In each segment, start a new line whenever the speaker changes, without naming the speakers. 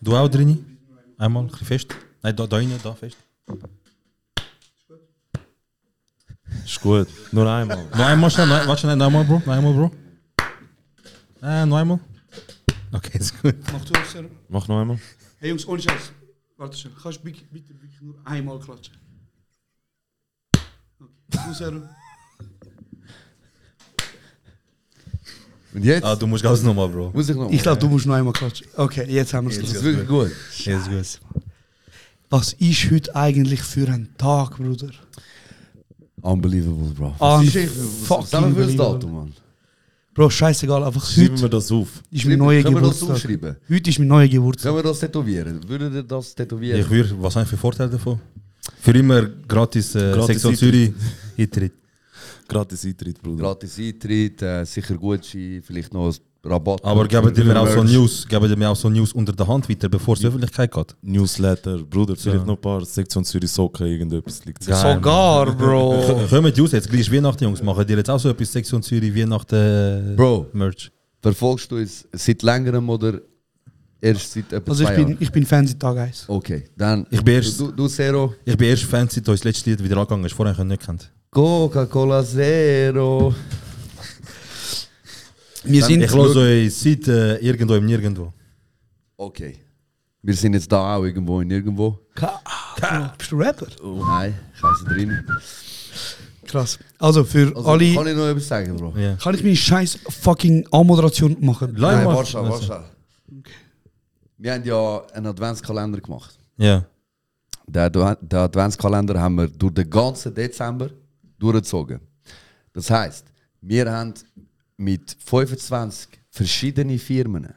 Do Aldrini. Einmal, ein bisschen fest. Nein, da, da rein, da fest.
Ist gut. Nur einmal.
Noch einmal schnell, noch, warte schnell, noch einmal, Bro. Noch einmal, Bro. Äh, noch einmal. Okay, ist gut.
Mag toe sterren.
Mach noch einmal.
Hey jongens, ohne scheiß. Warte schon. Gast, bieke, bieke, bieke, nur einmal klatschen. Toe sterren.
Und jetzt?
Ah, du musst ganz nochmal, Bro.
Muss ich noch?
Ich glaube, du musst noch einmal klatschen. Okay, jetzt haben wir
Das
es.
ist wirklich gut.
Ja, ist gut.
Was ist heute eigentlich für ein Tag, Bruder?
Unbelievable, Bro.
Ah,
ist echt-
fucking
Sagen wir das
unbelievable.
Datum, Mann.
Bro, scheißegal, einfach
Schreiben wir
heute
das auf.
ist mein neuer
Können wir das
Geburtstag.
aufschreiben?
Heute ist mein neuer Geburtstag.
Können wir das tätowieren? Würdet ihr das
Ich
tätowieren?
würde, was haben für Vorteile davon? Für immer gratis, äh,
Gratis
Sektion Zürich
Eintritt.
Eintritt.
Gratis Eintritt, Bruder.
Gratis Eintritt, äh, sicher Gucci, vielleicht noch ein Rabatt.
Aber geben die
Für
mir auch so
Merch.
News, geben die mir auch so News unter der Hand weiter, bevor es zur Öffentlichkeit geht.
Newsletter, Bruder, vielleicht
Ja.
noch ein paar Sektion Zürich Socken, irgendetwas liegt.
Geil.
Sogar, Bro.
Kommen die raus, jetzt gleich ist Weihnachten, Jungs. Machen die jetzt auch so etwas Sektion Zürich Weihnachten
Bro.
Merch?
Verfolgst du es seit längerem oder erst seit etwa
Also ich
zwei
bin,
Jahren?
ich bin Fan seit Tag 1.
Okay, dann.
Ich bin erst-
Du, du Zero.
Ich bin erst Fan, seit das letzte Lied wieder angegangen ist. Vorher habe ich nicht kennt.
Coca-Cola Zero.
Wir sind,
Ich höre euch seit äh, irgendwo im Nirgendwo.
Okay. Wir sind jetzt da auch irgendwo in irgendwo.
Ka- Ah, Bro, bist du Rapper?
Nein, scheiße drin.
Krass. Also für
Also,
alle,
Kann ich noch etwas sagen, Bro?
Ja.
kann ich meine scheiß fucking Anmoderation machen?
Lass
Nein,
mal-
warte schon, warte schon. Wir haben ja einen Adventskalender gemacht.
Ja.
Den, Adven- den Adventskalender haben wir durch den ganzen Dezember durchgezogen. Das heisst, wir haben mit 25 verschiedenen Firmen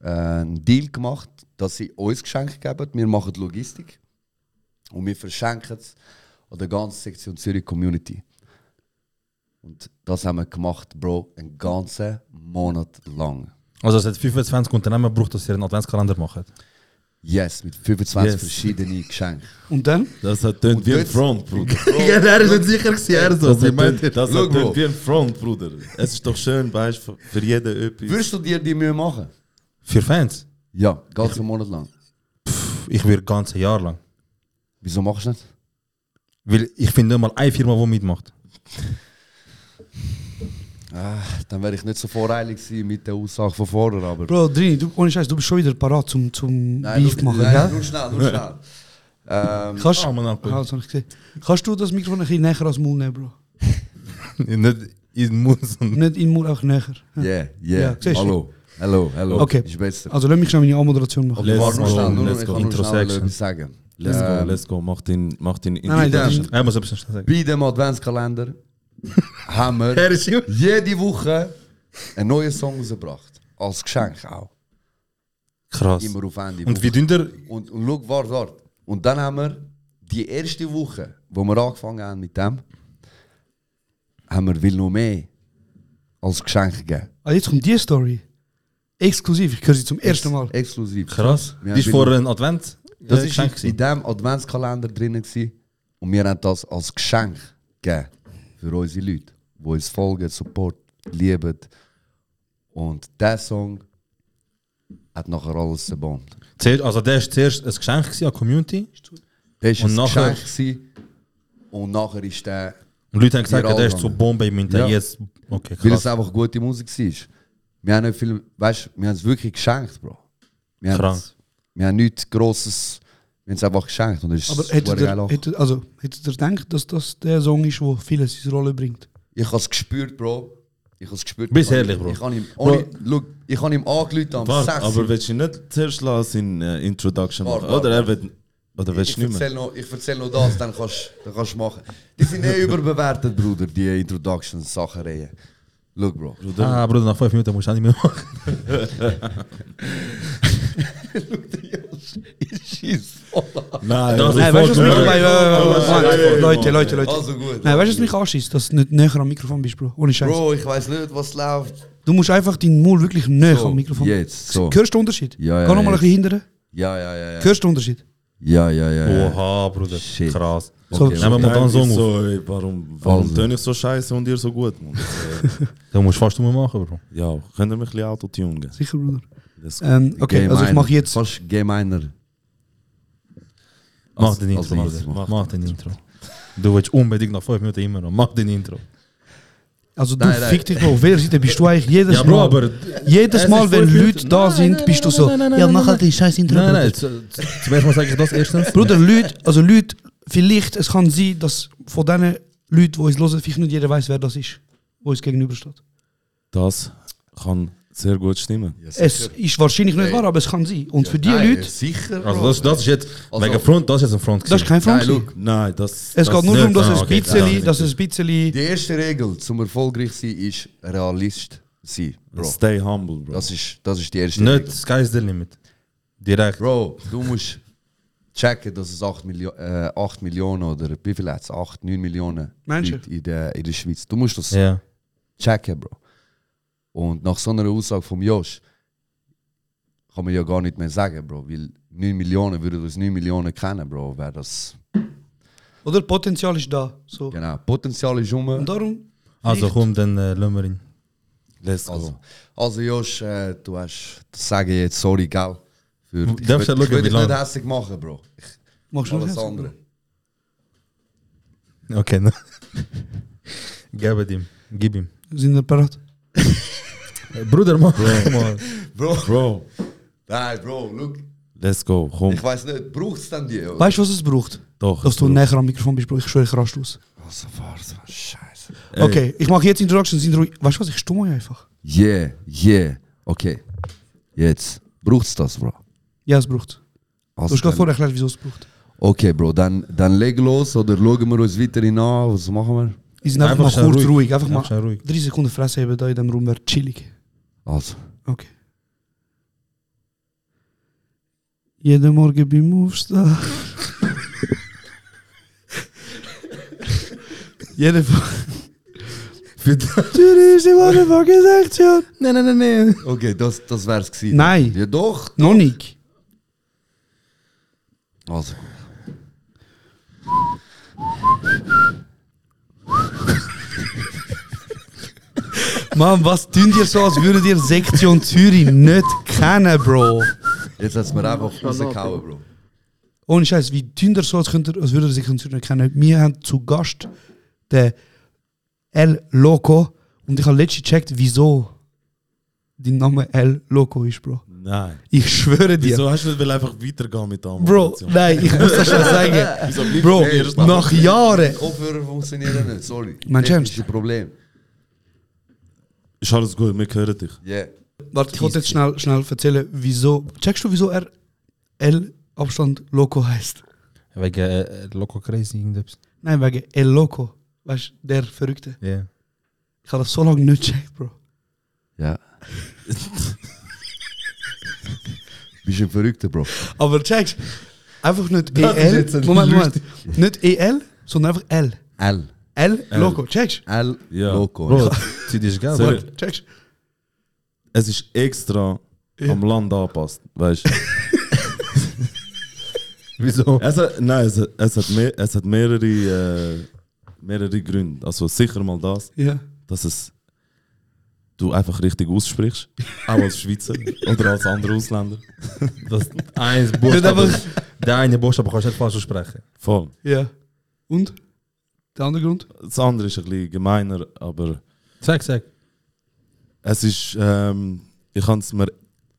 äh, einen Deal gemacht, dass sie uns Geschenke geben. Wir machen die Logistik und wir verschenken es an der ganzen Sektion Zürich Community. Und das haben wir gemacht, Bro, einen ganzen Monat lang.
Also es hat 25 Unternehmen braucht, dass ihr einen Adventskalender macht.
Yes, mit 25
Yes.
verschiedenen Geschenken.
Und dann?
Das hat tönt wie ein
jetzt-
Front, Bruder.
ja, er ist nicht sicher gewesen, er so.
Das hat tönt- das
Look,
hat
Bro.
tönt wie ein Front, Bruder. Es ist doch schön, weißt du, für jeden etwas.
Würdest du dir die Mühe machen?
Für Fans?
Ja, ganzen Monat lang.
Pff, Ich würde ganze Jahr lang.
Wieso machst du nicht?
Weil ich finde nicht mal eine Firma, die mitmacht.
Dann wäre ich nicht so voreilig gewesen mit der Aussage von vorher, aber...
Bro, Drini, du, ohne Scheiß, du bist schon wieder parat zum, zum Beef
nur-
machen,
nein,
gell?
nur schnell, nur schnell. ähm,
Kannst,
Ah, man, danke.
Ah, das hab ich gesehen. Kannst du das Mikrofon ein bisschen näher als Mund nehmen, Bro?
nicht in Mund, sondern...
Nicht in den Mund, auch näher.
yeah,
Ja,
yeah.
siehst du.
hallo, hallo, hallo.
Okay.
Ist besser.
Also lass mich schnell meine Anmoderation machen.
Let's
Warte, nur
go,
schnell, nur,
let's
ich
go.
kann nur schnell
Introsection.
etwas sagen.
Let's go,
Ähm,
let's go. Mach den, mach den in
Nein, nein, das ist-
Er muss etwas schnell sagen.
Bei dem Adventskalender haben wir
ist gut.
jede Woche einen neuen Song rausgebracht. Als Geschenk auch.
Krass.
Immer auf Ende
Und wie dünner...
Und, und schau, warte, warte. Und dann haben wir die erste Woche, wo wir angefangen haben mit dem, haben wir «Will noch mehr» als Geschenk gegeben.
Ah, jetzt kommt die Story. Exklusiv, ich höre sie zum ersten Mal.
Exklusiv.
Krass.
Ja,
Die ist
bin-
vor einem Advent
Das
äh,
war
geschenkt
in
gewesen.
diesem Adventskalender drinnen gewesen, und wir haben das als Geschenk gegeben für unsere Leute, die uns folgen, Support, lieben. Und dieser Song hat nachher alles zerbombt.
Zuerst- Also der ist zuerst ein Geschenk gewesen an die Community.
Das war
Und
ein
nachher-
Geschenk gewesen, und nachher ist der
Und Leute haben gesagt,
Wir
der ist
alle.
so Bombe im Internet.
Ja.
Jetzt... Okay,
Weil es
krass.
einfach gute Musik war. Wir haben nicht viel, weißt wir haben es wirklich geschenkt, Bro. Wir haben,
Krank.
es- wir haben nichts Grosses, wir haben es einfach geschenkt. Und es ist
Aber
super
hättet
geil
ihr,
auch.
hättet, also, hättet ihr gedacht, dass das der Song ist, der vieles in Rolle bringt?
Ich habe es gespürt, Bro. Ich habe es gespürt.
Bist
Ich hab-
ehrlich, Bro. Ah,
Ich habe ihm, ohne, look, ich habe ihm angelüht am
Warte,
6.
aber willst du nicht zuerst lassen in äh, Introduction
Warte,
machen?
warte,
Oder er wird. Oder willst
ich
du nicht mehr?
erzähle noch, ich erzähl noch das, dann kannst du dann kannst du machen. Die sind eh überbewertet, Bruder, die Introduction-Sachen. ey. Look, Bro.
Ah, Bruder, nach fünf Minuten musst du auch nicht mehr machen.
Schiss.
Nein,
Das
Nein, weißt du, was mich dabei. Leute, Leute, Leute, Leute.
Also gut.
Nou,
Nein, weißt du, was mich anschießt, dass du nicht näher am Mikrofon bist, Bro? Ohne Scheiß.
Bro, ich weiß nicht, was läuft.
Du musst einfach deinen Mund wirklich näher
So,
am Mikrofon.
jetzt, so.
Hörst du den Unterschied?
Ja, ja,
Kann nochmal ein
jetzt.
bisschen hindern?
Ja, ja, ja, ja.
Hörst du den Unterschied?
Ja, ja, ja. ja.
Oha, Bruder.
Shit.
Krass.
So,
Okay,
Nehmen wir mal
Nein,
dann
ich
so auf.
so, ey, warum warum
Also.
töne ich so scheiße und ihr so gut? Mann?
Du musst fast immer machen, Bro.
ja, könnt ihr mich ein bisschen Autotune geben?
Sicher, Bruder.
Das
Ähm, okay,
dus
also ich
Gemeiner.
mache jetzt.
Fast gemeiner.
Mach
Als-
den
als
Intro,
Intro,
Bruder.
mach
Mach, den Intro. Du willst unbedingt nach 5 Minuten immer noch. Mach den Intro.
Also du
Nein, nein.
fick dich mal auf welcher Seite bist du eigentlich jedes
Ja, Bro,
Mal.
aber-
jedes
Es
Mal,
ist
wenn
fünf
Leute
Minuten.
da
Nein,
sind,
nein,
bist du
nein,
so.
nein, nein,
ja,
nein,
mach
nein,
halt den scheiß Intro.
Nein,
Bruder.
nein, zu- zu- zum ersten Mal sage ich das erstens.
Bruder, Leute, also Leute, vielleicht, es kann sein, dass von diesen Leuten, die uns hören, vielleicht nicht jeder weiß, wer das ist, wo uns gegenübersteht.
Das kann sehr gut stimmen.
Es ist wahrscheinlich nicht
Ey.
wahr, aber es kann sein. Und für die
Nein,
Leute,
Sicher.
Also das, das ist jetzt,
Also-
wegen Front, das ist jetzt ein Front.
das ist kein
Nein,
Franz.
look.
Nein, das.
Es
das
geht nur darum, dass
Ah,
es ein
okay,
bisschen,
dann-
dass es ein bisschen.
Die erste Regel zum erfolgreich sein ist Realist sein, Bro.
Stay humble, Bro.
Das ist, das ist die erste
Nicht,
Regel.
sky's the limit. Direkt.
Bro, du musst checken, dass es 8, Milio äh, 8 Millionen oder wie viel hat es? 8, 9 Millionen
Menschen.
Leute in der, in der Schweiz. Du musst das
Ja.
checken, Bro. Und nach so einer Aussage von Josh kann man ja gar nicht mehr sagen, Bro. Weil 9 Millionen würden uns 9 Millionen kennen, Bro. Wäre das.
Oder Potenzial ist da. So.
Genau. Potenzial ist rum.
Und darum.
Also
vielleicht-
komm, dann äh, lassen wir ihn.
Let's go.
Also, also Josh, äh, du hast das sage ich jetzt sorry, gell? Für,
Darfst
ich
du
würd-
schauen,
ich
wie
würde dich
lang?
nicht hässlich machen, Bro. Ich,
Machst du
alles
noch
andere.
Okay, ne? Gebe ihm. Gib ihm.
Sind wir parat?
Äh, Bruder, mach
Nou,
mal.
Bro,
Bro,
nein, Bro, look.
let's go. Komm.
Ich weiß nicht, brauchst du denn die? oder?
Weißt du, was es braucht?
Doch.
Dass du näher am Mikrofon bist, Bro. Ich schwöre, ich raste aus.
Also, warte, warte, scheiße.
Okay, ich mache jetzt Introductions. Intro weißt du was? Ich stumme euch einfach.
Yeah, yeah. Okay. Jetzt. Braucht's das, Bro?
Ja, es braucht. Du
Also,
hast gerade
dann-
vorher erklärt, wieso es braucht.
okay, Bro, dann, dann leg los oder schauen wir uns weiterhin an. Was machen wir?
Wir sind einfach,
Einfach
mal
schnell
kurz ruhig.
ruhig.
Einfach
Einfach
mal
schnell ruhig.
drei Sekunden Fresse eben da in dem Raum wäre chillig.
Also.
Okay. Jeden Morgen beim Aufstehen. Jeden
Für das-
Türüse Motherfucking Sektion.
nein, nein, nein, nein.
Okay, das, das wär's gewesen.
Nein.
Ja, doch.
Noch nicht.
Also, gut.
Mann, was tun ihr so, als würdet ihr Sektion Zürich nicht kennen, Bro?
jetzt hat's mir einfach rausgehauen, Bro.
Ohne Scheiß, wie tun ihr so, als, könnt ihr, als würdet ihr Sektion Zürich nicht kennen? Wir haben zu Gast den El Loco und ich habe letztens gecheckt, wieso dein Name El Loco ist, Bro.
Nein.
Ich schwöre dir.
Wieso hast du nicht will einfach weitergehen mit der
Bro,
Amputation?
nein, ich muss das schon sagen.
Wieso bleibst
Bro,
du erst mal?
nach Jahren.
Kopfhörer funktionieren nicht, sorry.
Mein James.
Technische Problem.
Ist alles gut, wir hören dich.
Yeah.
Warte, ich wollte jetzt schnell, schnell erzählen, wieso. Checkst du, wieso er El Abstand Loco heißt?
Wegen
eh,
äh, Loco Crazy irgendetwas.
Nein, wegen El Loco. Weißt du, der Verrückte.
Ja.
Ich habe das so lange nicht gecheckt, Bro.
Ja. Bist ein Verrückter, Bro.
Aber checkst einfach nicht
Das ist
EL.
jetzt ein
Moment, Moment. Nicht EL, sondern einfach L.
L.
El Loco. Checkst
L.
Ja.
Loco.
Bro, zieh dich geil.
Sorry.
Warte.
Checkst
Es ist extra am Land angepasst, weißt du?
Wieso?
Es hat, nein, es hat, es hat, mehr, es hat mehrere, äh, mehrere Gründe. Also sicher mal das,
Ja.
dass es du einfach richtig aussprichst, auch als Schweizer oder als andere Ausländer.
Das eins
aber-
Buchstabe. Der eine Buchstabe kannst du nicht falsch aussprechen.
Voll.
Ja. Und? Der Untergrund?
Das andere ist ein bisschen gemeiner, aber
Sag, sag.
es ist, ähm, ich kann mir,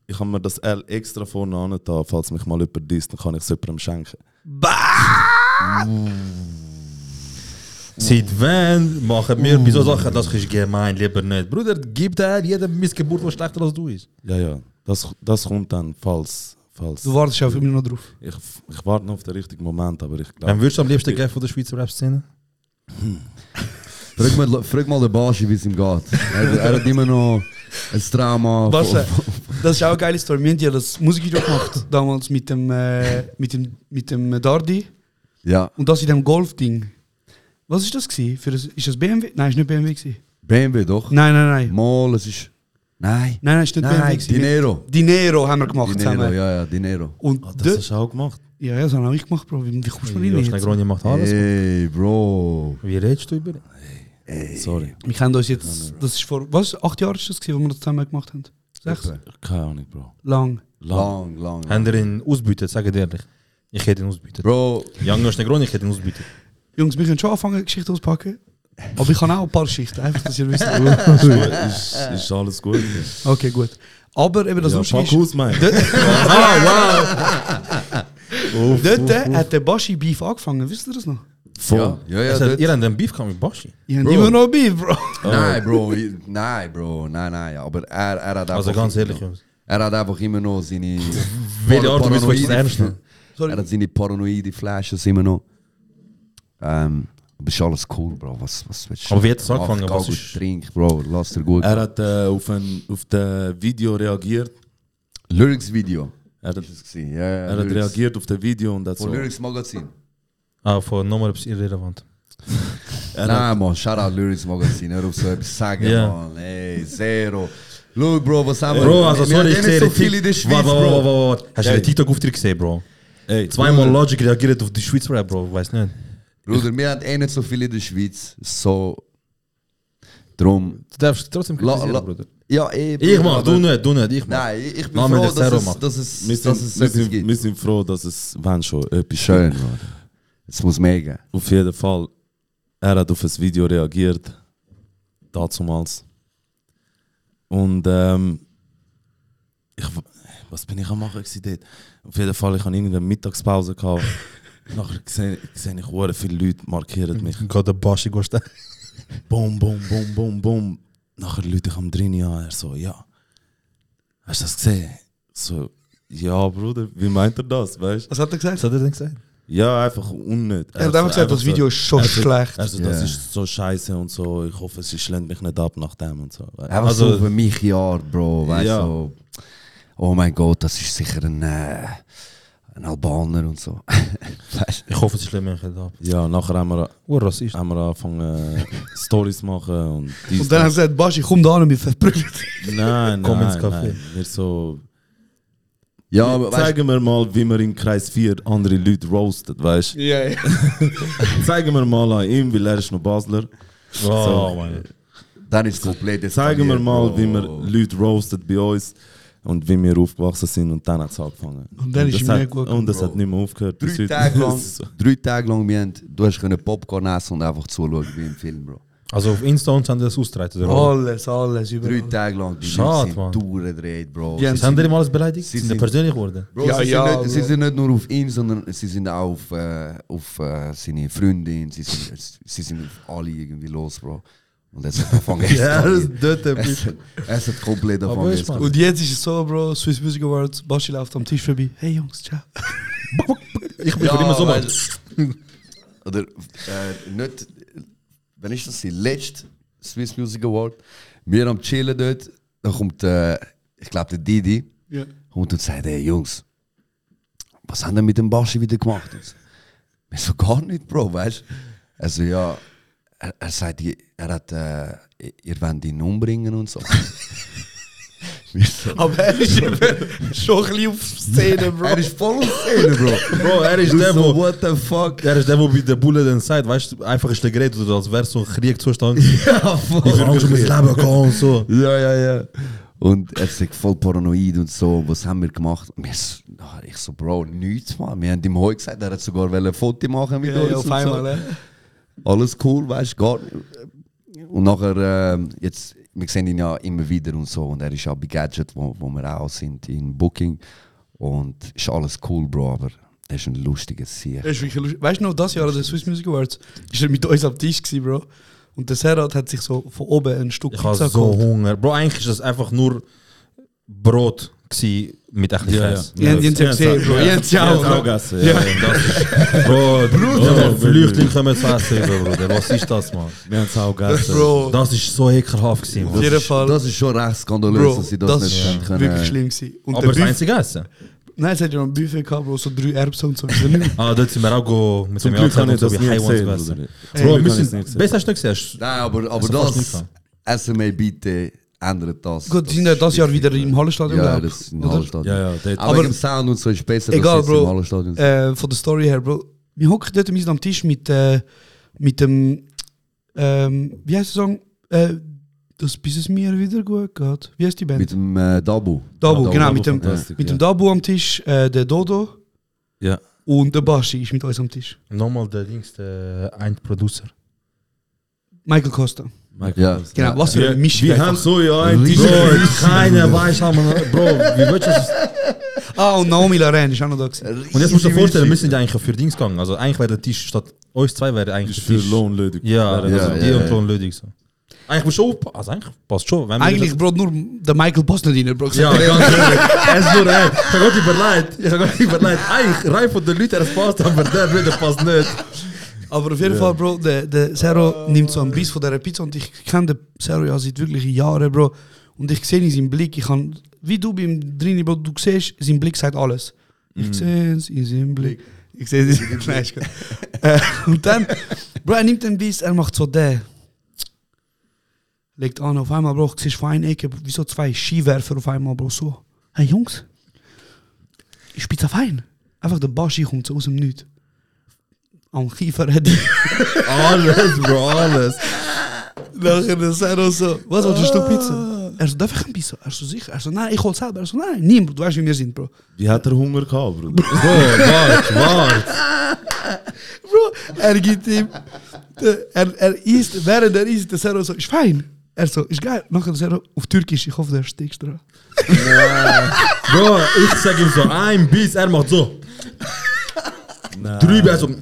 ich habe mir das L extra vorne angetan, falls mich mal jemand disst, dann kann ich es jemandem schenken.
Seit wann machen wir bei so Sachen, das ist gemein, lieber nicht. Bruder, gib dir jede Missgeburt, die schlechter als du ist.
Ja, ja, das, das kommt dann, falls, falls.
Du wartest auf immer noch drauf.
Ich, ich warte noch auf den richtigen Moment, aber ich
Dann
glaube,
würdest du am liebsten gleich von der Schweizer Rap-Szene?
Frag mal, frag mal den Baschi, wie es ihm geht. Er, er hat immer noch ein Trauma.
Basche, das ist auch eine geile Story. Wir haben ja das Musikvideo gemacht, damals mit dem, äh, mit dem, mit dem Dardi.
Ja.
Und das in dem Golf-Ding. Was ist das gewesen? Für das, ist das BMW? Nein, ist nicht BMW gewesen.
BMW doch.
Nein, nein, nein.
Mal, es ist. Nein.
Nein, nein, ist nicht BMW
Nein,
gewesen.
Dinero.
Dinero haben wir gemacht
Dinero,
zusammen.
ja, ja, Dinero.
Und
Ah,
dort-
das hast du auch gemacht.
Ja, ja, das habe ich gemacht, Bro. Wie, wie kommst du
Die
rein? jetzt?
Negroni macht alles.
Ey, Bro.
Wie redest du über ihn?
Sorry.
Wir kennen uns jetzt, das ist vor, was, acht Jahren ist das gewesen, wo wir das zusammen gemacht haben? Sechs?
Keine Ahnung, Bro.
Lang.
Lang, lang. lang.
Haben ihr ihn ausbeutet, sag dir ehrlich. Ich hätte ihn ausbeutet.
Bro,
Ja, anders nicht Grund, ich hätte ihn ausbeutet.
Jungs, wir können schon anfangen, Geschichte auspacken. Aber ich kann auch ein nou paar Geschichten, einfach, dass ihr wisst.
Ist, ist alles gut?
okay, gut. Aber eben das
ja,
Lustige
pack
ist,
aus, Mann.
dort äh, hat der Baschi Beef angefangen, wisst ihr das noch?
Voll.
ja, ja, ja
Also,
dort-
ihr habt einen Beef gehabt mit Baschi.
Ich habe
Bro.
immer noch Beef, Bro.
Nein, Bro, ich- nein, Bro, nein, nein. Aber er, er hat
Also
einfach
ganz
immer
ehrlich,
noch-
Jungs.
Er hat einfach immer noch seine.
Welche Art und Weise willst du
paranoide-
das ernst nehmen?
Sorry.
Er hat seine paranoide Flashes immer noch. Ähm, aber ist alles cool, Bro. Was, was willst du?
Aber wie hat es angefangen?
Was
Was
ist?
ist-
Trink, Bro, lass dir gut.
Er hat äh, auf ein auf das Video reagiert.
Lyrics-Video.
Er hat,
Ist es gewesen, ja, ja.
er hat
Lyrics.
reagiert auf das Video und hat
Von
so.
Lyrics-Magazin.
Ah, von Nummer ist irrelevant.
Nein, Mann, Shoutout Lyrics Magazin, hör auf so etwas zu sagen,
Ja.
Mann. Ey, zero. Schau, Bro, was haben wir?
Bro, also
wir
sorry,
haben
ich
eh
sehe
nicht so viel in der Schweiz, Bro.
Hast du
Ey.
den TikTok-Auftritt gesehen, Bro?
Ey,
Zweimal Logic reagiert auf die Schweizer Rap, Bro, weiß nicht.
Bruder, wir haben eh nicht so viel in der Schweiz. So. Drum.
Du darfst trotzdem
La,
kritisieren,
la,
Bruder.
ja, eh,
Ich
Bruder,
mach,
aber-
du nicht, du nicht, ich mach.
Nein, ich ich bin
Name
froh,
des
dass
Terror,
es,
Mann.
dass es,
wir
dass
sind,
es
wir,
etwas
sind, wir
gibt.
sind froh, dass es, wenn schon, etwas
Schön, Bruder. Es muss mega.
Auf jeden Fall, er hat auf das Video reagiert. Dazumals. Und ähm, ich, w- was bin ich am machen gewesen dort? Auf jeden Fall, ich hatte irgendeine Mittagspause. Gehabt. Nachher sehe seh ich, hure viele Leute markieren mich.
Ich geh den Baschi gehen.
Boom, boom, boom, boom, boom. Nachher Leute ich am drin an, er so, ja. Hast du das gesehen? So, ja, Bruder, wie meint er das, weißt du?
Was hat er gesagt?
Was hat er denn gesagt?
Ja, einfach unnötig.
Er hat einfach gesagt, das Video ist schon schlecht.
Also
Ja.
das ist so scheiße und so. Ich hoffe, sie schlägt mich nicht ab nach dem und so.
Einfach
Also-
so für mich ja, Bro. Weißt du?
Ja.
So, oh mein Gott, das ist sicher ein, äh, ein Albaner und so. weißt
Ich hoffe, es schlägt mich nicht ab.
Ja, nachher haben wir,
Urrassist.
haben wir angefangen äh, Stories zu machen und dies.
Und dann hat er
das.
gesagt, Baschi, komm da an, wir verprügeln dich.
nein, nein,
Komm ins Café.
nein. Wir so.
du? Ja, aber weißt
zeigen wir mal, wie man im Kreis 4 andere Leute roastet, weißt du?
Ja, ja.
Zeigen wir mal an ihm, weil er ist noch Basler.
Oh, Mann.
du, dann ist es komplett.
Zeigen wir
eskaliert,
mal,
Bro.
wie man Leute roastet bei uns und wie wir aufgewachsen sind und dann hat es angefangen.
Und dann ist ihm
das
nicht
hat,
gut
Und das
Bro.
hat nicht mehr aufgehört. bis
Drei
heute.
Tage lang,
Das ist so.
drei Tage lang wir haben, du hast können Popcorn essen und einfach zuschauen wie im Film, Bro.
Also auf Insta und haben die das ausgetragen, oder?
Alles, alles,
Drei
überall.
Tage lang, die
Schade,
Leute
Mann.
sind durchgedreht, Bro.
Die haben-
Sind die mal alles beleidigt?
Sie
Sind die
sind-
persönlich geworden?
Bro,
Ja,
sie,
ja,
sind
Bro.
nicht, sie sind nicht nur auf ihn, sondern sie sind auch auf, äh, auf äh, seine Freundin, sie sind, sie sind auf alle irgendwie los, Bro. Und es hat angefangen. es, es, hat- es hat
Ah,
komplett
Aber
angefangen.
ist man-
eskaliert.
Und jetzt ist es so, Bro, Swiss Music Awards, Baschi läuft am Tisch vorbei. Hey Jungs, ciao.
Ich bin immer so mal.
Oder äh, nicht, wenn ich das die letzte Swiss Music Award, wir am Chillen dort, da kommt, äh, ich glaube, der Didi.
Ja.
Und dann sagt er, Jungs, was haben wir mit dem Baschi wieder gemacht? Und so, wir so gar nicht, Bro, weißt du? Also ja, er, er sagt, ihr- er hat, äh, ihr wollt ihn umbringen und so. Wir so,
Aber er ist eben schon ein bisschen auf Szene, Bro.
er ist voll auf Szene, Bro.
Bro, er ist
Du
der,
so,
wo.
what the fuck?
Er ist der, wo bei der Bullet inside, weißt du, einfach ist der geredet, oder als wäre so ein Kriegzustand. Ich
Ja,
würde Angst um mein Leben gehen und so.
Ja, ja, ja. Und er sagt voll paranoid und so, was haben wir gemacht? Und wir so, ah, ich so, Bro, nichts, Mann. Wir haben ihm heute gesagt, er hat sogar wollen ein Foto machen mit
Ja,
uns.
ja,
und
auf
so.
einmal, ne?
alles cool, weißt du, gar nicht. Und nachher, ähm, jetzt, wir sehen ihn ja immer wieder und so. Und er ist ja bei Gadget, wo, wo wir auch sind, in Booking. Und ist alles cool, Bro, aber er ist ein lustiges Sieg.
Das ist wirklich lustig. Weißt du noch, das Jahr an den Swiss Music Awards ist er mit uns am Tisch gewesen, Bro. Und der Serhat hat sich so von oben ein Stück
Ich habe
Pizza
so
geholt.
Hunger. Bro, eigentlich ist das einfach nur Brot gewesen mit echt
Ja, ja.
Käse.
Ihr habt ihn ja gesehen, Bro. Ihr habt sie
Ja,
auch.
auch
Bro.
gegessen, ja.
Bro, Bruder,
Bruder.
Flüchtlinge kommen zu essen, Bruder. Was ist das, Mann?
Wir haben es auch gegessen.
Bro,
Das ist so ekelhaft gewesen,
auf
Mann.
jeden Fall.
Das ist schon recht skandalös,
Bro,
dass sie das,
das
nicht haben
ist
können. äh,
wirklich schlimm gewesen. Und
Aber
der
das
Büffel,
einzige Essen.
nein, es hat ja noch ein Buffet gehabt, Bro, so drei Erbsen und so. Das ist nicht mehr-
Ah, dort sind wir auch go mit
Zum
dem
Glück
Jahrzehnten
habe ich
und so
das
wie
nie
Heimat gegessen.
gesehen. Bruder.
Bro,
Zum Glück habe ich es
müssen,
nicht gesehen.
besser hast du nicht gesehen.
Nein, aber,
Das hast
aber
du Also fast
das,
nicht
SMA bitte, ändert das.
Gut,
das
die sind ja
ist
das Jahr
wichtig,
wieder im Hallenstadion,
Ja,
glaub ich,
das ist im
oder?
Hallenstadion.
Ja, ja, dort-
aber
Aber-
im Sound und so ist besser,
Egal,
dass sie
Bro.
im Hallenstadion sind.
äh, von der Story her, Bro. Wir hocken dort am Eis am eh, ehm, Tisch mit, äh, mit dem, ähm, wie heißt der Song? Äh, dass bis es mir wieder gut geht. Wie heißt die Band?
Mit dem äh, Dabu.
Dabu,
Ja,
genau,
Dabu,
mit, dem,
fantastisch,
mit
ja.
dem Dabu am Tisch, äh, der Dodo
Ja.
und der Baschi ist mit uns am Tisch.
Nochmal der Dings, der Ein-Producer.
Michael Costa.
Michael
Ja.
Jackson.
Genau, was für eine Mischung. einfach.
so ja
einen Tisch.
keine weiß haben. Bro, wie willst du das?
Ah, und Naomi Laren ist auch noch da. Gewesen.
Und jetzt musst du dir vorstellen, müssen die eigentlich für Dings gegangen. Also eigentlich wäre der Tisch statt euch zwei wäre eigentlich
Ist für
Tisch.
Lohnlödig.
Dus Ja,
Wäre
also
das-
ja,
die
ja,
und
ja.
Lohn Lödig so. Eigentlich muss schon, also eigentlich passt schon. Wenn wir
Eigentlich,
das-
Bro, nur der Michael passt nicht rein, Bro.
Ja, ganz ehrlich. Er is door, hij. Hij wordt niet beleid. Hij wordt niet beleid. Hij rijdt voor de Luther, dat past dan, maar dat weet past niet.
Aber auf jeden Fall, Bro, der, der Serro nimmt so einen Biss von dieser Pizza und ich kenne den Serro ja seit wirklich Jahren, Bro. Und ich sehe in seinem Blick, ich kann, wie du beim Drini, Bro, du siehst, sein Blick sagt alles. Ich sehe es in seinem Blick. Ich sehe es in seinem Fleisch. äh, und dann, Bro, er nimmt den Biss, er macht so den. Legt an, auf einmal, Bro, siehst von einer Ecke, wieso zwei Skiwerfer auf einmal, Bro, so. Hey, Jungs, ich bin fein. Einfach der Baschi kommt so aus dem Nichts. Am Kiefer hat die
Alles, bro, alles.
Nachher der Sarah so, was willst du Stück Pizza? Er so, darf ich ein Pizza? Er so, sicher? Er so, nein, ich hol selber. Er so, nein, nimm, du weißt, wie wir sind, Bro.
Wie hat er Hunger gehabt, Bruder?
Bro, wacht, wacht.
Bro, er gibt ihm, de- er, er isst, während er isst, der Sarah so, ist fein. Er so, ist geil. Nachher der Sarah auf Türkisch, ich hoffe, der stickst dran.
Bro, ik zeg hem zo, I'm beast, er mag zo. Drüben, hij zo. Nou.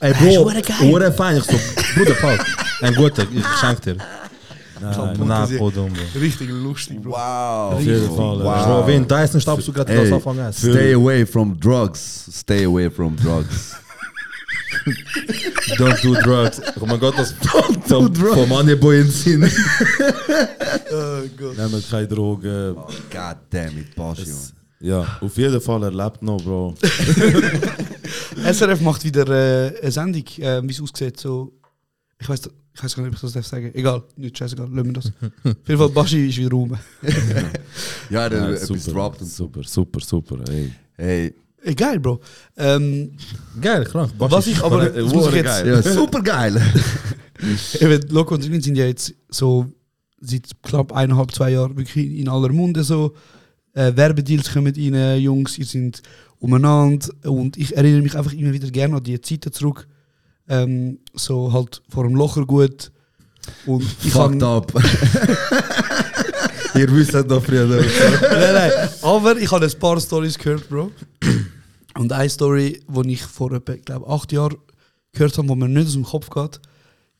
Hey bro, hoor fijn. Ik zo, broeder, fout. En goed, ik schenk er. Nou, Na, pardon, bro.
Richtig lustig, Bro.
Wow.
Auf jeden Fall.
Wow.
Bro, wenn da ist ein Stab, so gerade das
Ey,
auf am Gas.
stay away from drugs. Stay away from drugs.
Don't do drugs. Oh mein Gott, was Don't do drugs. Vom Honeyboy in Sinn.
Oh,
Nehmen keine Drogen.
God damn it, Baschi, man.
Ja, auf jeden Fall, er lebt noch, Bro.
SRF macht wieder äh, eine Sendung, äh, wie es aussieht. So, ich weiß, ich weiß gar nicht, ob ich das darf sagen. Egal, nicht scheißegal, lassen wir das. Auf jeden Fall, Baschi ist wieder rum.
Ja, der
Ja,
ja, etwas
super,
droppt. und-
super, super, super. Ey.
Hey,
Äh, Geil, Bro. Ähm,
Geil, krank.
was ich aber,
äh,
das muss ich
wurde
jetzt,
geil.
ja, super geil.
Eben, Loco und Trinity sind ja jetzt so seit knapp eineinhalb, zwei Jahren wirklich in aller Munde so. Äh, Werbedeals kommen rein, Jungs, ihr sind umeinander. Und ich erinnere mich einfach immer wieder gerne an die Zeiten zurück. Ähm, so halt vor dem Locher gut. Und ich
Fucked
hab-
up.
Ihr wisst das noch früher.
nein, nein. Aber ich habe ein paar Stories gehört, Bro. Und eine Story, die ich vor etwa, glaube acht Jahren gehört habe, die mir nicht aus dem Kopf geht,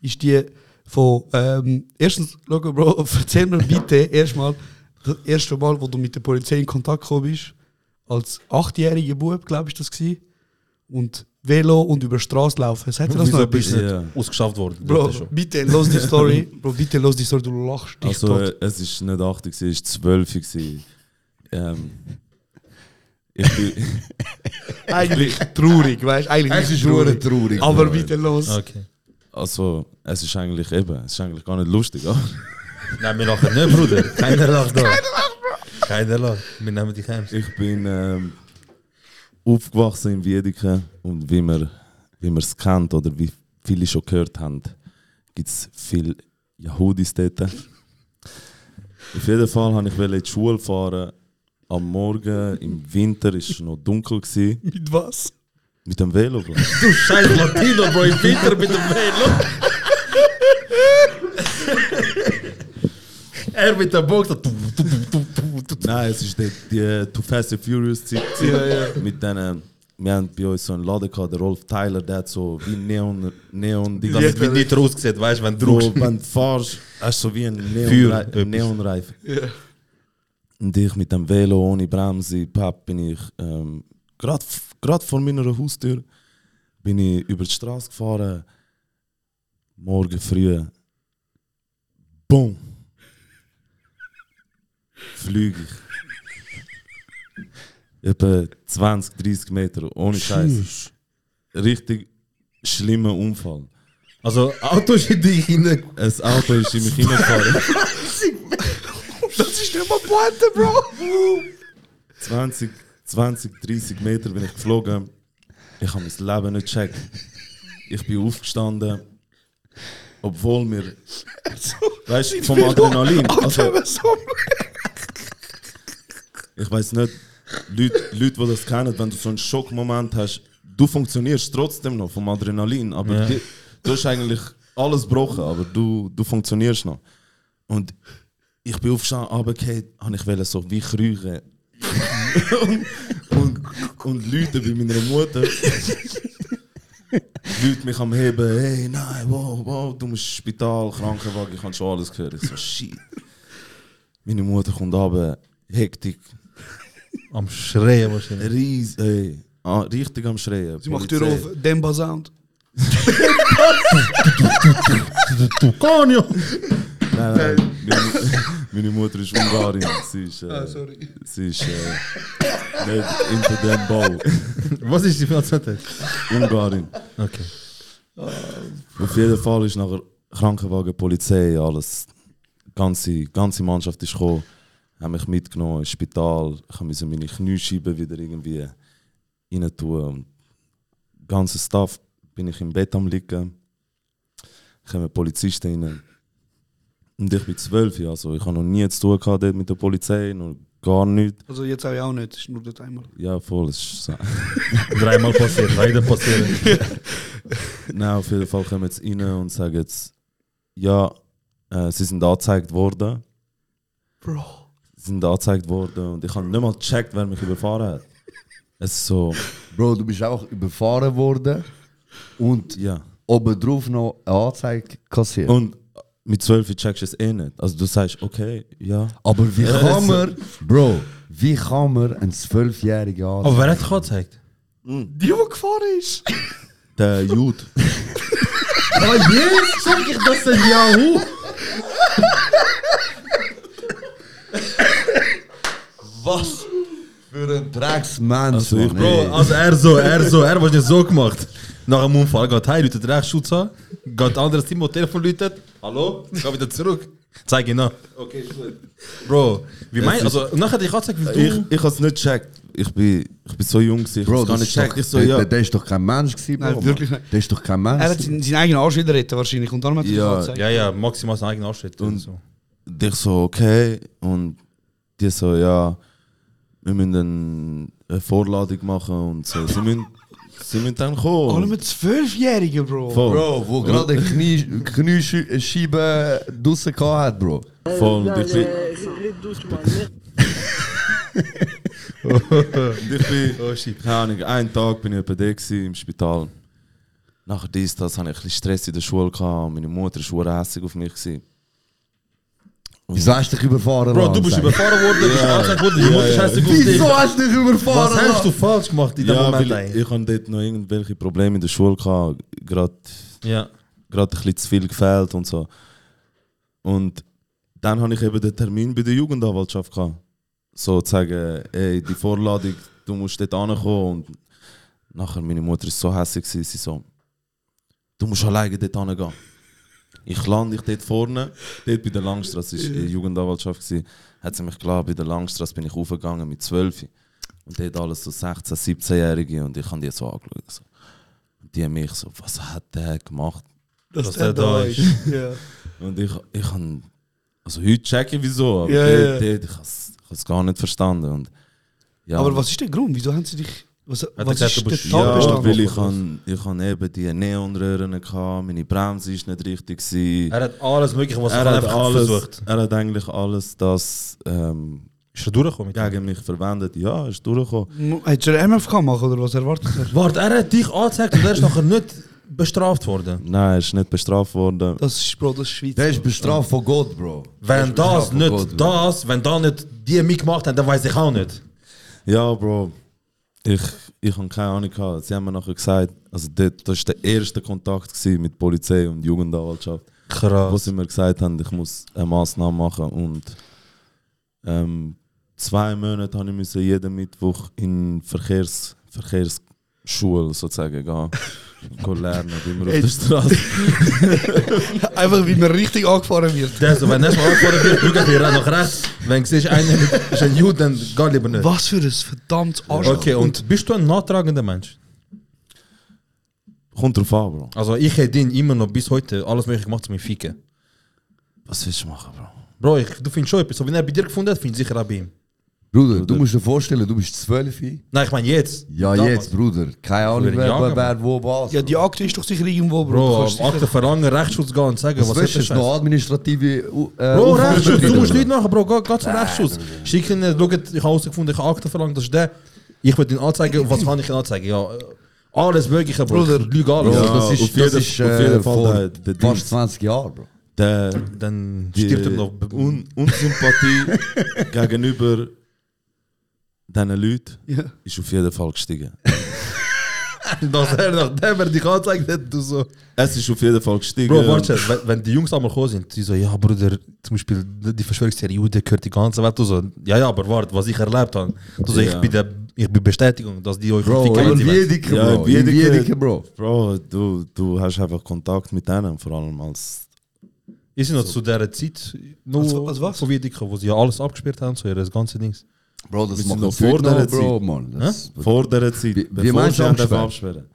ist die von, ähm, erstens, Logo, Bro, erzähl mir bitte erstmal, das erste Mal, wo du mit der Polizei in Kontakt gekommen bist, als achtjähriger Bub, glaube ich, das war, und Velo und über die Straße laufen. Sagt dir das noch
Wieso
ein
bist du
bisschen?
Ja.
nicht ausgeschafft worden?
eh, Bro,
Das ist schon.
bitte, los die Story. Bro, bitte, los die Story, du lachst dich
Also,
tot.
äh, es ist nicht 8, gewesen, es war 12. gewesen. Ähm, ich bin.
Eigentlich traurig, weißt du? Eigentlich
ist nur traurig.
Aber
Bro.
bitte los.
Okay.
Also, es ist eigentlich eben, es ist eigentlich gar nicht lustig, aber
Nein, wir lachen nicht, Bruder. Keiner lacht da. Keiner lacht, Bro. Keiner lacht. Wir nehmen dich heim.
ich bin ähm, aufgewachsen in Wiedeke und wie man wie es kennt oder wie viele schon gehört haben, gibt es viele Yahudis dort. Auf jeden Fall wollte ich in die Schule fahren. Am Morgen, im Winter, war es noch dunkel. Gewesen,
Mit was?
mit dem Velo, Bro.
Du scheiß Latino, Bro. Ich filter mit dem Velo. er mit der Box. so tu, tu, tu, tu, tu, tu.
Nein, es ist die, die Too Fast and Furious Zeit.
Ja, ja.
Mit denen, wir haben bei uns so einen Laden gehabt, der Rolf Tyler, der hat so wie Neon, Neon, die
Das wird nicht rausgesehen, weißt du, wenn du
Bro,
druckst.
wenn du fährst, hast du so wie ein
Für
Neonreif.
etwas.
Neonreifen. Und ich mit dem Velo ohne Bremse, Papp, bin ich ähm, gerade vor meiner Haustür bin ich über die Straße gefahren. Morgen früh. Boom. Flüge ich. Etwa 20, 30 Meter, ohne Scheiß. Richtig schlimmer Unfall.
Also, Auto ist in dich hinein.
Ein Auto ist in mich hineingefahren.
Das ist nicht mal Pointe, Bro.
20, 20, 30 Meter bin ich geflogen. Ich habe mein Leben nicht gecheckt. Ich bin aufgestanden. Obwohl wir. weißt du, vom Adrenalin. Also, ich weiß nicht, Leute, Leute, die das kennen, wenn du so einen Schockmoment hast, du funktionierst trotzdem noch vom Adrenalin, aber
Ja.
di- du hast eigentlich alles gebrochen, aber du, du funktionierst noch. Und ich bin aufgestanden, runtergefallen, und ich wollte so wie krüchen. und, und, und Leute bei meiner Mutter. Leute mich am Heben, hey, nein, wow, wow, du musst ins Spital, Krankenwagen, ich habe schon alles gehört. Ich so, shit. Meine Mutter kommt runter, Hektik,
Am Schreien wahrscheinlich.
Ries, ey. Ah, richtig am Schreien.
Sie macht Tür
Polizei.
auf, Demba Sound.
Du Konio!
Nein, nein. Meine, meine Mutter ist Ungarin. Sie ist. Äh,
sorry.
Sie ist. Äh, nicht hinter dem Bau.
Was ist die Nationalität?
Ungarin.
Okay.
Auf jeden Fall ist nachher Krankenwagen, Polizei, alles. Die ganze, ganze Mannschaft ist gekommen, haben mich mitgenommen ins Spital. Ich musste meine Kniescheibe wieder irgendwie rein tun. Und ganze Staff bin ich im Bett am liegen. Kommen Polizisten rein. Und ich bin zwölf, also ich habe noch nie zu tun gehabt dort mit der Polizei, noch gar nichts.
Also jetzt habe ich auch nicht, ist nur das einmal.
Ja, voll, es ist so.
Dreimal passiert, beide passieren.
Nein, auf jeden Fall kommen jetzt rein und sagen jetzt, ja, äh, sie sind angezeigt worden.
Bro.
Sie sind angezeigt worden und ich habe nicht mal gecheckt, wer mich überfahren hat. Es ist so,
Bro, du bist einfach überfahren worden und
ja.
obendrauf noch eine Anzeige kassiert.
Und mit 12 checkst du es eh nicht. Also du sagst, okay, ja.
Aber wie
Ja,
kann
so-
man, Bro, wie kann man einen Zwölfjährigen
Aber
anzeigen?
wer hat dich angezeigt?
Die, die gefahren ist.
Der Jude.
Aber jetzt sag ich das denn ja hoch.
Was für ein Drecksmensch,
Also ich-
Mann, ey.
Bro, also er so, er so, er was nicht so gemacht. Nach einem Unfall geht er, läutet Rechtsschutz an, geht ein anderes Team, das Telefon läutet, hallo, ich geh wieder zurück. Zeig ihn an. Okay, gut. Bro, wie meinst du, also, und nachher dich angezeigt, weil
Ich,
du...
ich habe es nicht gecheckt. Ich bin, ich bin so jung, gewesen, ich habe
Bro,
es gar
das
nicht
ist doch,
gecheckt. Ich so,
der,
ja.
der, der ist doch kein Mensch gewesen, Bro.
Nein,
Mann.
wirklich nicht.
Der ist doch kein Mensch.
Er hat seinen, seinen eigenen Arsch wieder retten wahrscheinlich und darum hat er
Ja,
das angezeigt.
Ja, ja, maximal seinen eigenen Arschtritt. Und so.
Und ich so, okay. Und die so, ja, wir müssen dann eine Vorladung machen und so. Sie müssen, sie müssen dann
Vor allem
kommen.
mit Zwölfjährigen, Bro.
Voll.
Bro, wo gerade eine Knie- Kniescheibe draussen gehabt hat, Bro.
Voll, und ich bin, und ich bin
Oh, shit.
keine Ahnung, einen Tag bin ich etwa da gewesen, im Spital. Nachher dies, das, hatte ich ein bisschen Stress in der Schule gehabt. Meine Mutter war schwer hässig auf mich. Gewesen.
Wieso hast du dich überfahren
Bro, du
lassen,
bist
sag?
überfahren worden, du bist angezeigt worden, die Mutter scheiße auf dich.
Wieso hast du dich überfahren
Was hast
lassen?
du falsch gemacht in dem
Ja,
Moment?
weil
ey?
ich hatte dort noch irgendwelche Probleme in der Schule gehabt. Gerade
Ja.
gerade ein bisschen zu viel gefehlt und so. Und dann habe ich eben den Termin bei der Jugendanwaltschaft gehabt. So zu sagen, ey, die Vorladung, du musst dort ankommen. Und nachher, meine Mutter ist so hässlich, gewesen, sie so, du musst alleine dort hingehen. Ich lande ich dort vorne, dort bei der Langstrasse, ist die Jugendanwaltschaft gewesen, hat sie mich klar, bei der Langstrasse bin ich aufgegangen mit 12. Und dort alles so 16, 17-Jährige und ich habe die so angeschaut. So. Und die haben mich so, was hat der gemacht?
Dass der da ist.
Ja.
Und ich, ich han also heute checke ich wieso, aber
Ja,
dort,
ja.
dort, ich has es gar nicht verstanden. Und, ja,
Aber was ist der Grund? Wieso haben sie dich... Was,
er
was
gesagt,
ist
du
der
bist-
ja,
Tatbestand?
weil ich, han, ich han eben die Neonröhren gehabt, meine Bremse ist nicht richtig. Gewesen.
Er hat alles Mögliche, was
Er
er, einfach alles versucht.
er hat eigentlich alles das ähm,
Ist er durchgekommen? mit dem?
gegen mich verwendet. Ja, ist durchgekommen.
Hättest du einen MFK machen oder was erwartet er?
Warte, er hat dich angezeigt und er ist nachher nicht bestraft worden.
Nein, er ist nicht bestraft worden.
Das ist, Bro, das ist Schweiz.
Der ist bestraft von Gott, Bro. Der
Wenn
ist bestraft
das
von
nicht,
Gott, Bro.
das, wenn da nicht die mitgemacht haben, dann weiß ich auch nicht.
Ja, Bro. Ich, ich habe keine Ahnung gehabt. Sie haben mir nachher gesagt, also dort, das war der erste Kontakt gewesen mit Polizei und Jugendanwaltschaft. wo
Krass.
sie mir gesagt haben, ich muss eine Massnahme machen und ähm, zwei Monate habe ich müssen jeden Mittwoch in Verkehrs Verkehrsschule sozusagen gehen. Gehen lernen, wie man auf der Straße.
Einfach, wie man richtig angefahren wird.
Das, wenn er mal angefahren wird, bügelt ihr noch rechts. Wenn du siehst, einer mit- ist ein Jude, dann geh lieber nicht.
Was für ein verdammtes Arschloch.
Okay, und bist du ein nachtragender Mensch?
Kommt drauf an, Bro.
Also ich hätte ihn immer noch bis heute alles mögliche gemacht, um ihn ficken.
Was willst du machen, Bro?
Bro, ich, du findest schon etwas. So, wenn er bei dir gefunden hat, findest du sicher auch bei ihm.
Bruder, du musst dir vorstellen, du bist 12.
Nein, ich meine jetzt.
Ja,
Damals.
jetzt, Bruder. Keine Ahnung,
würde
wer,
jagen,
wer, wer wo was.
Ja, die Akte ist doch sicher irgendwo, Bro.
Bro,
Du kannst sicher-
Akte verlangen, Rechtsschutz gehen und sagen,
was
was
willst du?
ist
Das
das?
ist noch administrative. uh, äh,
Bro,
Aufwand
Rechtsschutz,
drin,
du musst
Bruder.
nicht machen, Bro, geh, geh zum Rechtsschutz. Schick ihn, äh, schau, ich habe herausgefunden, ich habe Akten verlangt, das ist der. Ich würde ihn anzeigen, was kann ich ihn anzeigen? Ja, äh, alles mögliche, Bro.
Bruder.
Ich lüge alles.
Bro,
Ja,
das
auf
ist,
jeden-
das ist
auf
äh,
jeden Fall
vor
der- der
fast
Dings.
20 Jahren, Bro.
Der
Dann
die
stirbt er noch.
Un Unsympathie gegenüber diesen Leuten
Ja.
ist auf jeden Fall gestiegen.
Dass er nachdem er dich anzeigt hat, du so.
Es ist auf jeden Fall gestiegen.
Bro, warte, wenn, wenn die Jungs einmal gekommen sind, die so, ja, Bruder, zum Beispiel die Verschwörungstheorie Juden gehört die ganze Welt, du so, ja, ja, aber warte, was ich erlebt habe, du so, ich
Ja.
bin der, ich bin Bestätigung, dass die euch
Bro,
ficken,
in
die Welt.
Wiedeke,
Ja,
Bro.
in
In
Wiedeke.
Wiedeke, Bro.
Bro, du, du hast einfach Kontakt mit denen, vor allem als.
Ist noch zu dieser Zeit nur
Als- als was?
Sowjetiko, wo sie ja alles abgesperrt haben, so ihr das ganze Ding.
Bro, das
Wir sind
macht noch
noch vor
vor
dieser
noch, Bro,
Zeit.
Mann. Das,
Vor der Zeit.
Wie- wie meinst du
sie haben dürfen
absperren?
absperren?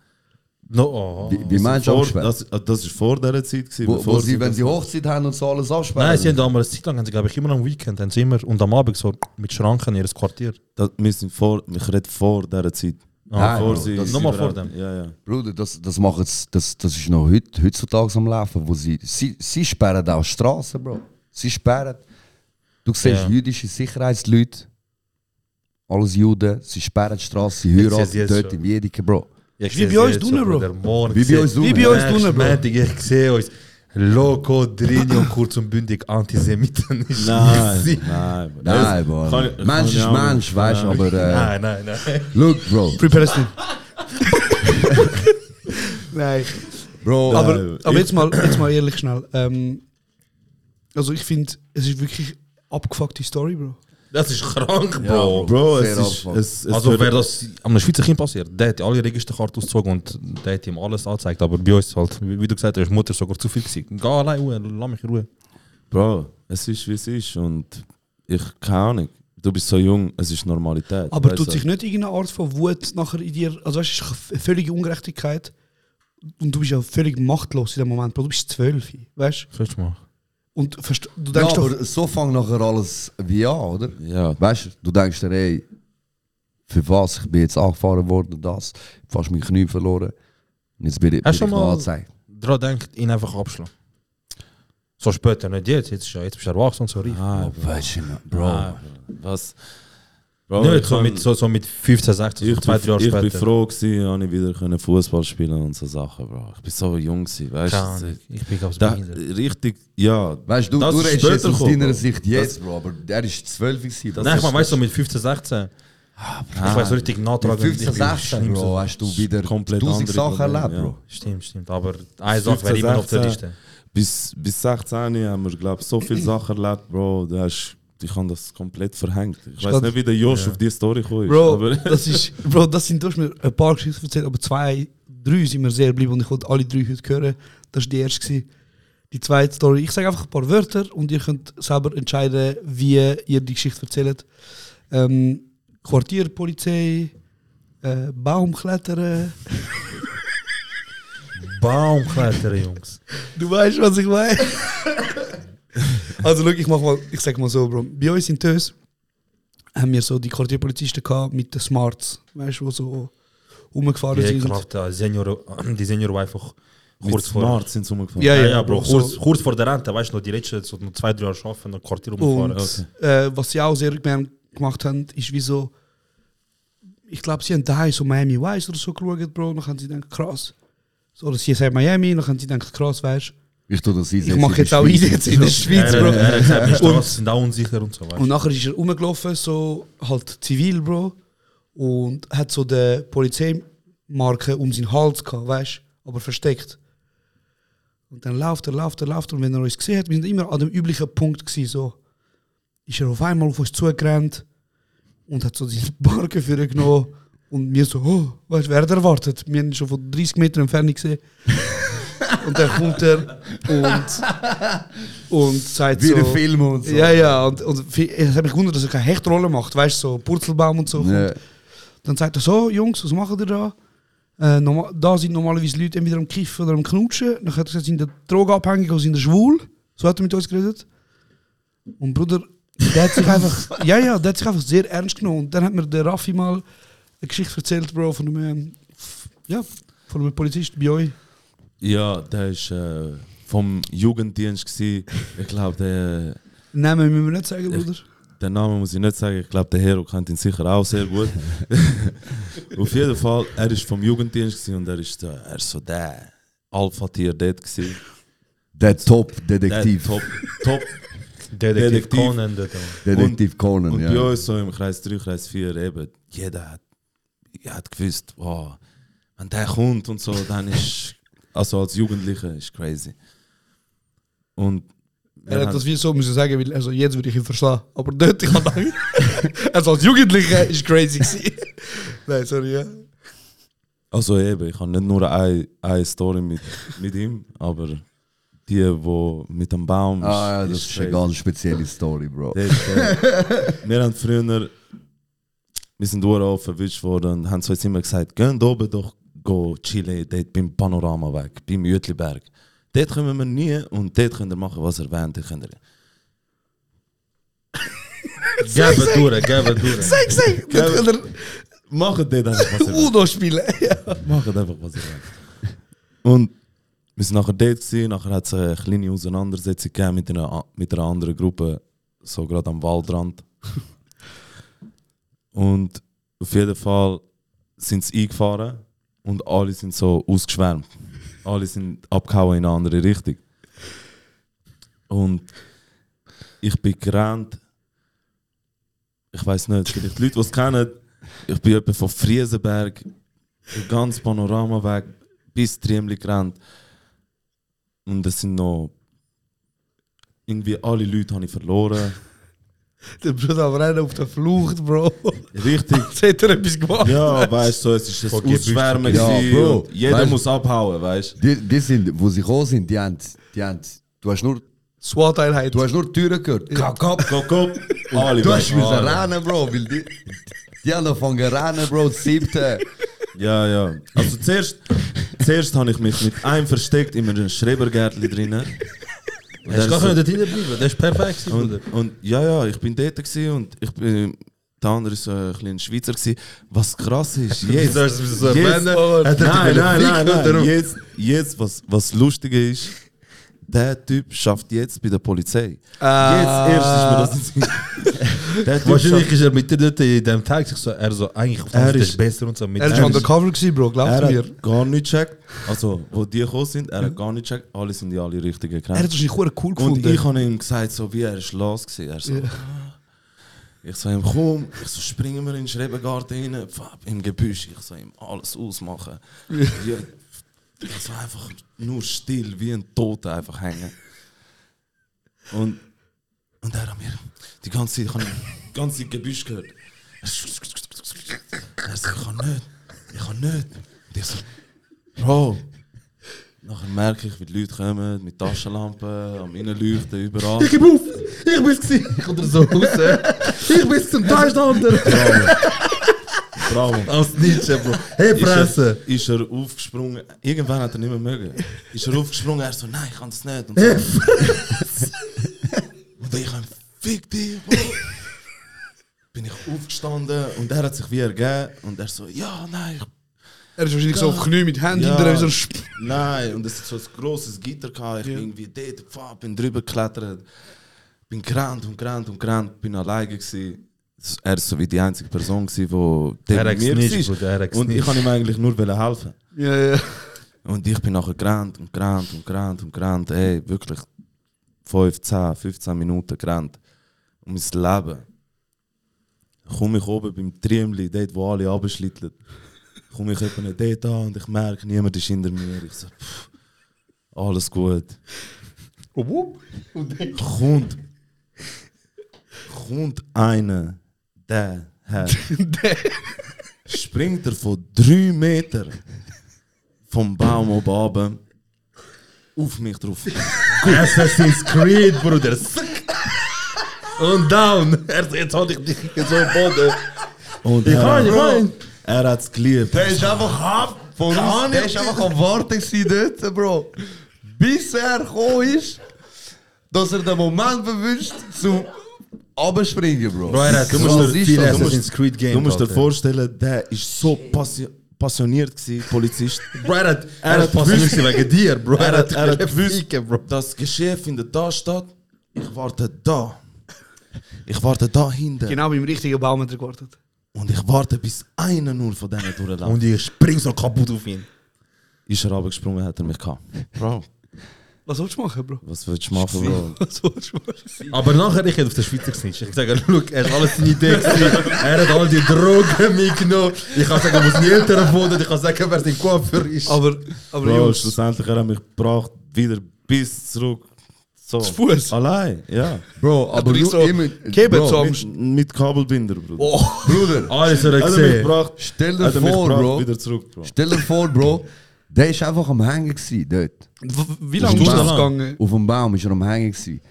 No, oh, oh.
wie wie meinst du
Vor-
absperren?
Das, das ist vor der Zeit. Gewesen,
Wo,
bevor
wo sie, wenn
das-
sie Hochzeit haben und so alles absperren?
Nein, sie haben damals, Zeit lang, haben sie, glaube ich, immer am Weekend, haben sie immer und am Abend so mit Schranken ihr Quartier.
Das, wir sind vor, ich rede vor dieser Zeit.
Ah,
vor
Bro,
sie-
das ist
Nochmal vor
überhaupt-
dem.
Ja, ja.
Bruder, das, das, machen sie, das, das ist noch heut, heutzutage am Laufen, wo sie, sie, sie sperren auch Straßen, Bro. Sie sperren. Du siehst
Ja.
jüdische Sicherheitsleute, alles Juden, sie sperren die Straße, sie
Ich seh's
heiraten
jetzt
dort
schon.
in Wiedeke, Bro.
Ich
Wie
seh's
bei uns
jetzt,
drinnen,
ja,
Bro.
Bruder, morgen
Wie bei
seh-
uns
Wie
drinnen.
bei uns
Nächsten
drinnen, Bro.
Montag, ich sehe euch. Loco, Drinio, kurz und bündig, Antisemiten. ist
Nein,
easy.
nein. Bro.
Nein, Bro.
kann ich- kann
Mensch
ich
ist
auch nicht.
Mensch, weißt du, aber. Äh,
Nein, nein, nein.
look, Bro.
Free Palestine. Nein.
Bro,
Aber,
Äh,
aber
ich-
jetzt, mal, jetzt mal ehrlich schnell. Ähm, also ich finde, es ist wirklich abgefuckte Story, Bro.
Das ist krank,
Ja,
Bro.
Bro, es
Fair
ist.
Anfang.
Es, es
also,
wird-
wäre das am Schweizer Kind passiert, der hätte alle Registerkarten ausgezogen und der hätte ihm alles angezeigt. Aber bei uns halt, wie wie du gesagt hast, Mutter ist sogar zu viel gewesen. Geh allein, Ruhe, lass mich in Ruhe.
Bro, es ist wie es ist und ich keine Ahnung. Du bist so jung, es ist Normalität.
Aber
weißt
tut
du?
sich nicht irgendeine Art von Wut nachher in dir. Also weißt du, es ist eine völlige Ungerechtigkeit. Und du bist ja völlig machtlos in dem Moment, Bro. Du bist zwölf, weißt du?
Verstehst du mal?
Und verst- du
ja,
denkst doch,
aber so fängt nachher alles wie an, oder?
Ja,
Weißt du, du denkst dir, ey, für was? Ich bin jetzt angefahren worden, das. Ich hab fast mein Knie verloren. Und jetzt bin ich, bin
Hast
ich
du schon
noch
mal-
angezeigt.
Daran denkt, ihn einfach abschlagen. So später, nicht jetzt. Jetzt, ist ja, jetzt bist du erwachsen und so reif.
ah,
Weißt du, noch, Bro.
Bro.
Ah.
Was? Bro,
Oh. nicht
ich
so
kann-
mit, so, so mit 15, 16,
ich,
so zwei, drei
bin,
Jahre
ich bin
später.
froh, gewesen, dass ich wieder Fußball spielen konnte und so Sachen, Bro. Ich bin so jung, gewesen, weißt
Keine Ahnung,
du?
Ich bin ganz
Da,
behindert.
richtig, ja.
Weißt du,
Das
du
ist
redest
später
jetzt aus
gekommen,
deiner
Bro.
Sicht jetzt, Bro, aber der ist 12 gewesen. Bro.
Nein, ich meine, weißt du, mit 15, 16. Ich weiß so richtig nachtragen.
mit 15,
ich bin
16,
schlimm so.
Bro, hast du wieder
komplett
tausend
andere
Sachen
Probleme,
erlebt,
ja.
Bro.
Stimmt, stimmt. Aber eine Sache wäre
15,
immer auf der
16.
Liste.
Bis, bis 16 haben wir, glaube ich, so viele Sachen erlebt, Bro. Du hast, ich habe das komplett verhängt. Ich weiß
glaub-
nicht, wie der Josh auf die Story gekommen ist.
Bro,
aber-
das ist, Bro, das sind, du hast mir ein paar Geschichten erzählt, aber zwei, drei sind mir sehr geblieben und ich wollte alle drei heute hören. Das war die erste. Gewesen. Die zweite Story, ich sage einfach ein paar Wörter und ihr könnt selber entscheiden, wie ihr die Geschichte erzählt. Ähm, Quartierpolizei, äh, Baumklettern.
Baumkletter, Jungs.
Du weißt, was ich meine. also, schau, ich mach mal, ich sag mal so, Bro. Bei uns in Tös haben wir so die Quartierpolizisten gehabt mit den Smarts, weißt du, die so rumgefahren
Ja,
sind.
kraft, äh, Senior, die Senior war einfach
Mit
kurz vor.
Smart sind sie umgefahren.
Ja,
Ja,
ja,
ja, Bro,
so.
kurz, kurz vor der Rente, weißt du noch, die letzten so noch zwei, drei Jahre arbeiten, ein Quartier
Und
rumfahren.
äh, was sie auch sehr gerne gemacht haben, ist wie so, ich glaube, sie haben daheim so Miami Vice oder so geschaut, Bro, und dann haben sie gedacht, krass. So, oder sie sagen Miami, und dann haben sie gedacht, krass, weißt du,
Ich tue das
ich mache jetzt auch Einsatz in der Schweiz,
Er,
Bro.
er hat gesagt, die Straßen sind auch unsicher und so weiter.
Und nachher ist er rumgelaufen, so halt zivil, Bro. Und hat so die Polizeimarke um seinen Hals gehabt, weißt Aber versteckt. Und dann läuft er, läuft er, läuft er. Und wenn er uns gesehen hat, wir sind immer an dem üblichen Punkt gewesen, so. Ist er auf einmal auf uns zugerannt und hat so seine Marke für ihn genommen. Und wir so, oh, weißt wer hat erwartet? Wir haben ihn schon von 30 Metern Entfernung gesehen. und dann kommt er und, und sagt
Wie
so...
in Film und so.
Ja, ja, und, und vi- es hat mich gewundert, dass er keine Hechtrolle macht, weißt du, so Purzelbaum und so.
Nee.
Dann sagt er so, Jungs, was macht ihr da? Äh, norma- da sind normalerweise Leute entweder am Kiffen oder am Knutschen. Dann hat er gesagt, sind der Drogenabhängige oder sind der schwul. So hat er mit uns geredet. Und Bruder, der hat sich einfach, ja, ja, der hat sich einfach sehr ernst genommen. Und dann hat mir der Raffi mal eine Geschichte erzählt, Bro, von einem, ähm, f- ja, von einem Polizisten bei euch.
Ja, der ist äh, vom Jugenddienst. Gewesen. Ich glaube, der.
Namen müssen wir nicht sagen, Bruder.
Den Namen muss ich nicht sagen, ich glaube, der Hero kennt ihn sicher auch sehr gut. Auf jeden Fall, er ist vom Jugenddienst gewesen und er ist, der- er ist so der Alpha-Tier dort. gewesen.
Der
Der
Top-Detektiv.
Top, top.
Detektiv
Detektiv.
Conan. dort.
Detektiv Conan,
Und
ja.
bei uns so im Kreis 3, Kreis 4, eben, jeder hat, hat gewusst, wow, wenn der kommt und so, dann ist, also als Jugendlicher, ist crazy. Und wir
Er hat
haben-
das wie so müssen sagen, weil also jetzt würde ich ihn verstehen. Aber dort, ich kann sagen, also als Jugendlicher ist crazy gewesen. Nein, sorry, ja.
Also eben, ich habe nicht nur eine, eine Story mit, mit ihm, aber die, wo mit dem Baum
Ah, ja, das ist eine
crazy.
ganz spezielle Story, Bro.
Der ist, äh, wir haben früher, wir sind durchaus verwischt worden und haben so jetzt immer gesagt, gehen oben doch go chillen, dort beim Panoramaweg, beim Jütliberg. Dort kommen wir nie und dort könnt ihr machen, was ihr wollt. Ihr könnt ihr
Geben het door, geben het door.
Sag, sag, dort kann er
machen dort einfach, was ihr wollt.
Uno spielen.
Machen halt einfach, was ihr wollt. Und wir sind nachher dort, gewesen, nachher hat es eine kleine Auseinandersetzung gegeben mit einer, a- mit einer anderen Gruppe, so gerade am Waldrand. und auf jeden Fall sind sie eingefahren und alle sind so ausgeschwärmt. Alle sind abgehauen in eine andere Richtung. Und ich bin gerannt. Ich weiß nicht, vielleicht die Leute, die es kennen, ich bin etwa von Friesenberg den ganzen Panoramaweg bis Triemli gerannt. Und es sind noch. Irgendwie alle Leute habe ich verloren.
Der Bruder am Rennen auf der Flucht, Bro.
Richtig.
Jetzt hat er etwas gemacht.
Ja, weißt du, so, es ist ein
Vergiss
Ausschwärmen.
mich. Ja,
gewesen
Bro.
und Jeder
Weißt-
muss abhauen, weißt du?
Die, die sind, wo sie gekommen sind, die haben, die haben, du hast nur,
SWAT-Einheit.
du hast nur die Türen gehört.
Kack ab, kack ab. Alle
Du hast
weg,
müssen
alle.
rennen, Bro, weil die, die haben angefangen rennen, Bro, das siebte.
Ja, ja. Also zuerst, zuerst habe ich mich mit einem versteckt in einem Schrebergärtchen drinnen.
Hij
Und er
is
ist so-
gewoon dat hier blijven. Dat is perfect.
Und, und ja, ja, ich bin dort gewesen und ich bin, der andere ist äh, ein bisschen Schweizer gewesen. Was krass ist, jetzt,
Daar is ze
Yes.
wennen. Hij trekt
nein,
weer een
nein,
piek
nein,
met
nein,
erop.
Jetzt, jetzt was, was lustig ist, der Typ schafft jetzt bei der Polizei.
Ah.
Jetzt erst ist mir das der typ
Wahrscheinlich
schafft,
ist er mit der Leute in dem Tag sich so, er so, eigentlich auf
Er
das
ist-
ist besser und so. Mit
Er
er
war undercover, gewesen, Bro, glaubt
er
mir.
hat gar nicht gecheckt. Also, wo die gekommen sind, er hat gar nicht gecheckt. Alle sind ja alle richtig
Er hat
gekannt.
es wahrscheinlich verdammt cool
Und ich
gefunden.
habe ihm gesagt, so wie er ist los gewesen. Er so,
Ja.
ah. Ich sage ihm, komm, ich so, springen wir in den Schrebengarten rein, pfapp, im Gebüsch. Ich sage ihm, alles ausmachen. Ja. Ich so einfach nur still, wie ein Toter einfach hängen. Und, und er an mir, die ganze Zeit, ich habe die ganze Zeit Gebüsch gehört. Er so, ich kann nicht, ich kann nicht. Und ich so, Bro. Nachher merke ich, wie die Leute kommen, mit Taschenlampen, am Innenleuchten, überall.
Ich bin auf! Ich bin's gewesen! Ich komme so raus! hè. Ik ben zum Deutschlander!
Bravo.
Als Nietzsche, Bro! Hey,
Ist
Presse!
er, ist er aufgesprungen? Irgendwann hat er nicht mehr mögen. Ist er aufgesprungen? Er so, nein, ich kann das nicht. Und, so.
Hey,
und ich habe, fick dich, Bro. Bin ich aufgestanden und er hat sich wie ergeben. Und er so, ja, nein, ich
Er ist wahrscheinlich so auf Knie mit Händen
Ja.
hinterher, wie so ein Sp
Nein, und es ist so ein grosses Gitter. Gehabt. Ich bin irgendwie dort, pfff, bin drüber geklettert. Bin gerannt und gerannt und gerannt, bin alleine gewesen. S- Er war so wie die einzige Person, gewesen, die dort
Er hat gesnitcht,
war.
Bruder, er hat
Und ich
gesnitcht.
kann ihm eigentlich nur helfen.
Ja, ja.
Und ich bin nachher gerannt und gerannt und gerannt und gerannt. Ey, wirklich 5, 10, 15 Minuten gerannt. Um mein Leben. Komme ich oben beim Triemli, dort wo alle abschlitteln. Komme ich eben dort an und ich merke, niemand ist hinter mir. Ich so, pff, alles gut. Kommt. Kommt einer, der Herr. Springt er von drei Meter vom Baum oben runter auf mich drauf.
Assassin's Creed, Bruder! Und down! Er so, jetzt hol ich dich in so einen Boden!
Und
Ich
er,
kann, ich kann!
er hat es geliebt.
Der ist einfach hart. Voraus, der ist einfach am Warten gewesen dort, Bro. Bis er gekommen ist, dass er den Moment bewünscht zum Abspringen, Bro.
Bro, er hat
Du musst
so
dir-
viel
du musst-
Assassin's Creed Game.
Du musst dir
Alter.
vorstellen, der ist so passi passioniert gewesen, Polizist.
Bro, er hat, er
Er
hat
hat
passioniert
gewusst-
wegen dir, Bro.
er hat, er hat gewusst,
Ficken, Bro.
das Geschäft findet da statt. Ich warte da. Ich warte da hinten.
Genau beim richtigen Baum gewartet.
Und ich warte bis einer nur von denen durchläuft.
Und ich spring so kaputt auf ihn.
Ist er runtergesprungen, hat er mich gehabt. Bro,
Was willst du machen, Bro?
was willst du machen, Bro?
Was willst du machen?
Aber nachher, ich hätte auf den Schweizer gesnitcht. Ich sage, schau, er hat alles seine Idee gewesen. Er hat all die Drogen mitgenommen. Ich kann sagen, wo seine Eltern wohnen. Ich kann sagen, wer sein Koffer ist.
Aber, aber
Bro,
Jungs,
schlussendlich er hat mich gebracht, wieder bis zurück. So.
Zu Fuß?
Allein, ja.
Bro,
aber ich so,
immer-
Keben
Bro,
zu am
Mit, mit Kabelbinder, Bruder.
Oh,
Bruder,
alles hat er
Hat er mich
gesehen.
gebracht,
stell dir
hat er mich
vor,
gebracht,
Bro.
wieder zurück, Bro.
Stell dir vor, Bro. Der ist einfach am Hängen gewesen dort.
w- wie
Auf
lange
dem
ist das
Baum.
gegangen?
Auf dem Baum ist er am Hängen gewesen.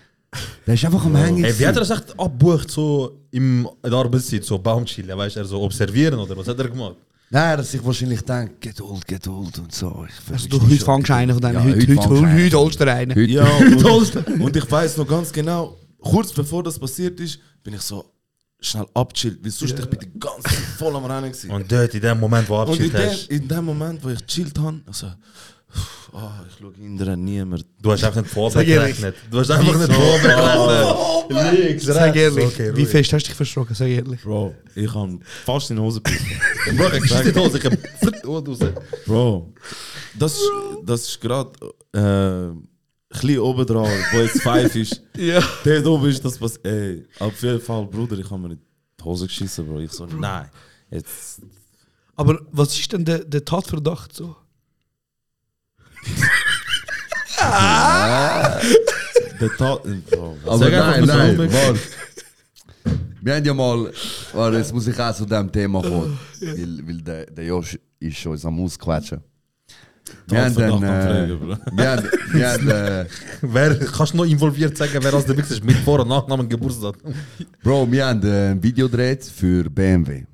Der ist einfach am Hängen
Ey, wie hat er
gewesen.
das echt abgebucht, so im in der Arbeitszeit, so Baum chillen, weißt du, er so observieren oder was hat er gemacht?
Nein, er hat sich wahrscheinlich gedacht, Geduld, Geduld und so. Ich
Also, du, heute fangst du einen von denen.
Ja,
heute,
heute
heute,
fangst du
heute,
einen.
heute holst du dir einen.
Heute.
Ja, und, und ich weiß noch ganz genau, kurz bevor das passiert ist, bin ich so schnell abchillt, weil sonst ich bin die ganze Zeit voll am Rennen gewesen.
Und dort, in dem Moment, wo du
Und in
abgeschickt
dem,
hast,
in dem Moment, wo ich chillt habe, ich so, pff, ah, ich schaue hinterher niemand.
du hast einfach nicht
ehrlich.
vorberechnet. Du hast einfach nicht vorberechnet. Links,
Sag
rechts.
ehrlich,
Okay,
wie
ruhig.
fest hast du dich verschrocken? Sag ehrlich.
Bro, ich habe fast in die Hose gebissen.
Bro, ich schieße die Hose, ich hab Ohr raus.
Bro, das ist, das ist gerade äh, ein bisschen oben dran, wo jetzt Five ist.
Ja.
Dort oben ist das was. Ey, auf jeden Fall, Bruder, ich habe mir in die Hose geschissen, Bro. Ich so, nein. Jetzt.
Aber was ist denn der, der Tatverdacht so?
Der Tat. Bro,
Aber
Sag einfach, was
nein,
du
nein,
willst.
warte. Wir haben ja mal, warte, jetzt muss ich auch zu diesem Thema kommen, weil, weil der, der Josh ist schon uns am Ausquetschen. Wir haben
Tatverdacht
dann, äh,
am Pflegen,
wir haben, wir haben, äh,
Wer, kannst du noch involviert sagen, wer aus der Mix ist, mit Vor- und Nachnamen, Geburtstag?
Bro, wir haben äh, ein Video gedreht für BMW.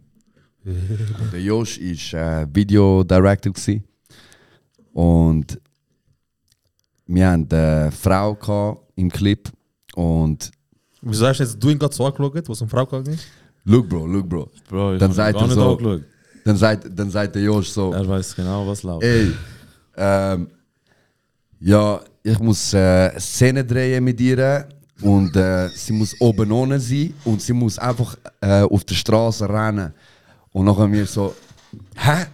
der Josh war äh, Video Director. Gewesen. Und wir hatten eine Frau gehabt im Clip. Und
Wieso hast du jetzt du ihn gerade so angeschaut, was um Frau gegangen ist?
look, Bro, look, Bro.
Bro, ich
Dann
hab
seid
gar
ihr
nicht
so-
angeschaut.
Dann sagt, dann sagt der Josh so:
Er weiß genau, was läuft.
Ey, ähm, ja, ich muss äh, Szene drehen mit ihr. Und äh, sie muss oben ohne sein und sie muss einfach äh, auf der Straße rennen. Und nachher mir so, hä?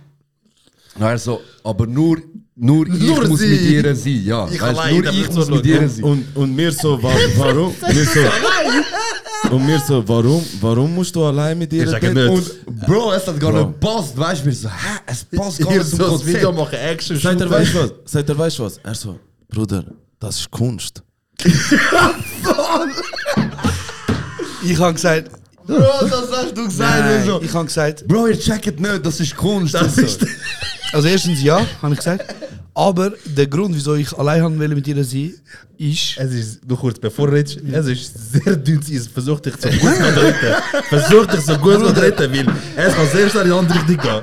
Und er so, aber nur, nur ich
Nur
muss
sie.
mit ihr sein. Ja,
Ich
weißt,
allein,
nur
damit
ich
so
muss mit
schaut.
ihr sein.
Und, und mir so, wa warum? mir so, und mir so, warum, warum musst du allein mit ihr
Ich sage
reden?
nicht.
Und Bro, es hat gar
Bro.
nicht gepasst, weißt du? Mir so, hä? Es passt gar
Ihr
nicht zum
so das Video
Konzept.
machen, Action,
Seid ihr
Shooter.
weißt was? Seid ihr weißt was? Er so, Bruder, das ist Kunst.
Ich habe gesagt,
Bro, das hast du gesagt.
nein,
So.
ich habe gesagt,
Bro, ihr checkt nicht, das ist Kunst.
Das
und so.
ist-
also erstens ja, habe ich gesagt. Aber der Grund, wieso ich allein haben will mit ihr sein, ist,
Es ist, nur kurz bevor du redest, es ist sehr dünn, es versucht dich so gut zu retten. Versucht dich so gut zu retten, weil es kann sehr schnell in die andere Richtung gehen.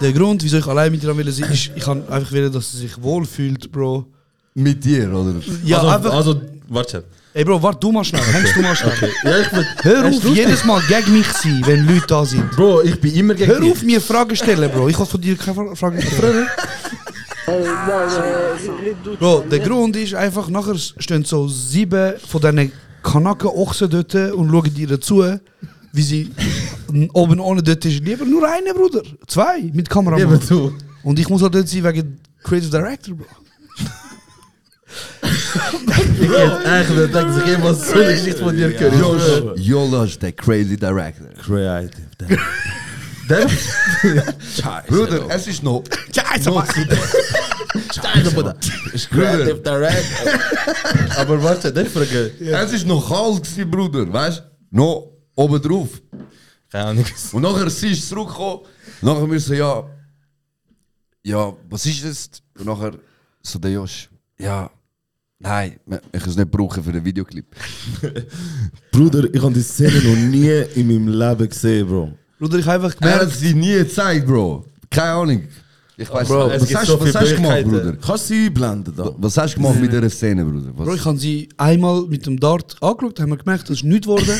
der Grund, wieso ich allein mit ihr will sein, ist, ich kann einfach will, dass sie sich wohlfühlt, Bro.
Mit dir, oder?
Ja,
also,
einfach,
also, warte.
ey Bro, warte du mal schnell, hängst du mal schnell.
Ja, ich bin,
Hör
Hast
auf,
du Lust?
jedes Mal gegen mich zu sein, wenn Leute da sind.
Bro, ich bin immer gegen
Hör
dich.
auf, mir Fragen stellen, Bro. Ich will von dir keine Fra- Fragen stellen. Bro, der Grund ist einfach, nachher stehen so sieben von diesen Kanaken-Ochsen dort und schauen dir zu, wie sie oben ohne dort ist. Lieber nur einen, Bruder. Zwei, mit
Lieber
Kameramann.
du.
Und ich muss halt dort sein wegen Creative Director, Bro.
Ich hätte echt nicht gedacht, dass ich jemals so eine Geschichte von dir höre.
Josh, Josh ist der crazy Director.
Creative.
Der
Bruder, es ist noch.
Scheiße, Mann.
Steiner, Bruder.
Bruder,
Direct.
Aber warte, der Frage.
es ist noch kalt gewesen, Bruder, weißt du? Noch oben drauf.
Keine Ahnung.
Und nachher sie ist zurückgekommen. Und nachher mir so, ja. Ja, was ist das? Und nachher so der Josh. Ja. Nein, wir- ich kann es nicht brauchen für den Videoclip.
Bruder, ich habe die Szene noch nie in meinem Leben gesehen, Bro.
Bruder, ich habe einfach
Er hat
gemerkt,
sie nie gezeigt, Bro. Keine Ahnung. Ich weiß
Bro,
nicht.
es
Was
gibt
hast,
so
was
viele
hast du gemacht,
Möglichkeiten.
Bruder?
Kannst du sie einblenden da?
Was hast du gemacht mit dieser Szene, Bruder? Was?
Bro, ich habe sie einmal mit dem Dart angeschaut, haben wir gemerkt, das ist nichts geworden.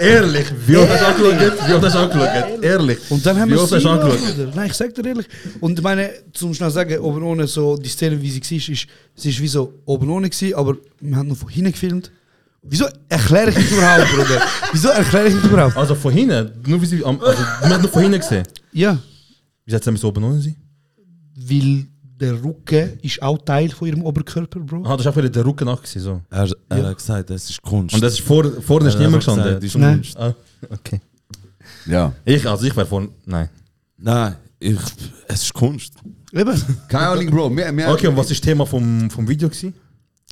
Ehrlich, wie oft hast du angeschaut? Wie oft hast du angeschaut? Ehrlich.
Und dann haben
wie
wir
oft hast
sie
du
gemacht,
angeschaut?
Bruder. Nein, ich sag dir ehrlich. Und ich meine, zum schnell sagen, oben ohne so, die Szene, wie sie war, ist, sie ist wie so oben ohne gewesen, aber wir haben noch von hinten gefilmt. Wieso erkläre ich das überhaupt, Bruder? Wieso erkläre ich das überhaupt?
Also von hinten, nur wie sie, am- also, man hat nur von hinten gesehen.
Ja,
Wie seid ihr mit so oben ohne sie?
weil der Rücken ist auch Teil von ihrem Oberkörper, Bro.
Ah, das ist auch wieder der Rücken nachgesehen, so.
Er, er hat gesagt, das ist Kunst.
Und das ist vor, vorne ist
Er hat
niemand
einfach gesagt,
gestanden.
das ist
Nein.
Kunst.
Ah, okay.
Ja.
Ich, also ich wäre vorne, nein.
Nein, ich, es ist Kunst.
Eben.
Keine Ahnung, Bro. Wir, wir
Okay, und was ist das Thema vom, vom Video gewesen?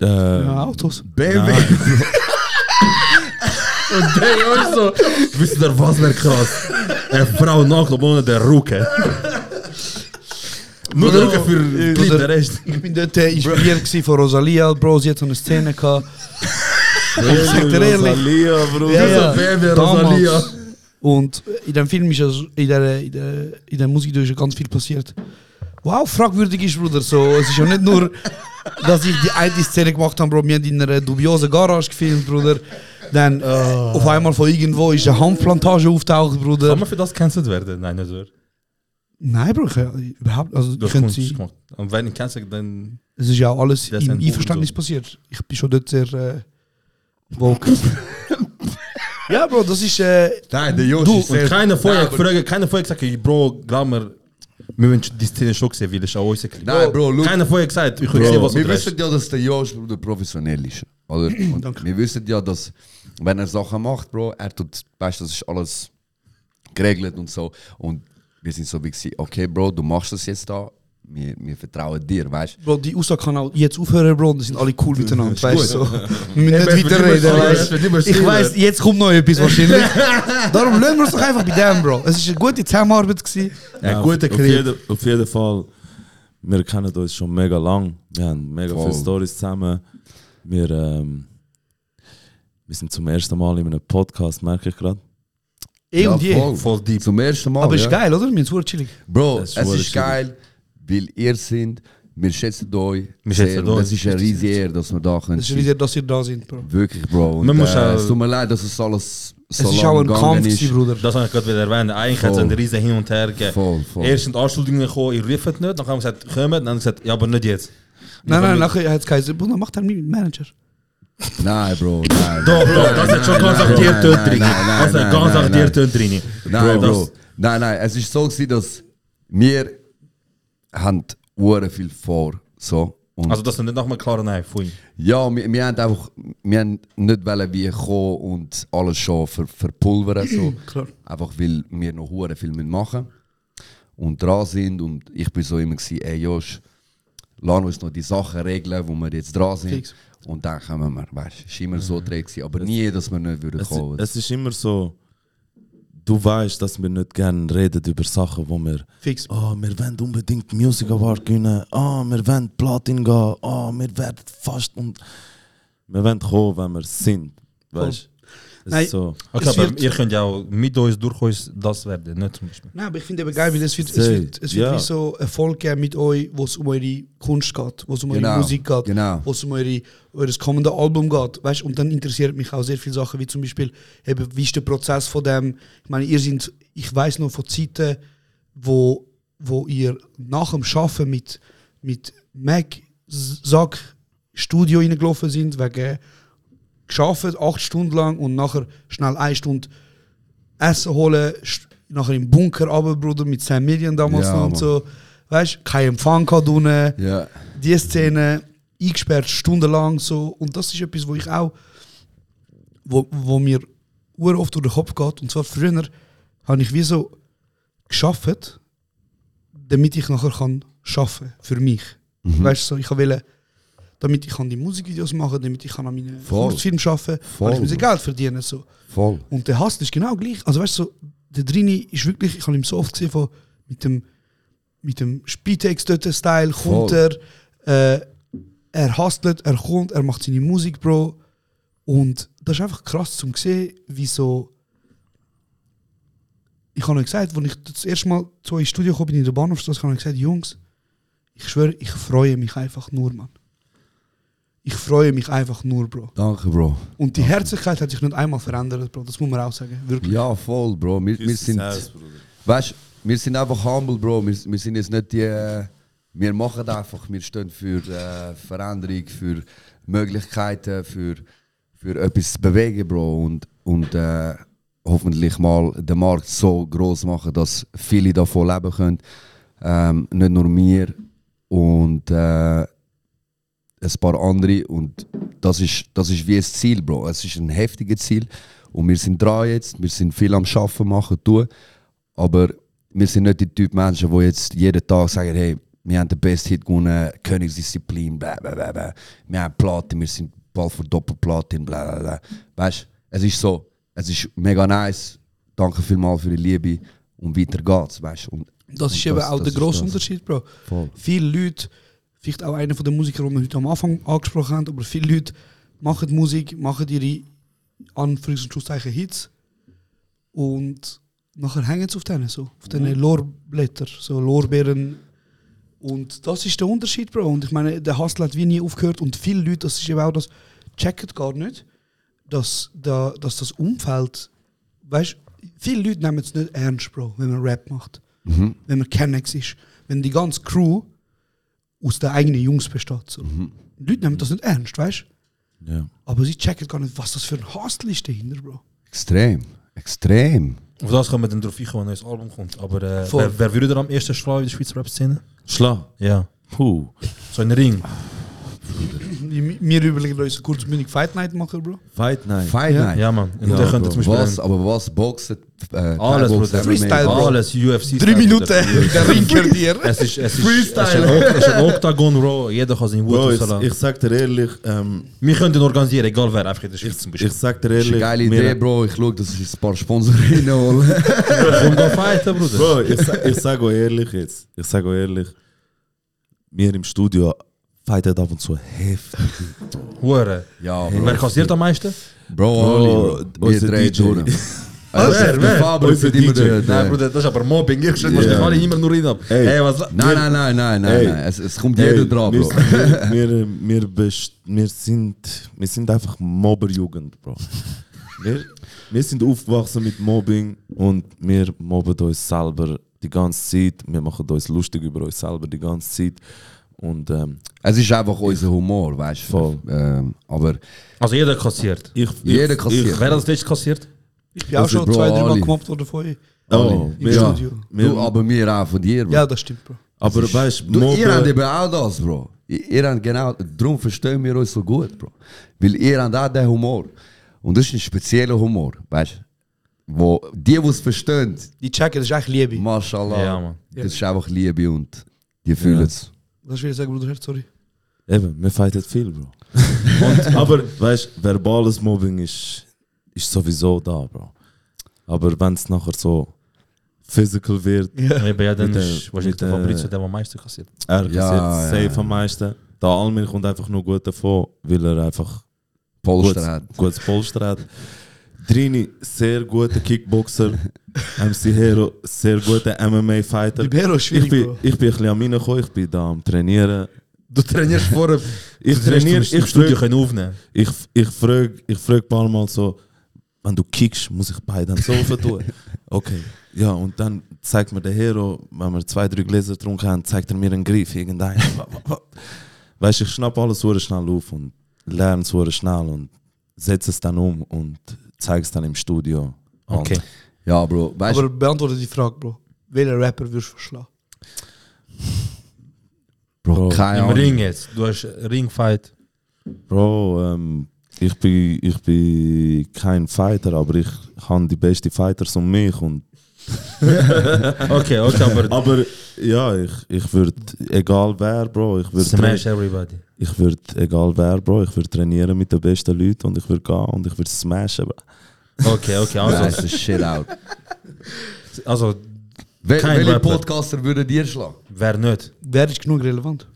Äh,
Ja, Autos.
BMW.
Und der Junge so, wisst ihr, was wäre krass? Eine Frau nachgelaufen ohne den Rücken. Nur der Rücken
eh,
für blieb der Rest.
Ich bin dort äh, inspiriert gewesen von Rosalia, Bro. Sie hat so eine Szene gehabt.
Ich
sag dir ehrlich.
Ja, ja. BMW, Rosalia.
Damals. Und in dem Film ist es, in der, in der, in der Musik ist ja ganz viel passiert. Wow, fragwürdig ist, Bruder. So, es ist ja nicht nur, dass ich die eine Szene gemacht habe, Bro. Wir haben in einer dubiosen Garage gefilmt, Bruder. Dann auf einmal von irgendwo ist eine Hanfplantage auftaucht, Bruder.
Kann man für das cancelled werden? Nein, nicht wahr?
Nein, Bro, ich, ich- überhaupt. Also,
Du
ich
hast
könnte
Kunst
sie,
gemacht. Und wenn ich cancelled, dann...
es ist ja auch alles
Das ist ein
im
Buch und
Einverständnis
so.
passiert. Ich bin schon dort sehr äh, woke. ja, Bro, das ist. Äh,
Nein, der Josh
Du,
ist
und
sehr...
keine
Nein,
vorher
aber-
gefragt, keine vorher gesagt, ey, Bro, glaub mir, wir wünschen die Szene schon gesehen, weil es ist auch unser Clip.
Nein, Bro, look.
Keiner vorher gesagt, ich will sehen,
Bro,
was du
wir
drehst.
wissen ja, dass der Josh, Bruder, professionell ist. Oder? Und wir wissen ja, dass, wenn er Sachen macht, Bro, er tut, weißt du, das ist alles geregelt und so. Und wir sind so wie gewesen, okay, Bro, du machst das jetzt da, wir, wir vertrauen dir, weißt du?
Bro, die Aussage kann auch jetzt aufhören, Bro, und das sind alle cool miteinander, weißt du? So. Wir
Eben,
müssen
es
nicht
wird immer
weiterreden,
schlimmer,
weißt
es wird immer
du? Ich
schlimmer.
weiß, jetzt kommt noch etwas wahrscheinlich. Darum lassen wir es doch einfach bei dem, Bro. Es war eine gute Zusammenarbeit. Gewesen.
Ein
auf,
guter
auf,
Clip.
jeden, auf jeden Fall, wir kennen uns schon mega lang. Wir haben mega
Voll.
viele Stories zusammen. Wir, ähm, wir sind zum ersten Mal in einem Podcast, merke ich gerade.
Ich und je.
voll.
Voll deep.
Zum ersten Mal.
Aber
ja.
ist geil, oder? Wir sind chillig.
Bro,
Das ist
es ist
verdammt schwierig.
geil, weil ihr sind, wir schätzen euch.
Wir
sehr
schätzen
und
euch.
Es ist eine riesige Ehre, dass wir da können.
Es ist wieder, dass ihr da sind, Bro.
Wirklich, Bro. Und,
Man muss
äh,
auch-
es tut mir leid, dass es alles so
es ist
lang
auch ein
gegangen
Kampf,
ist.
gewesen, Bruder.
Das habe ich gerade wieder erwähnt. Eigentlich hat es
Voll.
einen riesen Hin und Her gegeben.
Voll, voll.
Erst sind die Anschuldigungen gekommen, ihr ruft nicht. Dann haben wir gesagt, kommen. Dann haben wir gesagt, ja, aber nicht jetzt.
Nein, nein, nachher hat es geheißen, Bruder, mach den Manager.
Nein, Oh, Bro, nein.
Doch, doch, das hat schon ganz
nein,
aktiert
nein,
Töne
nein,
drin.
nein,
Das
nein,
hat ganz
nein,
aktiert Töne drin. das-
Nein, Bro. Nein, nein, es ist so, gewesen, dass wir haben Uhren viel vor. So. Und
Also, das ist nicht nochmal klar, nein, pfui.
ja, wir, wir haben einfach wir haben nicht wollen, wie kommen und alles schon ver, verpulvern. So.
Klar.
Einfach weil wir noch hure viel müssen machen und dran sind. Und ich bin so immer, gewesen, ey Josh, lass uns noch die Sachen regeln, wo wir jetzt dran sind.
Fix.
Und dann kommen wir. Weißt du, es war immer so dreck, gewesen, aber nie, dass wir nicht würden
Es,
kommen.
es ist immer so, du weißt, dass wir nicht gerne reden über Sachen, wo wir.
Fix.
Oh, wir wollen unbedingt Music Award gewinnen. Oh, wir wollen Platin gehen. Oh, wir werden fast und. Wir wollen kommen, wenn wir sind. Weißt du? Es
Nein.
ist so.
Okay,
Es
aber
wird-
ihr könnt ja auch mit uns, durch uns das werden, nicht zum Beispiel.
Nein, aber ich finde eben geil, weil es wird, es
Sehr,
wird, es wird
ja.
wie so Erfolg geben mit euch, wo es um eure Kunst geht, wo es um
Genau,
eure Musik geht,
genau.
wo es um eure, eures kommende Album geht. Weißt? Und dann interessiert mich auch sehr viele Sachen, wie zum Beispiel, eben, wie ist der Prozess von dem, ich meine, ihr sind, ich weiß noch von Zeiten, wo, wo ihr nach dem Arbeiten mit, mit Mac Sack Studio reingelaufen sind, wegen geschafft, acht Stunden lang und nachher schnell eine Stunde Essen holen, st- nachher im Bunker runter, Bruder, mit Sam Million damals
Ja,
noch und
Mann.
so. Weißt du, kein Empfang gehabt unten,
ja.
die Szene eingesperrt, stundenlang so. Und das ist etwas, wo ich auch, wo, wo mir ur oft durch den Kopf geht. Und zwar früher habe ich wie so geschafft, damit ich nachher kann schaffen für mich.
Mhm.
Weißt du, so, ich wollte, damit ich kann die Musikvideos machen, damit ich kann an meinen
Voll.
Kurzfilm schaffen,
Voll,
weil ich muss
Bro.
Geld verdienen so.
Voll.
Und der Hass ist genau gleich. Also weißt du, so, der Drini ist wirklich, ich habe ihn so oft gesehen, von, mit dem, mit dem Spitex-Style kommt er,
Voll.
äh, er hustelt, er kommt, er macht seine Musik, Bro. Und das ist einfach krass zum sehen, wie so. Ich ich habe euch gesagt, als ich das erste Mal zu euch ins Studio gekommen bin in der Bahnhofstraße, habe ich gesagt, Jungs, ich schwöre, ich freue mich einfach nur, Mann. Ich freue mich einfach nur, Bro.
Danke, Bro.
Und die Herzlichkeit hat sich nicht einmal verändert, Bro. Das muss man auch sagen. Wirklich.
Ja, voll, Bro. Wir, wir sind, weißt, wir sind einfach humble, Bro. Wir, wir sind jetzt nicht die. äh, Wir machen einfach. Wir stehen für äh, Veränderung, für Möglichkeiten, für, für etwas zu bewegen, Bro. Und, und äh, hoffentlich mal den Markt so groß machen, dass viele davon leben können. Ähm, nicht nur wir und äh, ein paar andere. Und das ist, das ist wie ein Ziel, Bro. Es ist ein heftiges Ziel. Und wir sind dran jetzt, wir sind viel am Schaffen machen, tun. Aber wir sind nicht die Typ Menschen, die jetzt jeden Tag sagen, hey, wir haben den Best Hit gewonnen, Königsdisziplin, bla bla bla. bla. Wir haben Platin, wir sind bald für Doppelplatin, bla bla bla. Weißt du, es ist so, es ist mega nice. Danke vielmals für die Liebe und weiter geht's, weißt du. Und-
Das ist
und
eben auch
das
der
ist
grosse
das.
Unterschied, Bro.
Voll.
Viele Leute, vielleicht auch einer von den Musikern, die wir heute am Anfang angesprochen haben, aber viele Leute machen Musik, machen ihre Anführungs- und Schlusszeichen Hits und nachher hängen sie auf denen so, auf diesen Lorblätter, so Lorbeeren. Und das ist der Unterschied, Bro. Und ich meine, der Hustle hat wie nie aufgehört und viele Leute, das ist eben auch das, checken gar nicht, dass, da, dass das Umfeld, weißt viele Leute nehmen es nicht ernst, Bro, wenn man Rap macht wenn man Kennex ist, wenn die ganze Crew aus den eigenen Jungs besteht. So.
Mhm.
Die Leute nehmen das nicht ernst, weißt du?
Ja.
Aber sie checken gar nicht, was das für ein Hustle ist dahinter, Bro.
Extrem, extrem.
Auf das kommen wir dann drauf, ich, wenn ein neues Album kommt. Aber äh,
Voll.
wer, wer würde da am ersten schlagen in der Schweizer Rap-Szene?
Schla.
Ja,
Puh.
so ein Ring.
Wir wir überlegen uns kurz, wenn ich Fight Night machen, Bro.
Weit nein.
Fight Night.
Ja, man. Und
Ja,
der könnte
Bro.
zum Beispiel.
Was, aber was? Boxen? Äh,
Alles,
Thai-Boxen,
Bruder.
MMA.
Freestyle, Bro.
Alles, UFC.
Drei Minuten, der Rinker dir.
Es ist, es ist,
Freestyle.
Es ist, ein, Okt- es ist ein Octagon, Bro. Jeder kann seinen
Bro,
Wut
ich, ich
rauslassen.
sag dir ehrlich, ähm,
Wir können ihn organisieren, egal wer. Einfach in der Schweiz zum
ich
Beispiel.
sag dir
Das ist
ehrlich.
eine geile
wir-
Idee, Bro. Ich schaue, dass ich ein paar Sponsoren hole.
Und da fighten, Bruder.
Bro, ich, sa- ich sag euch ehrlich jetzt. Ich sag euch ehrlich. Wir im Studio fighten ab und zu heftig.
Hure.
ja,
Wer kassiert am meisten?
Bro, oh,
Bro,
wir
unser
drehen
DJ.
durch. Also,
Wer,
der
wer?
Faber
Unser
sind immer
DJ.
der- der-
Nein, Bruder, das ist aber Mobbing. Ich schätze,
Ja.
yeah. alle immer nur rein ab.
Ey.
Ey, was?
Nein, nein, nein, nein, nein,
Ey.
nein. Es, es kommt jeder dran,
wir,
Bro.
Wir, wir, wir, best- wir, sind, wir sind einfach Mobberjugend, Bro. Wir, wir sind aufgewachsen mit Mobbing und wir mobben uns selber die ganze Zeit. Wir machen uns lustig über uns selber die ganze Zeit. Und ähm,
Es ist einfach unser Humor, weißt du.
Voll.
Ähm, aber
Also jeder kassiert.
ich,
jeder
ich,
kassiert.
Wer hat das letzte kassiert?
Ich bin auch
Das
schon
sind, Bro, Mhm.
zwei, drei Mal
alle.
gemobbt worden von euch.
Oh,
Im
wir,
Studio.
wir-
du, aber wir auch von dir, Bro.
Ja, das stimmt, Bro.
aber weißt du,
Du, ihr habt
Mobben-
eben auch das, Bro. I- Ihr habt genau, darum verstehen wir uns so gut, Bro. Weil ihr habt auch den Humor. Und das ist ein spezieller Humor, weißt du. Wo die, die es verstehen,
Die checken, das ist eigentlich Liebe.
Mashallah,
Ja, Mann.
das ist einfach Liebe und die fühlen es.
Das will ich sagen, Bruder, sorry.
Eben, wir fighten viel, Bro. Und, aber weißt du, verbales Mobbing ist, ist sowieso da, Bro. Aber wenn es nachher so physical wird,
Ja.
Eben, ja, dann
Mit der-
ist wahrscheinlich
mit
der
der-
Fabrizio, der, der am meisten kassiert.
er kassiert
Ja,
safe
ja, ja.
am meisten. Da Almin kommt einfach nur gut davon, weil er einfach
Polster
gut,
hat.
gutes Polster hat. Drini, sehr guter Kickboxer. MC Hero, sehr guter MMA-Fighter.
Libero ist schwierig,
ich bin,
Bro.
ich bin ein bisschen am Reinkommen, ich bin da am Trainieren.
Du trainierst vorher.
Ich trainiere,
ich
ich
Studio
schwöre,
können aufnehmen.
Ich, ich frage ich frag ein paar Mal so, wenn du kickst, muss ich beide Hände so offen tun. Okay. Ja, und dann zeigt mir der Hero, wenn wir zwei, drei Gläser getrunken haben, zeigt er mir einen Griff, irgendeinen. weißt du, ich schnapp alles so schnell auf und lerne es so schnell und setze es dann um und zeige es dann im Studio. an.
Okay.
Ja, Bro, weißt
Aber
du,
beantworte die Frage, Bro. Welcher Rapper würdest du verschlagen?
Bro, keine
Im
Ahnung.
Ring jetzt. Du hast Ringfight.
Bro, ähm, ich, bin, ich bin kein Fighter, aber ich habe die besten Fighters um mich und
Okay, okay, aber.
Aber ja, ich, ich würde, egal wer, Bro, ich würde
Smash everybody.
ich würd, egal wer, Bro, ich würde trainieren mit den besten Leuten und ich würde gehen und ich würde smashen. Bro.
Okay, okay,
Nice
also.
as shit out.
also
Wel,
Kein
welche
Rapper.
Podcaster würden dir schlagen?
wer nicht?
Wer ist genug relevant?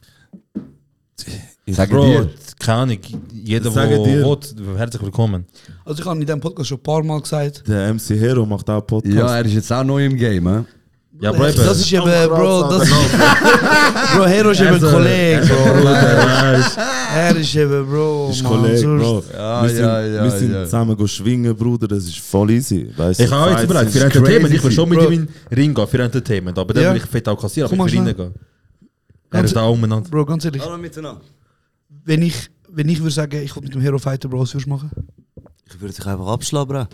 Sagen
Bro,
dir.
keine Ahnung, jeder,
Sagen
der
dir.
will, herzlich willkommen.
Also ich habe in diesem Podcast schon ein paar Mal gesagt,
Der MC Hero macht auch einen Podcast.
Ja, er ist jetzt auch neu im Game. He?
Ja, Bro,
das
eben.
ist eben, eh, Bro, das ist, Bro, Hero ist eben ein
Also,
Kollege, Bro.
eh,
Bruder, weißt du,
Er ist eben, Bro,
ist
Mann,
Kollege,
sonst-
Bro.
Ja,
wir sind,
ja, ja,
wir sind
ja.
zusammen go schwingen, Bruder, das ist voll easy. Weißt
Ich habe auch jetzt überlegt, für
ist
Entertainment, ich will
crazy.
schon mit
Bro.
ihm in den Ring gehen, für Entertainment, aber dann
Ja.
will ich fett auch kassieren, aber
Guck
ich will
mal
reingehen. Er ist
Ganz-
da auch umeinander.
Bro, ganz ehrlich,
Hallo miteinander.
wenn ich, wenn ich würde sagen, ich will mit dem Hero fighten, Bro, was würdest du machen?
Ich würde dich einfach abschlabbern.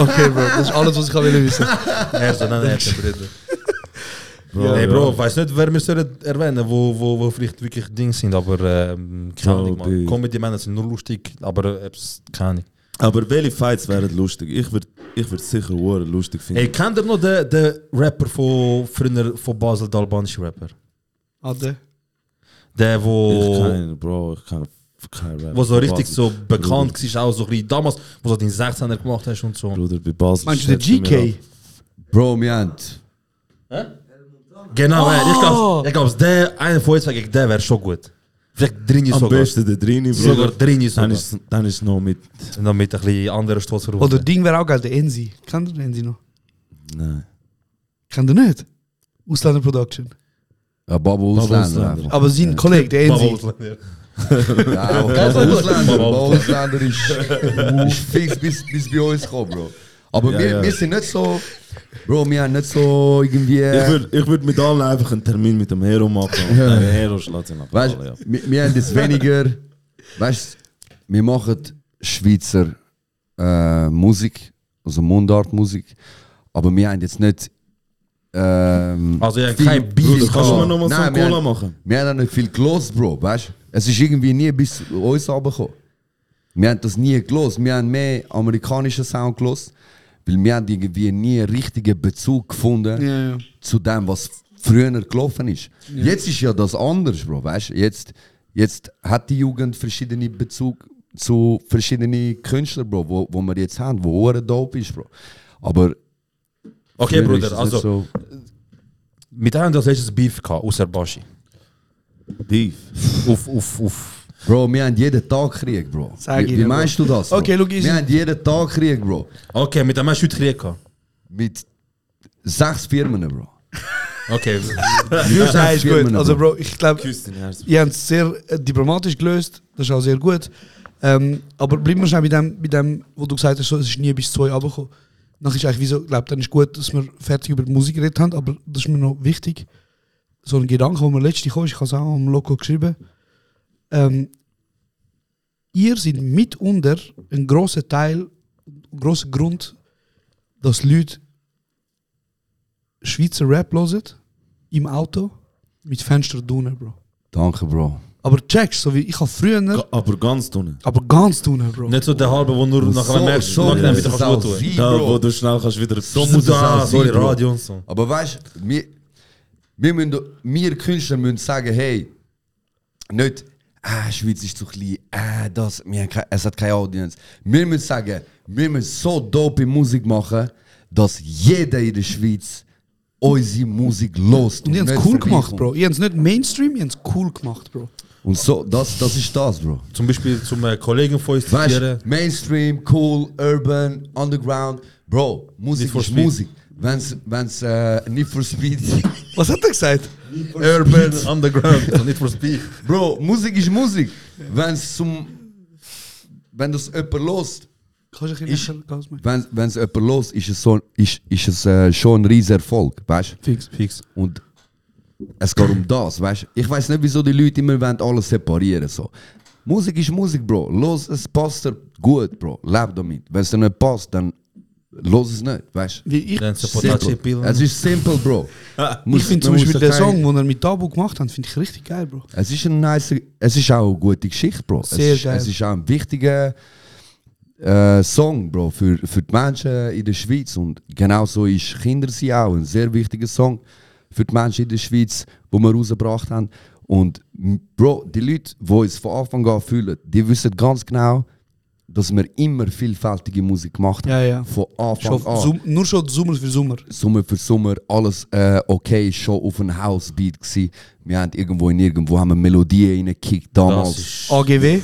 Okay, Bro, das ist alles, was ich will wissen.
Er ist da nicht der Bruder.
Bro,
Hey
ja.
Bro, ich weiß nicht, wer wir sollen erwähnen, wo, wo, wo vielleicht wirklich Dinge sind, aber ähm, keine Ahnung,
Bro,
man.
die-
Comedy-Männer sind nur lustig, aber äh, es- keine Ahnung.
Aber welche Fights wären lustig? Ich würde ich würd sicher War lustig finden.
Hey, kennt ihr noch den, den Rapper von früher von Basel, der albanische Rapper?
Ade.
Der,
ich
wo,
kann, Bro, ich kann kein Rap.
oh. wo so
Bei
richtig
Basel.
so bekannt war, auch so ein bisschen damals, wo du den 16er gemacht hast und so.
Bruder, bei Basel.
Meinst du den
stellt er mir
GK?
ab.
Bro, wir haben.
Genau, ja, ich glaube, ich glaub, der, einer von uns gegen der wäre schon gut. Vielleicht Drini
Am
sogar.
besten der Drini,
Sogar
Bruder.
Drini
Dann
sogar.
ist, dann ist noch mit.
Und dann mit ein bisschen anderen Stoß
Oder Ding wäre auch geil, der Enzi. Kennt ihr den Enzi noch?
Nein.
Kennt ihr nicht? Ausländer Production.
Ja, Babu Ausländer.
Ausländer.
Aber sein Kollege, der Enzi.
einfach. Ja, auch Babu Ausländer. Babu Ausländer ist, ist fix bis, bis bei uns gekommen, Bro. Aber
Ja,
wir,
ja.
wir sind nicht so. Bro, wir haben nicht so irgendwie.
Ich würde ich würd mit allen einfach einen Termin mit dem Hero machen. Und der Hero schlägt sich nach
Weißt
alle, ja.
du, wir, wir haben das weniger. Weißt du, wir machen Schweizer äh, Musik, also Mundartmusik, aber wir haben jetzt nicht. Ähm,
Also, ja,
viel
kein Beef
Bruder,
gehabt.
Kannst du mir
Oh.
nochmal so
Nein,
einen
wir
Cola
haben-
machen?
Wir haben auch nicht viel gelost, Bro, weißt du? Es ist irgendwie nie bis uns runtergekommen. Wir haben das nie gelost. Wir haben mehr amerikanischen Sound gelost, weil wir haben irgendwie nie einen richtigen Bezug gefunden
Ja, ja.
zu dem, was früher gelaufen ist. Jetzt ist ja das anders, Bro, weißt du? Jetzt, jetzt hat die Jugend verschiedene Bezug zu verschiedenen Künstlern, Bro, wo, wo wir jetzt haben, wo hure dope ist, Bro. Aber
Okay,
früher
Bruder,
ist das
also
nicht so.
mit einem das letztes Beef gehabt, außer Baschi.
Beef.
Auf, auf, auf.
Bro, wir haben jeden Tag Krieg, Bro.
Sag
wie
ihnen,
wie
Bro.
meinst du das? Bro?
Okay, schau, easy.
wir haben jeden Tag Krieg, Bro.
Okay, mit einem hast du heute Krieg gehabt.
Mit sechs Firmen, Bro.
Okay.
Mit
Nein,
sechs
ist gut.
Firmen,
Also,
Bro.
Bro, ich glaube,
Küss dein Herz.
ihr habt es sehr äh, diplomatisch gelöst. Das ist auch sehr gut. Ähm, aber bleiben wir schnell bei dem, bei dem, wo du gesagt hast, so, es ist nie bis zwei abgekommen. Nach ist eigentlich wieso, glaube dann ist gut, dass wir fertig über die Musik geredet haben, aber das ist mir noch wichtig. So ein Gedanke, wo mir letztlich kam, ich habe es auch am Loco geschrieben. Ähm, ihr seid mitunter ein großer Teil, ein großer Grund, dass Leute Schweizer Rap hören im Auto mit Fenster drinnen, Bro.
Danke, Bro.
Aber checkst, so wie ich habe früher,
Ga- Aber ganz tun.
aber ganz drinnen, Bro.
Nicht so der halbe, wo nur nachher
So-
merkst,
so
nachher
muss
wieder
es
kannst
auch
du tun.
sein,
Da,
Bro.
wo du schnell kannst wieder.
So muss
es auch
das,
sein,
sorry,
Bro.
Radio und so.
Aber weißt du, wir, wir, müssen, wir Künstler müssen sagen, hey, nicht, ah, Schweiz ist zu klein, ah, das, wir haben keine, es hat keine Audience. Wir müssen sagen, wir müssen so dope Musik machen, dass jeder in der Schweiz unsere Musik lost.
Und die haben es
nicht
cool gemacht,
vorbeikommt.
Bro. Ihr habt es nicht Mainstream, ihr habt es cool gemacht, Bro.
Und so, das, das ist das, Bro.
Zum Beispiel zum äh, Kollegen von uns
Weißt
zitieren.
Mainstream, cool, urban, underground. Bro, Musik
Need for
ist
Speed.
Musik. Wenn's, wenn's äh, Need for Speed.
Was hat er gesagt?
Urban Underground, nicht for Speed.
Bro, Musik ist Musik. Wenn's zum. Wenn das jemand lost,
Kannst du ein
Ich-
bisschen Gas machen?
wenn, wenn's jemand lost, ist es, so, ist, ist es äh, schon ein riesen Erfolg, weißt du?
Fix.
Fix.
Und es geht um das, weißt du? Ich weiß nicht, wieso die Leute immer wollen alles separieren so. Musik ist Musik, Bro. Los, es passt dir gut, Bro. Leb damit. Wenn es dir nicht passt, dann los es nicht, weißt du?
Wie ich
Dann support
Simple.
Chipil.
Es ist simpel, Bro.
ich
Muss-
finde
man
zum
muss
Beispiel
da
den
kein-
Song, den er mit Tabu gemacht hat, finde ich richtig geil, Bro.
Es ist ein nice, es ist auch eine gute Geschichte, Bro.
Sehr
es, ist,
geil.
es ist auch ein wichtiger äh, Song, Bro, für, für die Menschen in der Schweiz. Und genauso ist Kinder sie auch ein sehr wichtiger Song für die Menschen in der Schweiz, wo wir rausgebracht haben. Und m, Bro, die Leute, die es von Anfang an fühlen, die wissen ganz genau, dass wir immer vielfältige Musik gemacht haben.
Ja, ja.
Von Anfang
Schon,
an.
Zoom, nur schon Sommer für Sommer.
Sommer für Sommer, alles äh, okay, ist schon auf einem Housebeat gsi. Wir haben irgendwo in irgendwo haben wir Melodien reingekickt, damals
AGW.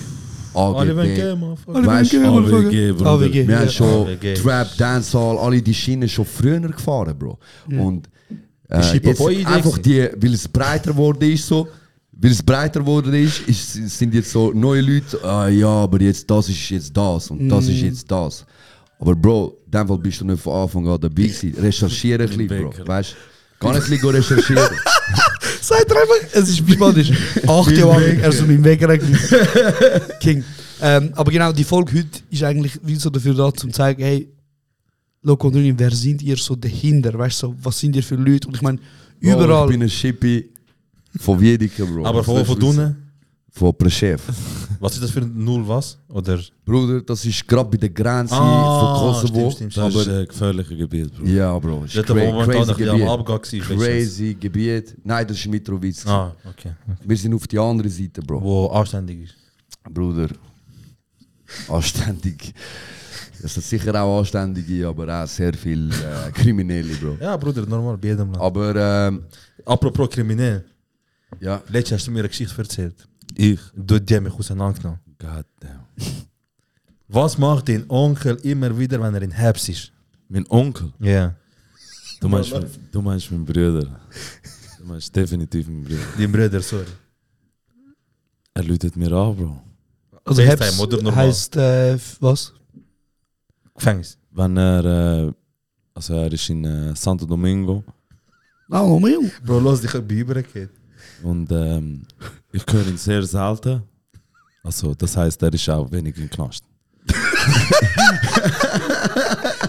Oliver
AGB.
Gamer.
Weißt du,
AWG, Bruder.
AWG.
wir
Ja.
haben schon
AGB.
Trap, Dancehall, alle die Schienen schon früher gefahren, Bro. Und
Ist
äh,
Hip-Hop
jetzt
eure Idee
einfach die, weil es breiter geworden ist so, weil es breiter geworden ist, ist, sind jetzt so neue Leute, ah, ja, aber jetzt das ist jetzt das und das ist jetzt das. Aber Bro, in dem Fall bist du nicht von Anfang an dabei gewesen. Recherchiere ein bisschen, Bro, weißt du? Gar nicht ein bisschen recherchieren.
Seid ihr einfach, es ist wie man ist. Acht Jahre lang, er ist um meinen Weg geregelt. King. Ähm, aber genau, die Folge heute ist eigentlich wie so dafür da, zum zu zeigen, hey, Lokondonien, wer sind ihr so dahinter? Weißt du, so, was sind ihr für Leute? Und ich meine,
Bro,
überall.
ich bin ein Shippy von Wiedeke, Bro. dus
Aber von von Dunen?
Von Prechef.
Was ist das für ein Null was? Oder?
Bruder, das ist gerade bei der Grenze von Kosovo.
Ah, stimmt,
Das ist
stimmt.
ein gefährliches Gebiet, Bro.
Ja, Bro. Ist
Das war
cra-
momentan ein
crazy
bisschen am
Gebiet.
Abgang. gewesen, weißt
Crazy Gebiet. Nein, das ist Mitrovic.
du? Ah, okay.
Wir sind auf die andere Seite, Bro.
Wo anständig ist.
Bruder. Anständig. Es sind sicher auch Anständige, aber auch sehr viel äh, Kriminelle, Bro.
Ja, Bruder, normal, bei jedem Land.
Aber, ähm,
Apropos kriminell.
ja.
Letztes hast du mir eine Geschichte erzählt.
Ich.
Du die haben mich auseinandergenommen.
Goddamn.
Was macht dein Onkel immer wieder, wenn er in Herbst ist?
Mein Onkel.
Ja. Yeah.
Du meinst, du meinst meinen Bruder. Du meinst definitiv meinen Bruder.
Dein Bruder, sorry.
Er läutet mir an, Bro.
Also,
FaceTime,
Herbst
oder normal?
heißt, äh, f- was?
Gefängnis.
Wenn er. Äh, also, er ist in äh, Santo Domingo.
Ah, oh, mein Junge.
Bro, los dich bei Übergeht.
Und ähm, ich höre ihn sehr selten. Also, das heißt, er ist auch wenig im Knast.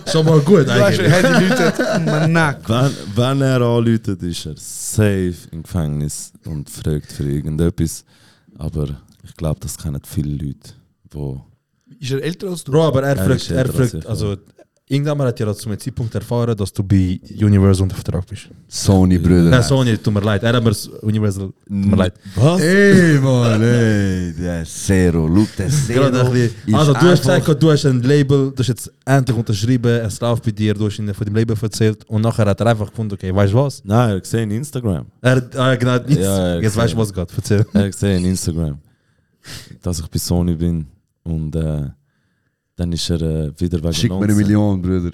Schon mal gut
Du hast schon
eigentlich.
Handy Leute. Man nackt.
Wenn, wenn er anläutet, ist er safe im Gefängnis und fragt für irgendetwas. Aber ich glaube, das kennen viele Leute, wo
Ist er älter als du?
Bro, aber er
Ja,
fragt,
ist ja
er fragt,
trotzdem,
also irgendwann mal hat ja zu einem Zeitpunkt erfahren, dass du bei Universal unter Vertrag bist.
Sony, Bruder.
Nein, Sony, tut mir leid. Er hat mir das Universal, tut
Mm.
mir leid.
Was?
Ey, Mann, ey. Der Zero. Schau, der Zero.
Gerade ein bisschen.
ist
Also, du hast
einfach-
gesagt, du hast ein Label, dus du hast jetzt endlich unterschrieben, es läuft bei dir, du hast ihnen von dem Label erzählt und nachher hat er einfach gefunden, okay, weißt du was?
Nein, er gesehen Instagram.
Er hat ah, genau nichts.
Ja, ja,
jetzt weißt du, was geht. Erzähl.
Er gesehen Instagram, dass ich bei Sony bin. Und äh, dann ist er äh, wieder wegen
Schick mir eine
Nonsens-
Million, Bruder.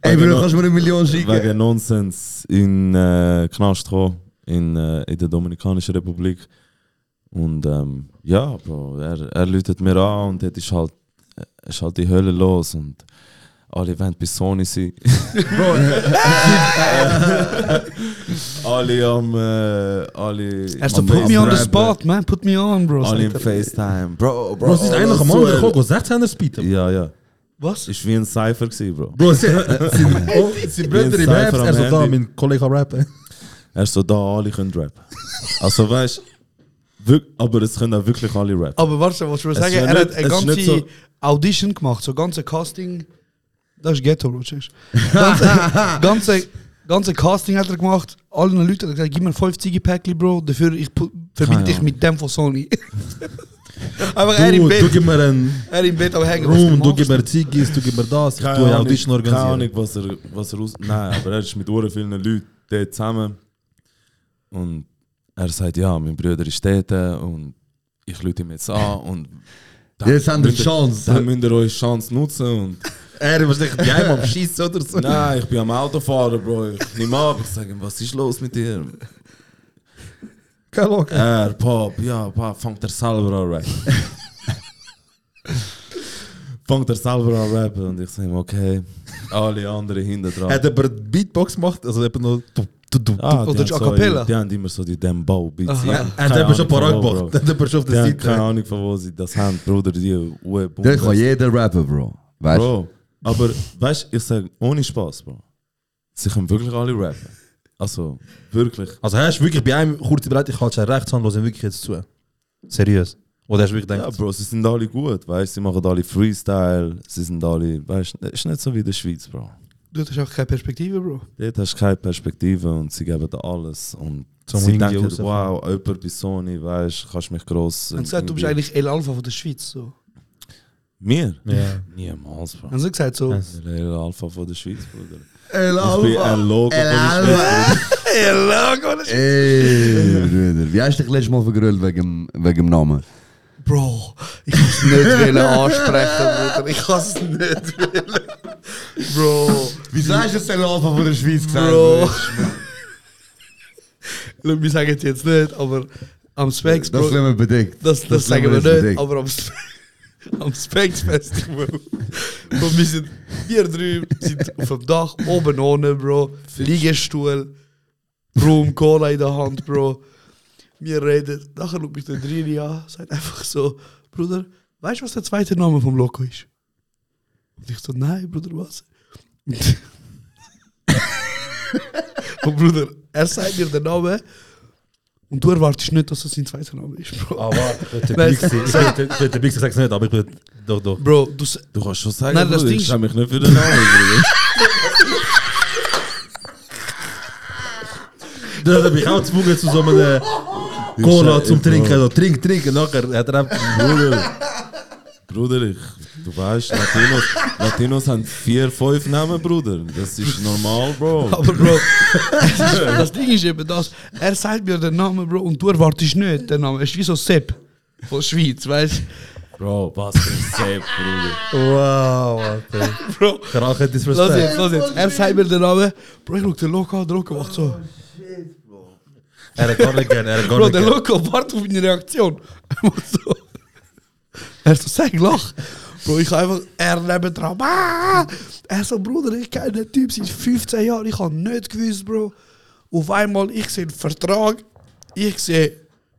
Ey, Bruder, kannst du mir eine Million schicken?
Wegen Nonsens in äh, Knast gekommen, in, äh, in der Dominikanischen Republik. Und ähm, ja, Bro, er, er läutet mir an und dort ist halt, äh, ist halt die Hölle los und alle wollen bei Sony sein. Bro, alle am. Äh, alle
Er ist so,
am
put me on the
Rappen,
spot, man. Put me on, bro.
Alle im
sagt er.
FaceTime.
Oh,
Bro, Bro.
Bro, es ist
alles
einer am
so
anderen
ehrlich.
gekommen, geht 16er Speed.
Ja, ja.
Was?
Ist wie ein Cypher gewesen, Bro.
Bro, sie, sie, oh, sie Brüder im
Cypher
Herbst,
am
er so da,
Handy.
mein Kollege kann rappen.
Er ist so da, alle können rappen. Also weißt du, aber es können auch wirklich alle rappen.
Aber warte, was ich will
Es ist
sagen,
ja
er hat
nicht-
eine
es ist
ganze
nicht so-
Audition gemacht, so ganze Casting. Das ist Ghetto, Bro. checkst du? Ganze, ganze, ganze Casting hat er gemacht. Allen Leuten hat er gesagt, gib mir 50 Päckchen, Bro. Dafür ich pu- verbinde
Keine
dich mit dem von Sony. aber er
Du,
im
du
Bett,
gib mir einen
er im Bett, aber hängen.
Room, du gib mir Ziggis, du gib mir das, ich tue eine Audition
Keine
organisieren.
Ahnung, was er, was er aus... Nein, aber er ist mit sehr vielen Leuten dort zusammen. Und er sagt, ja, mein Bruder ist dort und ich lüte ihm jetzt an und... dann
Jetzt haben wir
müsst ihr-
Chance.
Dann müsst ihr eure Chance nutzen und...
Er ist nicht geheim am Schießen oder so.
Nein, ich bin am Autofahren, Bro. Ich nehme ab, ich sage ihm, was ist los mit dir?
Kein Lock.
Er, Pop, ja, Pop, fangt er selber an rappen. fangt er selber an rappen und ich sage ihm, okay, alle anderen hinten dran.
Hat aber die Beatbox gemacht, also eben noch. Du, du, du.
Ah, die
Oder
haben
a cappella?
So, die haben immer so die Dembow Beats. ja.
Aha.
Er hat eben schon parat gemacht.
Bro.
Er hat eben schon auf
Die
der
haben keine
Seite.
Ahnung von wo sie das haben, Bruder, die Uwe
Der kann jeder rappen, Bro. Weißt du?
Bro, aber weißt du, ich sage ohne Spaß, Bro. Sie können wirklich alle rappen. Also, wirklich.
Also, er ist wirklich bei einem kurz bereit, ich halte seinen Rechtshand, los ihm wirklich jetzt zu. Seriös. Oder hast du wirklich
Ja,
gedacht,
Bro, sie sind alle gut, weißt du, sie machen alle Freestyle, sie sind alle, weißt du, ist nicht so wie in der Schweiz, Bro.
Du hast auch keine Perspektive, Bro.
Dort hast du keine Perspektive und sie geben dir alles. Und
Zum
sie
Indie
denken,
rausfahren.
wow, jemand bei Sony, weißt du, kannst mich gross.
Und gesagt, du bist
irgendwie-
eigentlich El Alpha von der Schweiz. So.
Mir?
Ja.
Niemals, Bro.
Haben sie gesagt so?
Ja.
Der hele Alpha von der Schweiz, Bruder.
El
Ich bin ein Logo von der Schweiz.
Ey, Bruder. Wie hast du dich letztes Mal vergrölt wegen, dem- wegen dem Namen?
Bro, ich kann es nicht willen ansprechen, Bruder. Ich kann es nicht willen. Bro,
Wieso hast du das El Alpha von der Schweiz gesagt?
Bro. Schau, wir sagen es jetzt nicht, aber am Specs,
Das
Bro.
lassen wir bedeckt.
Das, das, sagen
lassen
wir nicht,
jetzt bedeckt.
aber am, Sp- am Specs Festival. Bro, wir sind hier drüben, sind auf dem Dach, oben ohne, Bro. Liegestuhl, Rum, Cola in der Hand, Bro. Wir reden. Nachher schaut mich der Drini an, sagt einfach so: Bruder, weißt du, was der zweite Name vom Loco ist? Und ich so: Nein, Bruder, was? Und Und Bruder, er sagt mir den Namen und du erwartest nicht, dass das sein zweiter Name ist, Bro.
Aber ich bin der
Nein,
Big Six. Ich bin der- der Big Six, sag's nicht, aber ich bin. Doch, doch.
Bro, du, s-
Du kannst schon sagen,
Nein, das
Bruder,
Ding
ich
ist-
schäme mich nicht für den Namen, Bruder.
Da bin ich auch gezwungen zu so einem eh, Cola zum Trinken. So, trink, trink. Und nachher hat er einfach.
Bruder. Bruder, ich, du weißt, Latinos, Latinos haben vier, fünf Namen, Bruder. Das ist normal, Bro.
aber Bro, es ist, das Ding ist eben das, er sagt mir den Namen, Bro, und du erwartest nicht den Namen. Es ist wie so Sepp von Schweiz, weißt
Bro, was für ein Sepp, Bruder.
Wow, Alter.
du? Bro,
Kracher
lass
Disrespect.
jetzt, lass jetzt. Er sagt mir den Namen, Bro, ich schau den Loco an, der Loco macht so.
Er hat gar nicht gern, er hat gar
Bro,
nicht
der
gern.
Loco wartet auf meine Reaktion. Er macht so. Er so, sag, lach. Bro, ich habe einfach, er neben dran. Ah! Er so, Bruder, ich kenne den Typ seit 15 Jahren, ich habe nicht gewusst, Bro. Auf einmal, ich sehe einen Vertrag, ich sehe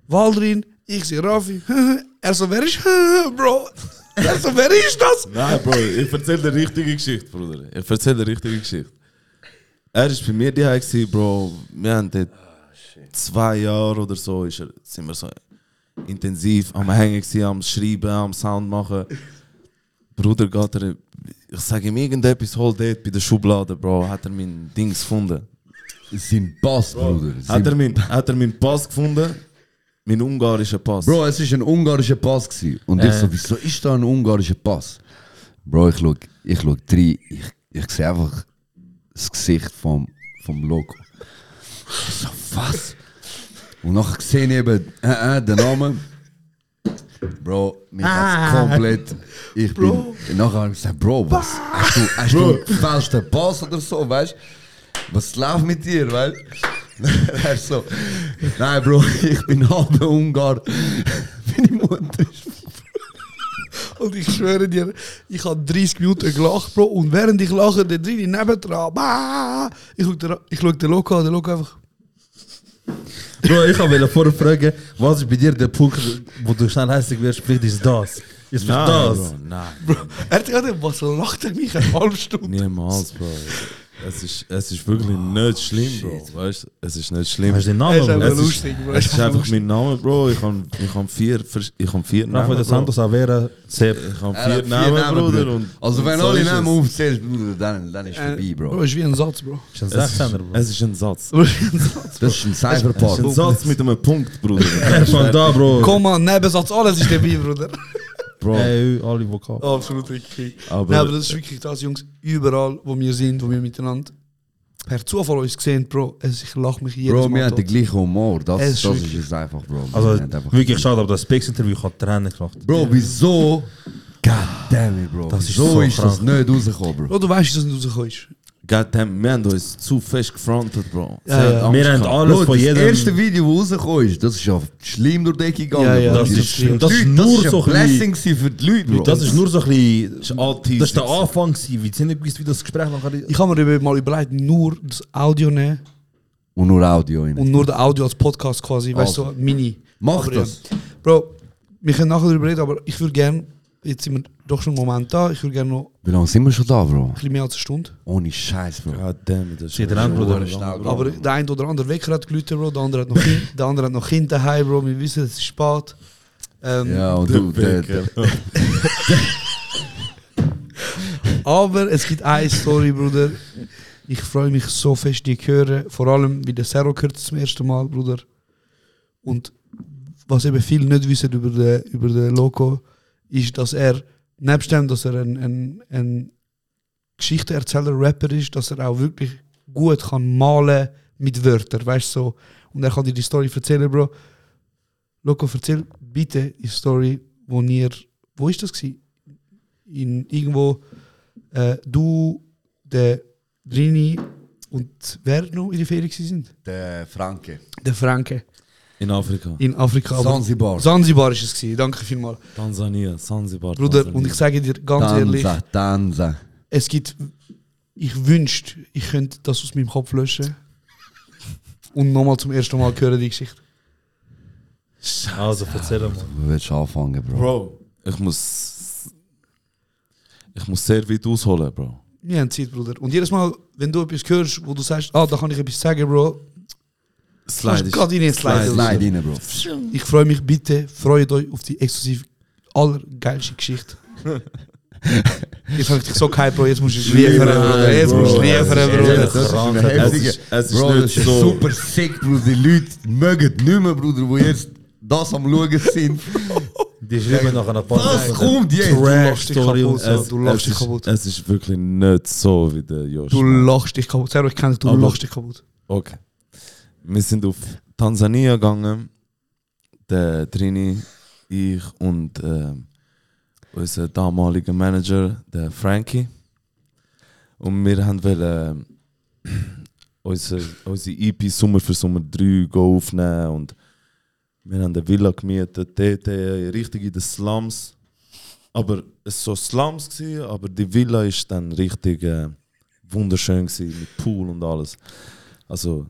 Waldrin, ich sehe Raffi. Er so, wer ist, Bro? Er so, wer ist das?
Nein, Bro, ich erzähle die richtige Geschichte, Bruder. Ich erzähle die richtige Geschichte. Er war bei mir daheim, gewesen, Bro. Wir haben dort zwei Jahre oder so ist er, sind wir so intensiv am Hängen, gewesen, am Schreiben, am Sound machen. Bruder geht er, ich sage ihm irgendetwas, hol dort bei der Schublade, Bro, hat er mein Dings gefunden.
Sein Pass, Bruder. Sein
Hat er, mein, hat er meinen Pass gefunden? Mein ungarischer Pass.
Bro, es war ein ungarischer Pass. Gewesen. Und ich so, wieso ist da ein ungarischer Pass? Bro, ich schau, ich schau rein, ich, ich sehe einfach das Gesicht vom, vom Logo. Ich so, was? Und nachher sehe ich eben äh, äh, den Namen. Bro, mich hat's komplett. Ich bin. Nachher habe ich gesagt, Bro, was? Hast du, hast du einen gefälschten Pass oder so, weißt du? Was läuft mit dir, weißt du? Er ist so, nein, Bro, ich bin halber Ungar. Meine Mutter ist.
Und ich schwöre dir, ich habe 30 Minuten gelacht, Bro. Und während ich lache, der Drini nebendran. Bah! Ich schaue den, ich schau den Loco an, der Loco einfach.
Bro, ich wollte vorher fragen, was ist bei dir der Punkt, wo du schnell hässlich wirst? Vielleicht ist das. Ist vielleicht
nein,
das.
Bro, nein.
Bro, er hat gesagt, was lacht er mich eine halbe Stunde?
Niemals, Bro. Es ist, es ist wirklich nicht schlimm, Bro. Weißt du, es ist nicht schlimm.
Hast du den
Er
Namen?
ist einfach
Bro?
Es ist-
lustig, Bro.
Es ist einfach mein Name, Bro. Ich habe ich hab vier, vers- ich hab vier Namen.
Rafael
Bro.
dos Santos Avera, Sepp.
Ich habe vier, Namen, Bruder. Und,
also,
und
wenn
so
alle
ist es.
Namen aufzählst, Bruder, dann, dann ist
Äh,
vorbei,
Bro,
Bro.
ist wie ein Satz, Bro.
Ist ein
Es ist,
16er, Bro.
es ist ein Satz.
Bro, ist wie ein Satz.
Das ist ein
Es ist ein
Cyberpart.
Satz mit einem Punkt, Bruder.
Er ist schon da, Bro.
Komma, Nebensatz, alles ist dabei, Bruder.
Bro.
Ey, alle Vokal.
Absolut richtig.
Aber-
Nein, aber das ist wirklich das, Jungs. Überall, wo wir sind, wo wir miteinander per Zufall uns sehen, Bro, es- ich lache mich jedes
Bro,
Mal
wir haben
tot.
den gleichen Humor. Das,
Es
das
ist
ist
wirklich-
es einfach, Bro. Wir
Also,
haben einfach-
wirklich schade, aber das Specs-Interview hat Tränen gelacht.
Bro, wieso? Goddammit, Bro.
Das ist
so,
so
ist das
krank.
nicht rausgekommen, Bro.
Bro, du weißt, dass du nicht rauskommst.
Goddamn, wir haben uns zu fest gefrontet, Bro. Sie
Ja,
hat
ja.
Angst
Wir haben
gehabt.
alles
Bro,
von
das
jedem.
erste Video, das rausgekommen ist, das ist ja schlimm durch die Decke gegangen.
Ja, ja,
Bro.
das
Die
ist
Leute-
schlimm. Das ist nur so
ein
ein
Blessing gewesen für die Leute, Bro.
Das ist nur so ein bisschen.
Das ist all
Das ist der Anfang, gewesen, weil sie nicht gewusst, wie das Gespräch nachher.
Ich habe mir eben mal überlegt, nur das Audio nehmen
und nur Audio rein.
und nur das Audio als Podcast quasi, weißt du,
Also.
so mini.
Mach
Aber
das.
Ja. Bro, wir können nachher darüber reden, aber ich würde gerne, jetzt sind wir doch schon einen Moment da, ich würde gerne noch ein
Wie lange sind wir schon da, Bro?
bisschen mehr als eine Stunde.
Ohne Scheiß, Bro.
Goddamn, das ist
Sie hat einen Bruder.
Aber der eine oder andere Wecker hat gelüht, Bro, der andere hat noch Kind, der andere hat noch Kind daheim, Bro, wir wissen, es ist spät. Ähm,
Ja, und du, der,
eh,
der,
Aber es gibt eine Story, Bruder. Ich freue mich so fest, die zu hören. Vor allem, wie der Serro gehört es zum ersten Mal, Bruder. Und was eben viele nicht wissen über den, über den Loco, ist, dass er nebst dem, dass er ein, ein, ein Geschichtenerzähler, Rapper ist, dass er auch wirklich gut kann malen mit Wörtern, weißt du, so. Und er kann dir die Story erzählen, Bro. Loco, erzähl bitte die Story, wo ihr, wo ist das gewesen? In irgendwo, äh, du, der Drini und wer noch in der Ferien gewesen sind?
Der eh, Franke.
Der Franke.
In Afrika.
In Afrika. aber-
Zanzibar.
Zanzibar war es, gewesen. danke vielmals.
Tansania, Zanzibar.
Bruder,
Tansania.
und ich sage dir ganz ehrlich,
Tanza, Tanza.
es gibt. Ich wünschte, ich könnte das aus meinem Kopf löschen. Und nochmal zum ersten Mal hören die Geschichte.
Also, erzähl mal.
Du willst anfangen, Bro.
Bro,
Ich muss. Ich muss sehr weit ausholen, Bro.
Wir haben Zeit, Bruder. Und jedes Mal, wenn du etwas hörst, wo du sagst, ah, da kann ich etwas sagen, Bro,
Slide
Kannst grad in den Slide.
Slide rein, Bro.
ich freue mich bitte, freut euch auf die exklusiv allergeilste Geschichte. jetzt habe ich dich so gehypt, Bro, jetzt musst du es liefern, Bruder. Jetzt musst du es liefern, Bruder.
Es ist- es ist
Bro,
nicht
das ist
so.
super sick, Bruder. Die Leute mögen nicht mehr, Bruder, die jetzt das am Schauen sind.
die schreiben nachher nach ein paar
Was
Tagen.
kommt jetzt?
Du lachst dich
Trash-Story und
kaputt, so.
Es,
du lachst dich
es,
kaputt.
ist, es ist wirklich nicht so wie der Josh.
Du lachst dich kaputt. Servo, ich kenne dich, du
Aber-
lachst dich kaputt.
Okay. Wir sind auf Tansania gegangen. Der Trini, ich und ähm, unser damaliger Manager, der Frankie. Und wir haben wollen, ähm, unser, unsere EP Sommer für Sommer 3 go aufnehmen. Und wir haben eine Villa gemietet, dort, äh, richtig in den Slums. Aber es war so Slums, gewesen, aber die Villa war dann richtig äh, wunderschön, gewesen, mit Pool und alles. Also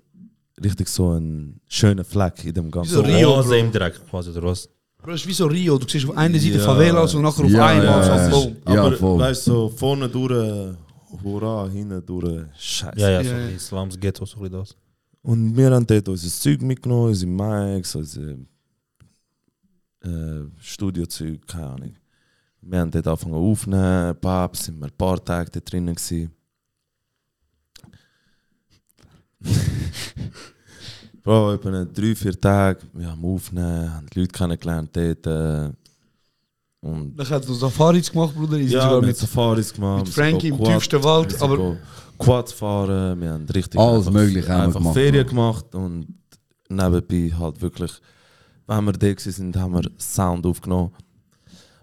richtig so ein schöner Fleck in dem ganzen
Wieso
Ort.
Rio,
Rio
Bro.
im Dreck, quasi, oder was?
Bro, es ist wie so Rio. Du siehst auf einer Seite
Ja.
Favelas und nachher auf
Ah, Ja,
einmal
ja,
so
ja.
boom.
Ja,
Aber
voll.
weißt du, so vorne durch äh, Hurra, hinten durch Scheiße.
Ja, ja,
Ja,
so
ja.
die Slums, Ghetto, so ein bisschen das.
Und wir haben dort unser Zeug mitgenommen, unsere Mics, unser äh, Studiozeug, keine Ahnung. Wir haben dort angefangen aufzunehmen, Pap, sind wir ein paar Tage dort drinnen gewesen. Bro, etwa eine drei, vier Tage, wir haben aufgenommen, haben die Leute kennengelernt dort. Äh, und
Dann hat du Safaris gemacht, Bruder. Ich
ja,
sogar
wir haben
mit,
Safaris gemacht.
mit
wir sind
Frankie im
go Quad-
tiefsten Wald.
wir sind
Aber
go Quad fahren, wir haben richtig
Alles Mögliche haben wir
einfach
gemacht,
Ferien gemacht und nebenbei halt wirklich, wenn wir da gewesen sind, haben wir Sound aufgenommen.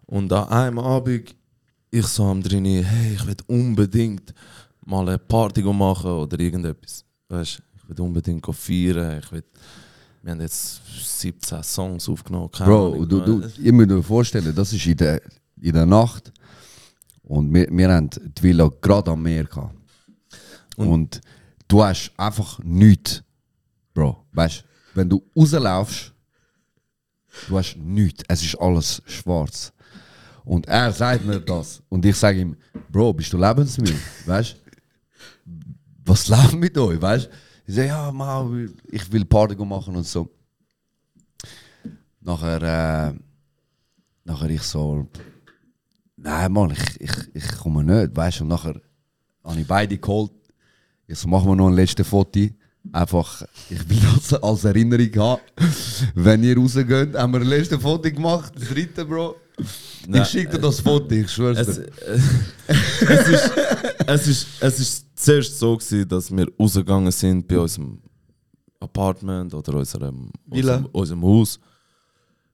Und an einem Abend, ich so am Drini, hey, ich will unbedingt mal eine Party go machen oder irgendetwas. Weißt ich will unbedingt go feiern, ich will. Wir haben jetzt 17 Songs aufgenommen. keine
Bro,
Ahnung.
du, du, ich muss mir vorstellen, das ist in der, in der Nacht. Und wir, wir haben die Villa gerade am Meer gehabt. Und,
Und-
du hast einfach nichts. Bro, weißt du, wenn du rauslaufst, du hast nichts. Es ist alles schwarz. Und er sagt mir das. Und ich sage ihm, Bro, bist du lebensmüde? Weißt du? Was läuft mit euch? Weißt du? Ich sage, ja, Mann, ich will Party machen und so. Nachher, äh, nachher ich so, nein Mann, ich, ich, ich komme nicht, weißt du, und nachher habe ich beide geholt, ich so, machen wir noch ein letztes Foto, einfach, ich will das als Erinnerung haben, wenn ihr rausgeht, haben wir ein letztes Foto gemacht, das dritte, Bro.
Nein,
ich schicke dir das Foto, ich schwör's
Es, äh,
dir.
es, ist, es, ist, es ist zuerst so, gewesen, dass wir rausgegangen sind bei unserem Apartment oder unserem,
Villa.
unserem, unserem Haus.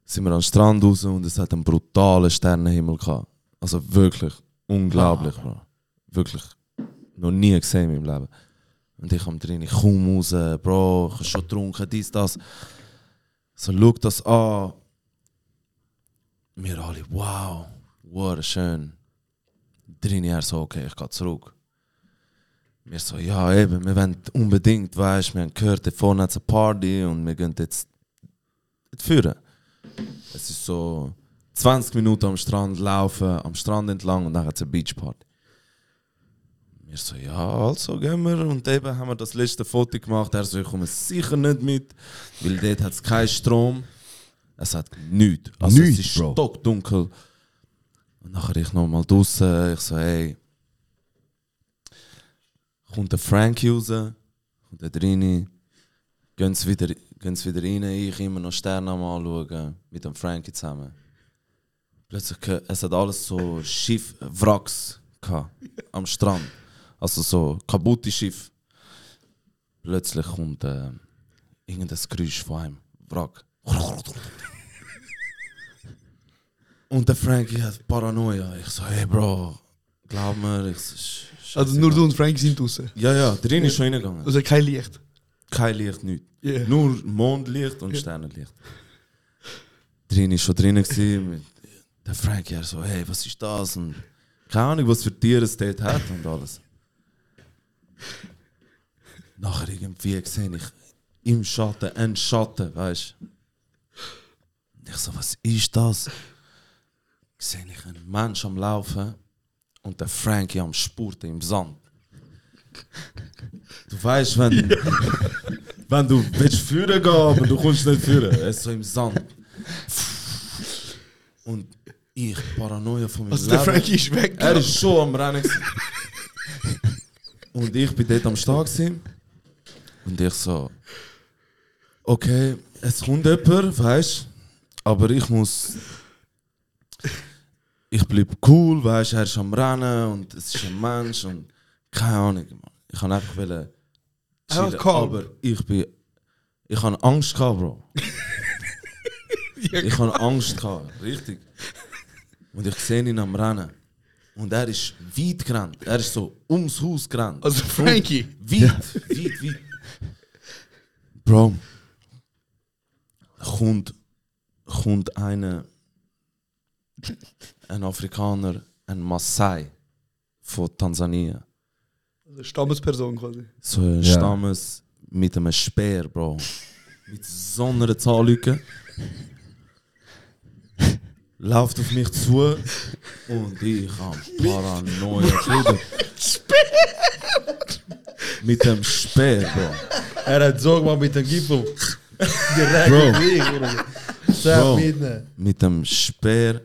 Sind wir am Strand raus und es hat einen brutalen Sternenhimmel gehabt. Also wirklich unglaublich, Bro. Wirklich noch nie gesehen in meinem Leben. Und ich kam drin, ich komm raus, Bro, ich hab schon getrunken, dies, das. So, schau das an. Wir alle, wow, wow, schön. Drin er so, okay, ich gehe zurück. Wir so, ja, eben, wir wollen unbedingt, weißt wir haben gehört, da vorne hat eine Party und wir gehen jetzt führen. Es ist so 20 Minuten am Strand laufen, am Strand entlang und dann hat es eine Beachparty. Wir so, ja, also gehen wir. Und eben haben wir das letzte Foto gemacht. Er so, ich komme sicher nicht mit, weil dort hat es keinen Strom. Es hat nichts. Also
Nichts,
es ist
Bro.
stockdunkel. Und nachher ich nochmal draußen, ich so, hey. Kommt der Frankie raus, kommt der Drini, gehen sie wieder, gehen sie wieder rein, ich immer noch Sterne am Anschauen, mit dem Frankie zusammen. Plötzlich plötzlich gehört, es hat alles so Schiff, Wracks gehabt, am Strand. Also so kaputte Schiff. Plötzlich kommt äh, irgendein Geräusch von einem Wrack. Und der Frankie hat Paranoia. Ich so, hey Bro, glaub mir. Ich so, sch-
Also
scheißegal.
nur du und Frank sind draußen.
Ja, ja, drin ist schon reingegangen.
Also kein Licht.
Kein Licht, nichts.
Yeah.
Nur Mondlicht und Sternenlicht. Drin ist schon drinnen gewesen. mit- Der Frank ja so, hey, was ist das? Und keine Ahnung, was für Tiere es dort hat und alles. Nachher irgendwie sehe ich im Schatten einen Schatten, weißt du? Ich so, was ist das? Sehe ich einen Mensch am Laufen und der Frankie am Spurten im Sand. Du weißt, wenn. Wenn du willst führen gehen, aber du kommst nicht führen. Er ist so im Sand. Und ich, Paranoia von meinem
Also der
Leben.
Frankie ist weg.
Er ist schon am Rennen. gewesen. Und ich bin dort am Start. gewesen. Und ich so, okay, es kommt jemand, weißt aber ich muss. Ich bleib cool, weißt er ist am Rennen und es ist ein Mensch und keine Ahnung, Mann. Ich kann einfach wollen.
Einfach
chillen,
calm.
aber ich bin. Ich habe Angst gehabt, Bro. ich habe Angst gehabt, richtig. Und ich sehe ihn am Rennen. Und er ist weit gerannt. Er ist so ums Haus gerannt.
Also Frankie.
Weit, weit, weit. Bro. Kommt, kommt eine, ein Afrikaner, ein Maasai von Tansania.
Also Stammesperson quasi.
So ein
Ja.
Stammes mit einem Speer, Bro. Mit so einer Zahnlücke. Läuft auf mich zu und ich am Paranoia. Bruder. Mit dem Speer, Bro.
Er hat so gemacht mit dem Gipfel.
Bro.
Sehr
Bro.
mitnehmen.
mit dem Speer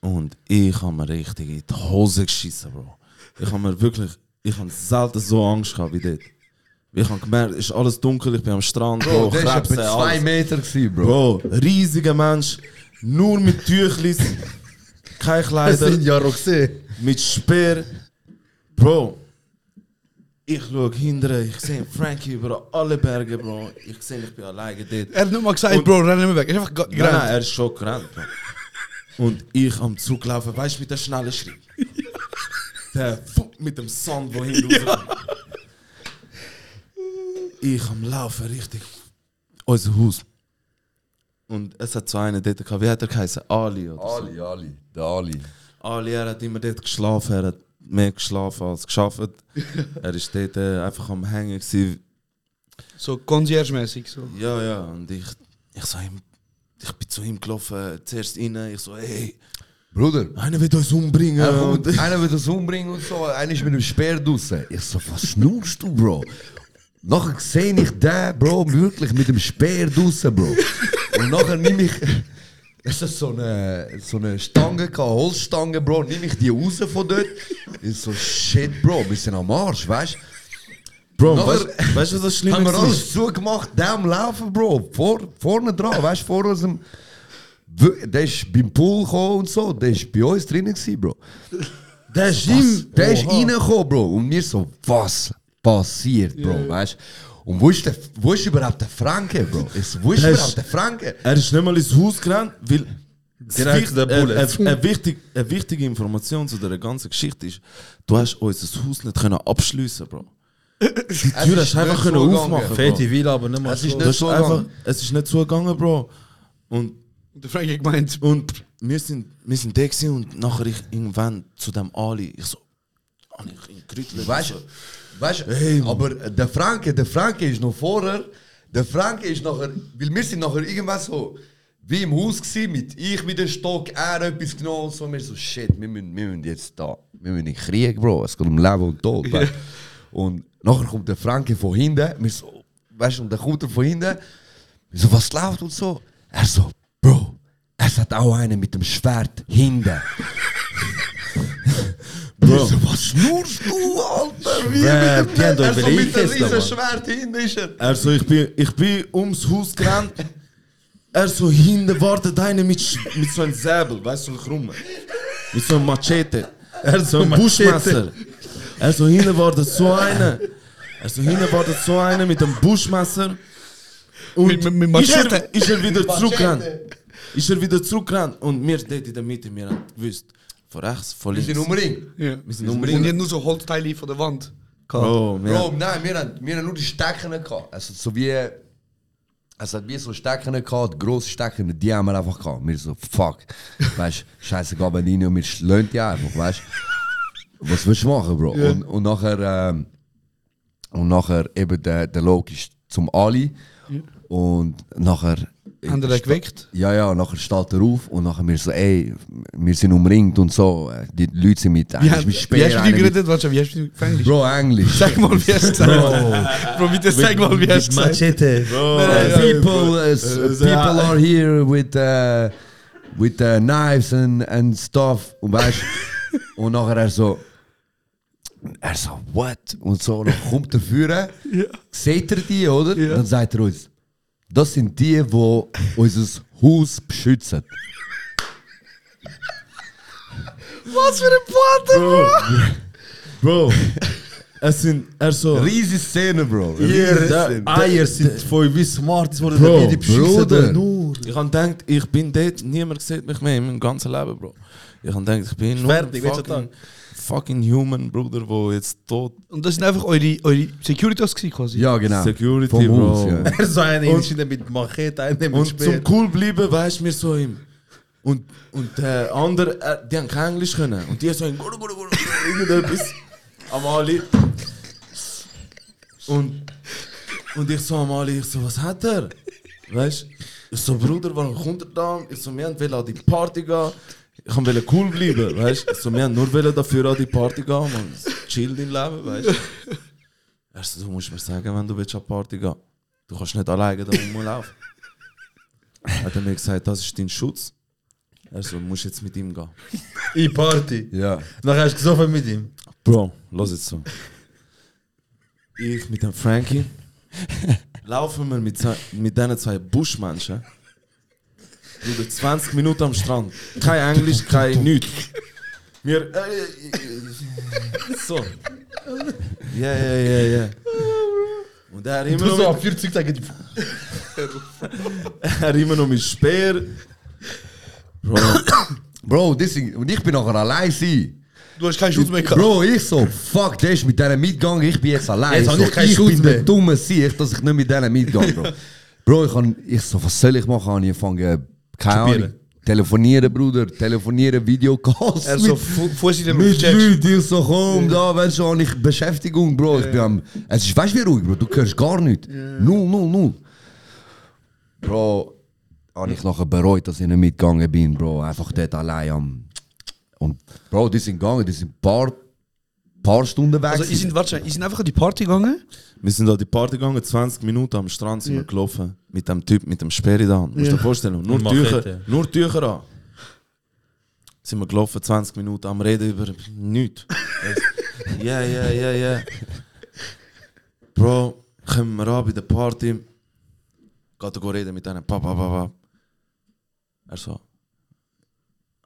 und ich habe mir richtig in die Hose geschissen, Bro. Ich habe mir wirklich, ich habe selten so Angst gehabt wie dort. Ich habe gemerkt, es ist alles dunkel, ich bin am Strand, Bro,
der war
Krebse,
etwa zwei
alles.
Meter, gewesen, Bro.
Bro, riesiger Mensch, nur mit Tüchlis, keine
Das
Kleider,
sind ja Roxy.
mit Speer. Bro, ich schaue hinterher, ich sehe Frankie über alle Berge, Bro. Ich sehe, ich bin alleine dort.
Er hat nur mal gesagt,
Und-
Bro, renn nicht mehr weg. Er ist einfach ge-
Nein, nein,
gerannt.
er ist schon gerannt. Mann. Und ich am Zug laufen, weißt du, mit der schnellen Schritt. Der Fu- mit dem Sand, wo hin Ich am Laufen, richtig. Unser Haus. Und es hat so einen dort gehabt, wie hat er geheißen? Ali oder so.
Ali, Ali, der Ali.
Ali, er hat immer dort geschlafen, er hat mehr geschlafen als geschafft. er ist dort äh, einfach am Hängen gewesen,
So concierge-mäßig. So.
Ja, ja, und ich, ich, so, ihm- ich bin zu ihm gelaufen, zuerst rein, ich so, hey,
Bruder.
einer will uns umbringen.
Er kommt,
und ich,
einer will das umbringen und so, einer ist mit dem Speer draußen. Ich so, was schnurst du, Bro? Nachher sehe ich den, Bro, wirklich mit dem Speer draußen, Bro. Und nachher nehme ich. Es ist so eine, so eine Stange, gehabt, Holzstange, Bro. Nehme ich die raus von dort. Ich so, shit, Bro, wir sind am Arsch, weißt du?
Bro,
Nachher-
weißt weißt du, was das
Haben
Schlimme
wir
ist?
alles zugemacht, der am Laufen, Bro. Vor, vorne dran, weißt du, vor unserem. W- Der ist beim Pool gekommen und so, der ist bei uns drinnen, gewesen, Bro.
Der ist ihm.
Der ist reingekommen, Bro. Und wir so, was passiert, Bro? Weißt du? Und wo ist, der, wo ist überhaupt der Franke, Bro? Ist, wo ist
Der ist-
überhaupt der Franke?
Er ist nicht mal ins Haus gerannt, weil
Direkt der Bullet.
eine, wichtig, eine wichtige Information zu dieser ganzen Geschichte ist, du hast unser Haus nicht können abschliessen Bro.
Die
Tür hast du einfach können aufmachen
Fällt
Bro.
die Villa, aber nicht mal.
Es ist
so.
nicht
Das ist einfach,
zugegangen.
es ist nicht zugegangen, Bro. Und
Und der Frankie hat gemeint,
Und wir sind, wir sind da gewesen und nachher ich irgendwann zu dem Ali, ich so, hab ich ihn gerüttelt.
Weißt
und
du? Weißt du? aber der Franke, der Franke ist noch vorher. Der Franke ist nachher, weil wir sind nachher irgendwann so wie im Haus gewesen, mit ich mit dem Stock, er etwas genommen und so. Und wir so, shit, wir müssen, wir müssen jetzt da, wir müssen in den Krieg, Bro. Es geht um Leben und Tod. weißt du? Und nachher kommt der Franke von hinten, wir so, weißt du, und dann kommt er von hinten, wir so, was läuft und so. Er so, Bro, es hat auch einen mit dem Schwert hinten. Bro. So, was schnurst du, Alter? Wie
Schwert,
mit
die haben
dem
doch
er so mit dem
übereingesetzt,
riesen
Mann.
Schwert hinten ist er.
so. Also ich bin, ich bin ums Haus gerannt Er so hinten wartet einer mit, Sch- mit so einem Säbel, weißt du, so einem Krummen. Mit so einem Machete.
Er so
So ein
Buschmesser.
Buschmesser. Er so hinten wartet so einer. Er so hinten wartet so einer mit einem Buschmesser. Und
Mit- mit- mit Machete.
Ist er, ist er wieder zurückgerannt. Ist er wieder zurückgerannt. Und wir dort in der Mitte, wir haben gewusst. Von rechts, von links.
umringt.
Ja.
sind
Und die
umringt.
hat nur so Holzteile von der Wand.
Bro, wir
Bro, nein, wir haben, wir haben nur die Stecken gehabt. Also so wie. Es hat wie so Stecken gehabt, grosse Stecken, die haben wir einfach gehabt. Wir so, fuck. Weißt du, scheiße, gab wir rein und wir löhnen die einfach, weißt du? Was willst du machen, Bro? Und, und nachher. Ähm, und nachher eben der, der Loki ist zum Ali. Und nachher. äh,
Haben die den geweckt?
Ja, ja, und nachher steht er auf und nachher wir so, ey, wir sind umringt und so. Äh, Die Leute sind mit, einer
Wie,
ist
haben,
mit
wie hast du
Speer,
dich
einer mit-
gerettet? Warte, wie hast du dich gefängt?
Bro, Englisch.
Sag mal, wie hast du gesagt? Bro, bitte sag mal, wie hast du gesagt?
Machete.
Uh,
Bro.
people, uh, s-
Uh,
people
uh,
are here with uh, with uh, knives and and stuff. Und weißt, du, und nachher er so, er so what und so und dann kommt er führen. Seht ihr die, oder?
Ja.
Dann sagt er uns, das sind die, wo unser Haus beschützen.
Was für ein Platte, Bro!
Bro, es sind, er so.
Riesige Szene, Bro.
Hier,
Riesen.
de Eier sind voll wie smart. Ze worden
Bro,
door die beschissen door
Bruder.
Noor.
Ich habe gedacht, ich bin dort, niemand sieht mich mehr in meinem ganzen Leben, Bro. Ich habe gedacht, ich bin nur
Fertig,
ein
weet je
fucking, fucking human, Bruder, wo jetzt tot
Und das sind einfach eure, eure Securitas gewesen, quasi.
Ja, genau.
Security,
Vom Haus,
Bro.
ja.
Er zou een
Und-
eentje met machete en met
Und
speer.
zum cool bleiben, weißt du, wir so ihm. Und, und der andere, äh, die haben kein Englisch können. Und die so ihm, gurr, gurr, gurr, irgendetwas. Am Ali. Und, und ich so am Ali, ich so, was hat er? Weißt du? Ich so, Bruder, warum kommt er da? Ich so, wir wollten an die Party gehen. Ich wollte cool bleiben, weißt du? Ich So, wir haben nur wollen dafür an die Party gehen, man. Chill dein Leben, weißt du? Er so, du musst mir sagen, wenn du willst an die Party gehen. Du kannst nicht alleine da rumlaufen. hat er mir gesagt, das ist dein Schutz. Er so, du musst jetzt mit ihm gehen.
I party.
Ja.
Dan ga je gesoffen met hem.
Bro, lass jetzt so. Ich mit dem Frankie laufen wir mit, zwei- mit diesen zwei Buschmenschen. Über 20 Minuten am Strand. Kein Englisch, kein nichts. Wir. Äh, äh, so. Ja, ja, ja, ja. Und er immer
Toen
noch
zo
mit-
op 40 tegen die...
er immer noch mit Speer. Bro,
Bro, das sind, und ich bin nachher allein sein.
Du hast keinen Schutz mehr gehabt.
Bro, ich so, fuck, der ist mit denen mitgegangen, ich bin jetzt allein.
Jetzt
ich
hab
so,
ich keinen
ich
Schutz
bin
mehr.
der dumme Sieg, dass ich nicht mit denen mitgegangen Bro. Bro, ich, hab, ich so, was soll ich machen? Hab Ich angefangen, keine
Kopieren.
Ahnung. Telefonieren, Bruder, telefonieren, Videocalls.
Er so
mit-
Fu- Fuß in dem
mit
Chat.
Leuten, ich so, komm, da, weißt du, hab ich Beschäftigung, Bro. Ich bin am, es ist, weißt du, wie ruhig, Bro, du hörst gar nichts. Null, null, null. Bro, habe ich nachher bereut, dass ich nicht mitgegangen bin, Bro. Einfach dort allein am. Und, Bro, die sind gegangen, die sind ein paar, paar Stunden weg.
Also, ich sind, warte, ich sind einfach an die Party gegangen.
wir sind an die Party gegangen, 20 Minuten am Strand sind wir gelaufen. Mit dem Typ, mit dem Speer in der Hand. Musst du
Ja.
dir vorstellen, nur
Und
Tücher,
Machete.
nur Tücher an. Sind wir gelaufen, 20 Minuten am Reden über nichts. Ja, ja, ja, ja. Bro, kommen wir an bei der Party. Geht er go reden mit einem Papa, Papa. Er so.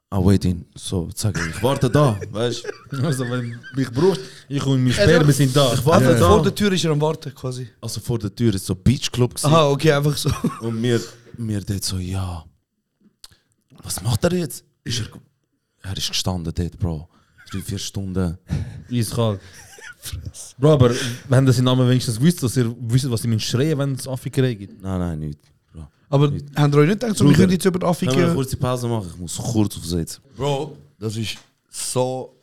Ah, wait in. So, zeig ich warte da, weißt du?
Also, mijn broer, ik gewoon mijn speer, we zijn daar.
Ich warte
Also,
da.
Vor der Tür ist er am Warten, quasi.
also vor der Tür ist so Beachclub gewesen.
Aha, okay, einfach so.
und mir mir dort so ja was macht er jetzt ist er, ge- er ist gestanden dort Bro drei vier Stunden
Is gehad. Bro, aber wenn das in Namen wenigstens gewusst, dass ihr wisst, was sie mir schreien, wenn es Afrika gibt.
nein nein nicht Bro
Aber haben ihr euch nicht gedacht, so, wir
Bruder.
können jetzt über die
können wir eine
Afrika.
kurze Pause machen ich muss kurz aufsetzen
Bro, das ist so.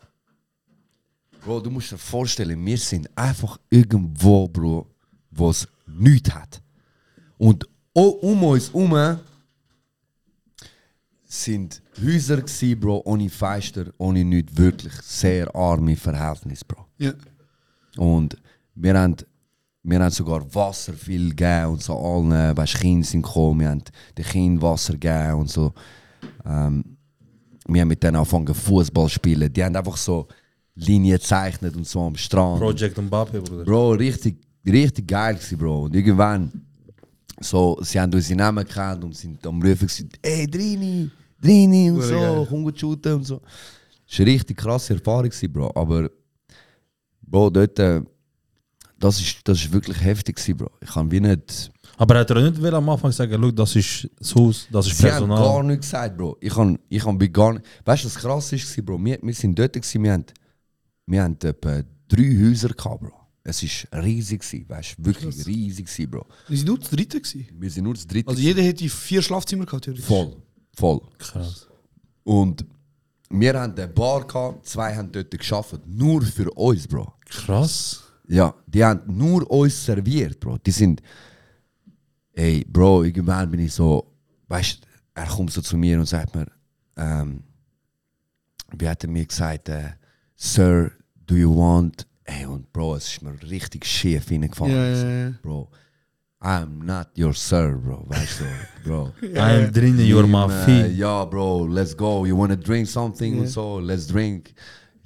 Bro, du musst dir vorstellen, wir sind einfach irgendwo, Bro, wo es nichts hat. Und o- um uns herum sind Häuser, gsi, Bro, ohne Feister, ohne nichts. Wirklich sehr arme Verhältnisse, Bro.
Ja.
Und wir haben, wir haben sogar Wasser viel gegeben und so allen, weißt du, Kinder sind gekommen, wir haben den Kindern Wasser gegeben und so. Ähm, wir haben mit denen angefangen Fußball zu spielen. Die haben einfach so Linien gezeichnet und so am Strand.
Project Mbappe, Bruder.
Bro, richtig, richtig geil gewesen, Bro. Und irgendwann So, sie haben unsere Namen gekannt und sind am Rufen gewesen, ey Drini, Drini und
Hure
so,
geil.
komm gut shooten und so. Das war eine richtig krasse Erfahrung, gewesen, Bro. Aber, Bro, dort, äh, das ist, das ist wirklich heftig, gewesen, Bro. Ich kann wie nicht...
Aber er hat er nicht will am Anfang sagen, schau, das ist das Haus, das ist
Sie haben gar
Personal.
nichts gesagt, Bro. Ich habe ich hab bei gar nicht. Weißt du, was krass war, Bro? Wir, wir sind dort, gewesen, wir haben, wir haben etwa drei Häuser gehabt, Bro. Es war riesig, gewesen, weißt du, wirklich riesig, gewesen, Bro.
Wir sind nur zu dritt. Gewesen.
Wir sind nur das dritte.
Also jeder hätte vier Schlafzimmer gehabt, theoretisch.
voll. Voll.
Krass.
Und wir haben eine Bar gehabt, zwei haben dort geschafft, nur für uns, Bro.
Krass.
Ja, die haben nur uns serviert, Bro. Die sind. Ey, Bro, irgendwann bin ich so. Weißt du, er kommt so zu mir und sagt mir, ähm, wie hat er mir gesagt, äh, Sir, do you want. Ey, und Bro, es ist mir richtig schief reingefallen.
Ja, ja, ja.
Bro, I'm not your Sir, Bro. Weißt du, Bro.
I am drin, you're my
Ihm, äh,
fee.
Ja, Bro, let's go. You wanna drink something und so, let's drink.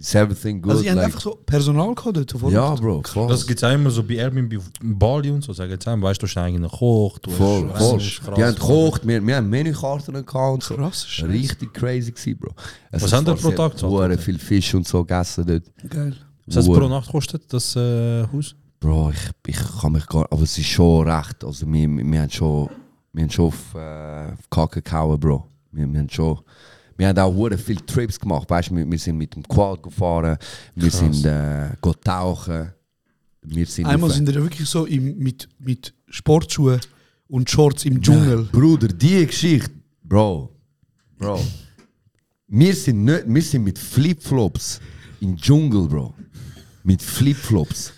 Is everything good?
Also die haben
Like-
einfach so Personal gehabt dort. vor Ort.
ja, Bro, voll.
Das gibt es immer so bei Airbnb Bali und so. Sagen sie einem, weißt du, du hast einen eigenen Koch. Du hast-
Voll,
weißt du,
voll.
das ist krass.
Die haben gekocht, wir, wir haben Menükarten gehabt und so.
Krass, ist nice.
Richtig crazy gewesen, Bro. Es
Was
hat
haben die
voll-
pro
sie
Tag
hat
gezahlt?
hure viel Fisch und so gegessen dort.
Geil.
Was hat es
Hure.
pro Nacht kostet, das äh, Haus?
Bro, ich, ich kann mich gar aber es ist schon recht. Also wir, wir haben schon, wir haben schon auf, äh, auf Kacke gehauen, Bro. Wir, wir haben schon, wir haben auch hure viele Trips gemacht, weißt du, wir, wir sind mit dem Quad gefahren, wir sind äh, go tauchen, wir sind
Einmal
auf-
sind wir ja wirklich so im, mit, mit Sportschuhen und Shorts im Dschungel.
Bruder, die Geschichte, Bro, Bro. Wir sind, nicht, wir sind mit Flipflops im Dschungel, Bro. Mit Flipflops.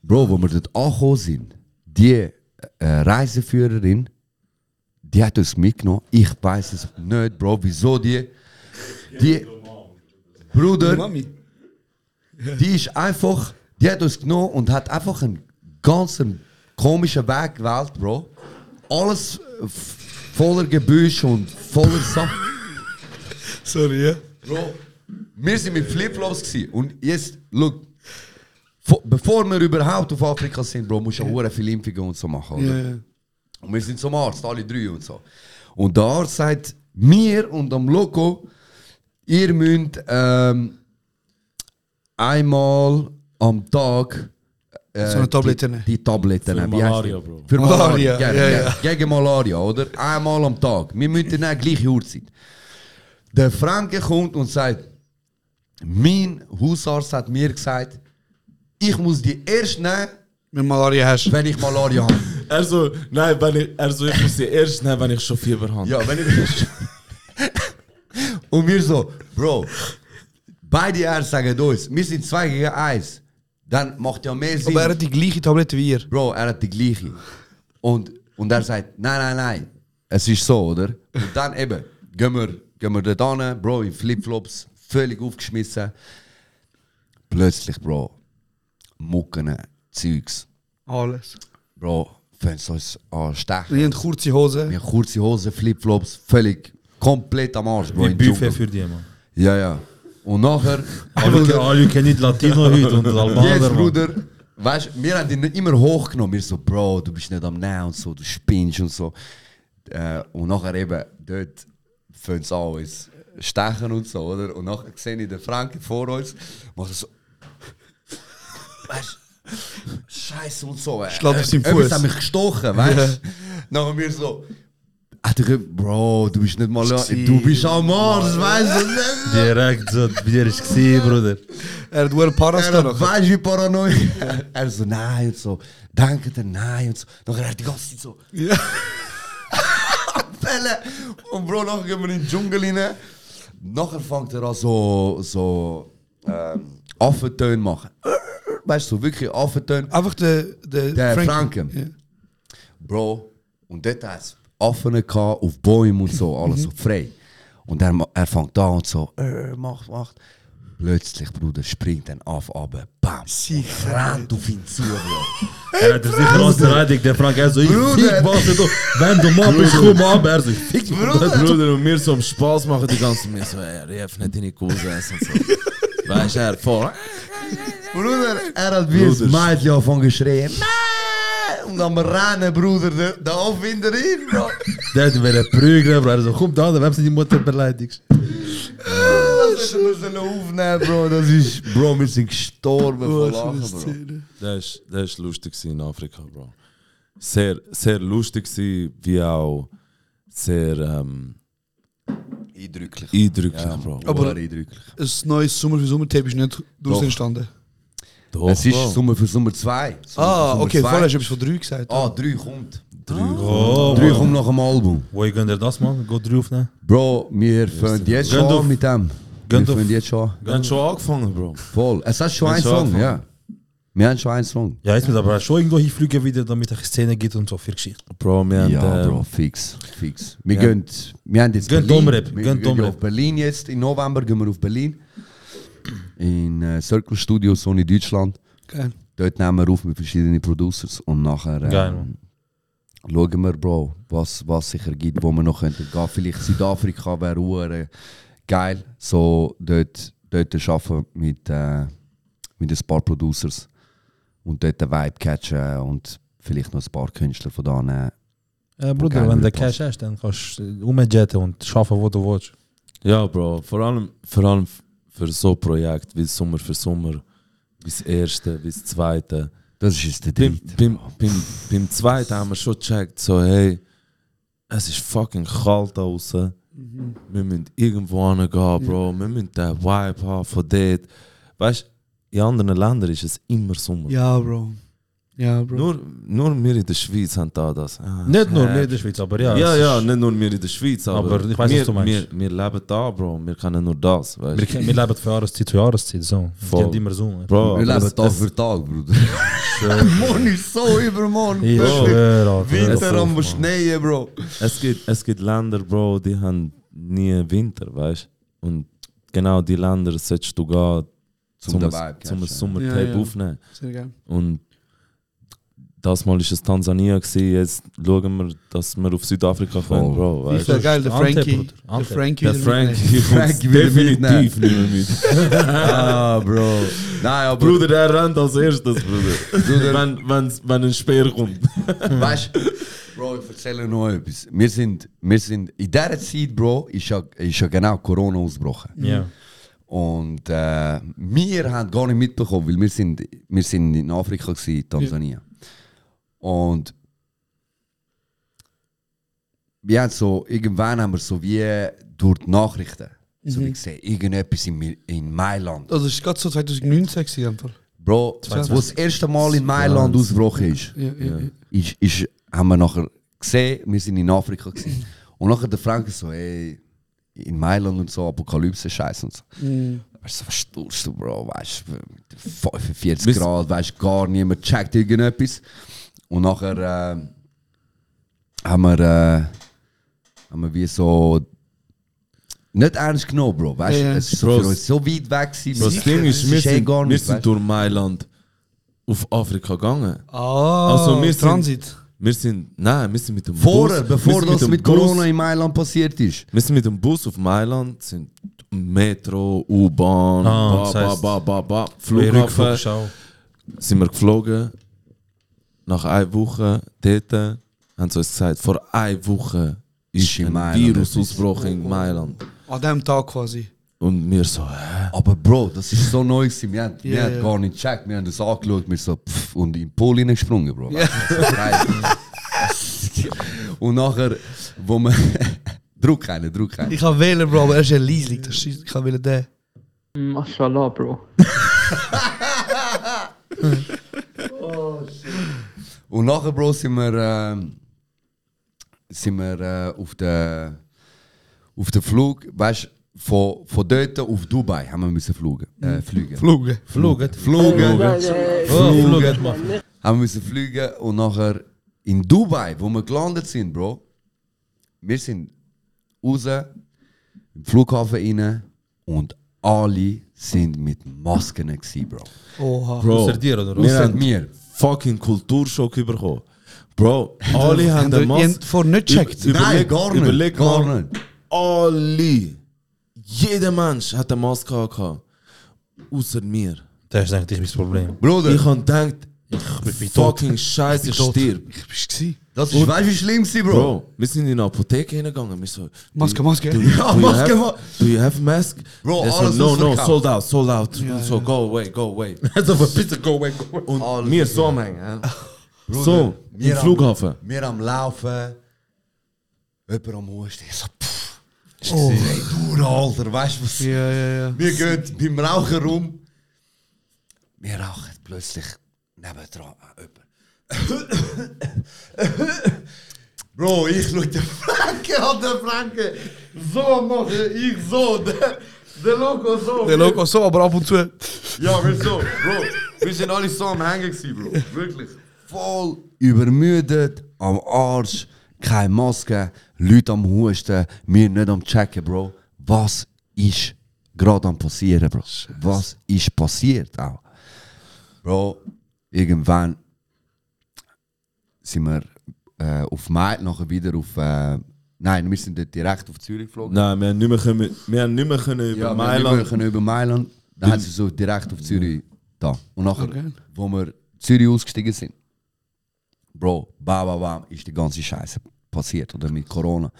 Bro, wo wir dort angekommen sind, die äh, Reiseführerin, die dus hat uns mitgenommen. Ich weiß es nicht, Bro, wieso die. Die. Bruder,
Mami.
die ist einfach, die hat uns genommen und hat einfach einen ganz komischen Weg gewählt, Bro. Alles äh, f- voller Gebüsch und voller Sachen.
Sorry, ja.
Bro, wir sind mit Flipflops gewesen. und jetzt, look, vo- bevor wir überhaupt auf Afrika sind, Bro, musst du ja viel Impfungen und so machen, oder?
Ja, ja.
Und wir sind zum Arzt, alle drei und so. Und der Arzt sagt mir und am Loco, ihr müsst ähm, einmal am Tag äh,
So eine Tablette ne?
die,
nehmen.
die Tabletten
Für
nehmen. Wie heißt
Malaria,
die?
Bro.
Für Malaria,
Malaria,
Ge-
ja,
ge- Gegen Malaria, oder? Einmal am Tag. Wir müssen dann gleiche Uhrzeit. Der Franke kommt und sagt, mein Hausarzt hat mir gesagt, ich muss die erst nehmen,
Wenn Malaria hast.
wenn ich Malaria habe.
Er so, nein, wenn ich, er so, ich muss sie erst nehmen, wenn ich schon Fieber habe.
Ja, wenn ich. Und wir so, Bro, beide Ärzte sagen uns, wir sind zwei gegen eins. Dann macht ja mehr Sinn.
Aber er hat die gleiche Tablette wie ihr.
Bro, er hat die gleiche. Und, und er sagt, nein, nein, nein. Es ist so, oder? Und dann eben, gehen wir, gehen wir dort hin, Bro, in Flipflops, völlig aufgeschmissen. Plötzlich, Bro, Mucken, Zeugs.
Alles.
Bro, fangen sie uns an zu stechen.
Die haben kurze Hosen.
Wir haben kurze Hosen, Flipflops, völlig komplett am Arsch, Bro.
Wie
im Dschungel.
Buffet für die, Mann.
Ja, ja. Und nachher,
All you, all you can eat Latino heute und Albaner,
jetzt,
Mann.
Bruder, weißt du, wir haben ihn immer hochgenommen. Wir so, Bro, du bist nicht am Nähen und so, du spinnst und so. Äh, und nachher eben, dort fängt es an, uns stechen und so, oder? Und nachher sehe ich den Franken vor uns, macht er so. Weißt du, Scheiße und so, ey.
Schlägt auf seinen
Etwas
Fuß.
hat mich gestochen, weißt du? Nachher wir so. Ach, du- Bro, du bist nicht mal. Du bist am Arsch, weißt du?
Direkt so, bei dir ist gesehen, Bruder.
Er hat wohl Paras da
Er
noch.
weiß wie paranoid. Er so, nein und so. Danke dir, nein und so. Nachher er die ganze Zeit so.
Ja.
Appelle. Und Bro, nachher gehen wir in den Dschungel rein. Nachher fängt er an so, so ähm, Affentöne machen. Weißt du, so wirklich Affentöne.
Einfach der, der,
Der
Ah, Franken.
Franken. Bro, und dort hat es Affen gehabt, auf Bäumen und so, alles so frei. Und er, ma- er fängt an und so, äh, macht, macht. Plötzlich, Bruder, springt ein Aff runter, bam, und rennt auf ihn zu, Bro.
Er hat er sicher uns beleidigt, der Frank. Er so, ich
Bruder.
fick Basel, du. Wenn du mal bist, komm ab. Er so, ich fick
Bruder. Bruder, und wir so am Spaß machen die ganze Mir so, ey, rief nicht deine Cousins und so. Weißt du, er voll.
Bruder, er hat wie ein
Bruder.
Mädchen angefangen zu schreien, Nein! und am Rennen, Bruder, der, der Aufwinder hin, Bro.
Der hat willen prügeln, Bro. Er so, komm da, dann haben sie die Mutter beleidigt.
Das müssen wir aufnehmen, Bro. Das ist, Bro, wir sind
Oh,
gestorben vor Lachen, Bro.
Das war das ist lustig gewesen in Afrika, Bro. Sehr, sehr lustig, gewesen, wie auch sehr ähm,
Eindrücklich.
eindrücklich, Bro.
Aber eindrücklich.
Ein neues Sommer für Sommer-Tape ist nicht daraus
Doch.
entstanden.
Doch,
es ist
Bro.
Sommer für Sommer 2.
Ah, okay, vorher hast du etwas von drei gesagt.
Ah, 3 kommt.
Oh,
3 kommt nach dem Album.
Wo ich gönn dir das, man? Geh drauf, ne?
Bro, wir fangen jetzt
Gönnt
schon
auf.
an mit dem. Wir
Gönnt auf.
fangen jetzt schon an.
Wir haben schon angefangen, Bro.
Voll. Es hat schon
Gönnt
ein
schon
Song,
angefangen.
ja. Wir haben schon einen Song.
Ja, jetzt muss aber schon irgendwo hinfliegen wieder, damit es Szene gibt und so viel Geschichte.
Bro, wir haben.
Ja,
ähm,
Bro, fix, fix. Wir gehen, wir haben jetzt
Gönnt Domrep,
wir
gönnt
gehen ja
Domrep.
auf Berlin jetzt. Im November gehen wir auf Berlin. In äh, Circle Studio, Sony Deutschland.
Geil.
Dort nehmen wir auf mit verschiedenen Producers und nachher äh,
Geil, Mann.
schauen wir, Bro, was, was sich ergibt, wo wir noch könnten gehen. Vielleicht Südafrika wäre hure geil. So, dort, dort arbeiten mit, äh, mit ein paar Producers und dort den Vibe catchen und vielleicht noch ein paar Künstler von da nehmen.
Äh,
Bruder,
Bruder,
wenn
wenn
du
du Cash hast, dann kannst du rumjetten und schaffen, wo du willst.
Ja, Bro, vor allem, vor allem f- für so ein Projekt wie Sommer für Sommer, wie das erste, wie das zweite.
Das ist jetzt der
Beim,
Dritte.
beim, beim, beim zweiten haben wir schon gecheckt, so hey, es ist fucking kalt draußen.
Mhm.
Wir müssen irgendwo hingehen, Bro. Wir müssen den Vibe haben von dort. Weißt du, in anderen Ländern ist es immer Sommer.
Ja, Bro. Ja, Bro.
Nur, nur wir in der Schweiz haben da das. Ah,
Nicht nur
hä?
wir in der Schweiz, aber ja.
Ja,
es
ja,
ist-
nicht nur wir in der Schweiz, aber,
Aber ich weiss, was
wir,
du meinst.
Wir, wir leben da, Bro. Wir können nur das. Weißt?
Wir, wir leben von Jahreszeit zu Jahreszeit, so.
Voll.
Voll. Die haben immer so. ne?
Bro,
Wir
aber
leben
es-
Tag
es-
für Tag, Bruder. morgen ist so übermorgen.
Ich schwöre, Alter.
Winter am
Mann.
Schneien, Bro.
Es gibt, es gibt Länder, Bro, die haben nie Winter, weißt du? Und genau die Länder solltest du gehen
Zum
zum,
dabei
ein-
catchen.
zum ein Sommertape
Ja, ja.
aufnehmen.
Sehr geil.
Und das Mal war es Tansania, gewesen, jetzt schauen wir, dass wir auf Südafrika kommen, Bro. Weißt?
Ist ja geil, der
Ante,
Frankie.
Bruder.
Der
Ante.
Frankie.
Der
wieder
Frank,
mitnehmen.
Frank will
definitiv nicht mehr mit.
Ah, Bro. Nein, aber
Bruder, der rennt als erstes, Bruder. wenn, wenn, wenn ein Speer kommt.
weißt du, Bro, ich erzähle noch etwas. Wir sind, wir sind in dieser Zeit, Bro, ist ja, ist ja genau Corona ausgebrochen.
Ja.
Und äh, wir haben gar nicht mitbekommen, weil wir sind, wir sind in Afrika, gewesen, Tansania. Und wir haben so, irgendwann haben wir so wie durch die Nachrichten, so wie gesehen, irgendetwas in, Mi- in Mailand.
Also, es war gerade so 2019 gewesen, einfach.
Bro, wo das erste Mal in Mailand ausgebrochen ist,
Ja, ja, ja.
ist, ist, haben wir nachher gesehen, wir sind in Afrika gewesen. Und nachher der Frank so, ey, in Mailand und so, Apokalypse, Scheiß und so.
Mm.
Weißt du, was tust du, Bro? Weißt du, mit den 45 Grad, weißt du, gar niemand checkt irgendetwas. Und nachher äh, haben wir, äh, haben wir wie so nicht ernst genommen, Bro. Weißt du,
Ja, ja.
es ist so,
Bro,
für uns so weit weg gewesen.
Bro, das Ding ist, wir
eh
sind,
gar
wir
nicht,
sind
weißt du.
durch Mailand auf Afrika gegangen.
Ah,
Also, wir sind-
Transit.
Wir sind, nein, wir sind mit dem
Vorher,
Bus, wir
bevor
sind
das
dem
mit
Bus-
Corona in Mailand passiert ist.
Wir sind mit dem Bus auf Mailand, sind Metro, U-Bahn,
Ah,
ba,
das
ba,
heisst,
ba, ba, ba,
Rückflug,
Flughafen,
schau.
sind wir geflogen. Nach einer Woche dort haben sie uns gesagt, vor einer Woche ist
Ist in
ein
Mailand Oh,
Virus
etwas.
ausgebrochen in Mailand.
An dem Tag quasi.
Und wir so, hä?
Aber Bro, das ist so neu gewesen. Wir haben, wir
Ja,
haben
ja.
gar nicht gecheckt. Wir haben das angeschaut, wir so pff, und in den Pool hineingesprungen, Bro. Weißt du, das ist geil. und nachher, wo man. Druck einen, Druck einen.
Ich kann wählen, Bro, aber er ist ja leislich. das ist- Ich kann wählen den.
Mm, Mashallah, Bro.
Und nachher, Bro, sind wir, ähm, sind wir äh, auf den auf den Flug, weißt du, von, von dort auf Dubai haben wir müssen fliegen.
Mhm.
Äh, fliegen.
Flugen.
Fluget.
Flugen.
Oh, fluget, Mann.
haben wir müssen fliegen und nachher in Dubai, wo wir gelandet sind, Bro. Wir sind raus, im Flughafen rein und alle sind mit Masken gewesen, Bro.
Oha.
Bro,
Außer dir, oder?
wir
Ausser
haben
mir.
fucking Kulturschock bekommen. Bro, alle haben
Ihr
den Maske.
habt vorher nicht gecheckt.
Über-
Nein,
überleg-
gar nicht.
Überleg
gar
mal,
nicht.
alle, jeder Mensch hat eine Maske gehabt. Außer mir.
Das ist eigentlich das Problem.
Bruder,
Ich habe gedacht,
Ich bin tot.
Fucking Scheiße, ich stirb.
Ich bist gsi.
Das ist, weißt du, wie schlimm sie, Bro?
Bro, wir sind in eine Apotheke hingegangen. Wir so,
Maske, Maske.
Do you,
Ja,
do you
Maske,
have,
Ma-
Do you have mask?
Bro,
Er so,
alles
no, no,
ausverkauft.
sold out, sold out. so, go away, go away.
Also, bitte, go away, go away.
Und
Alles
mir so hängen. ja. So,
wir
im
haben-
Flughafen.
Wir am Laufen, jemand am Husten. Ich so, pfff.
Oh.
Hey, du, Alter, weißt du was?
Ja, ja, ja.
Wir gehen beim Rauchen rum. Wir rauchen plötzlich nebendran an jemand. Bro, ich schaue den Franken an, den Franken. So mache ich so, der, der Loco so.
Der Logo so, aber ab und zu.
Ja, wir so, Bro. Wir sind alle so am Hängen gewesen, Bro. Wirklich. Voll übermüdet, am Arsch, keine Maske, Leute am Husten, wir nicht am Checken, Bro. Was ist gerade am passieren, Bro? Was ist passiert auch? Bro, irgendwann sind wir äh, auf Mai, nachher wieder auf... Äh, nein, wir sind dort direkt auf Zürich geflogen.
Nein, wir haben nicht mehr, können, wir haben nicht mehr können über
Ja, Mailand. Wir
Mailand.
können über Mailand. Dann haben sie so direkt auf Zürich da. Und nachher, wo wir Zürich ausgestiegen sind, Bro, bam, bam, bam, ist die ganze Scheiße passiert. Oder mit Corona.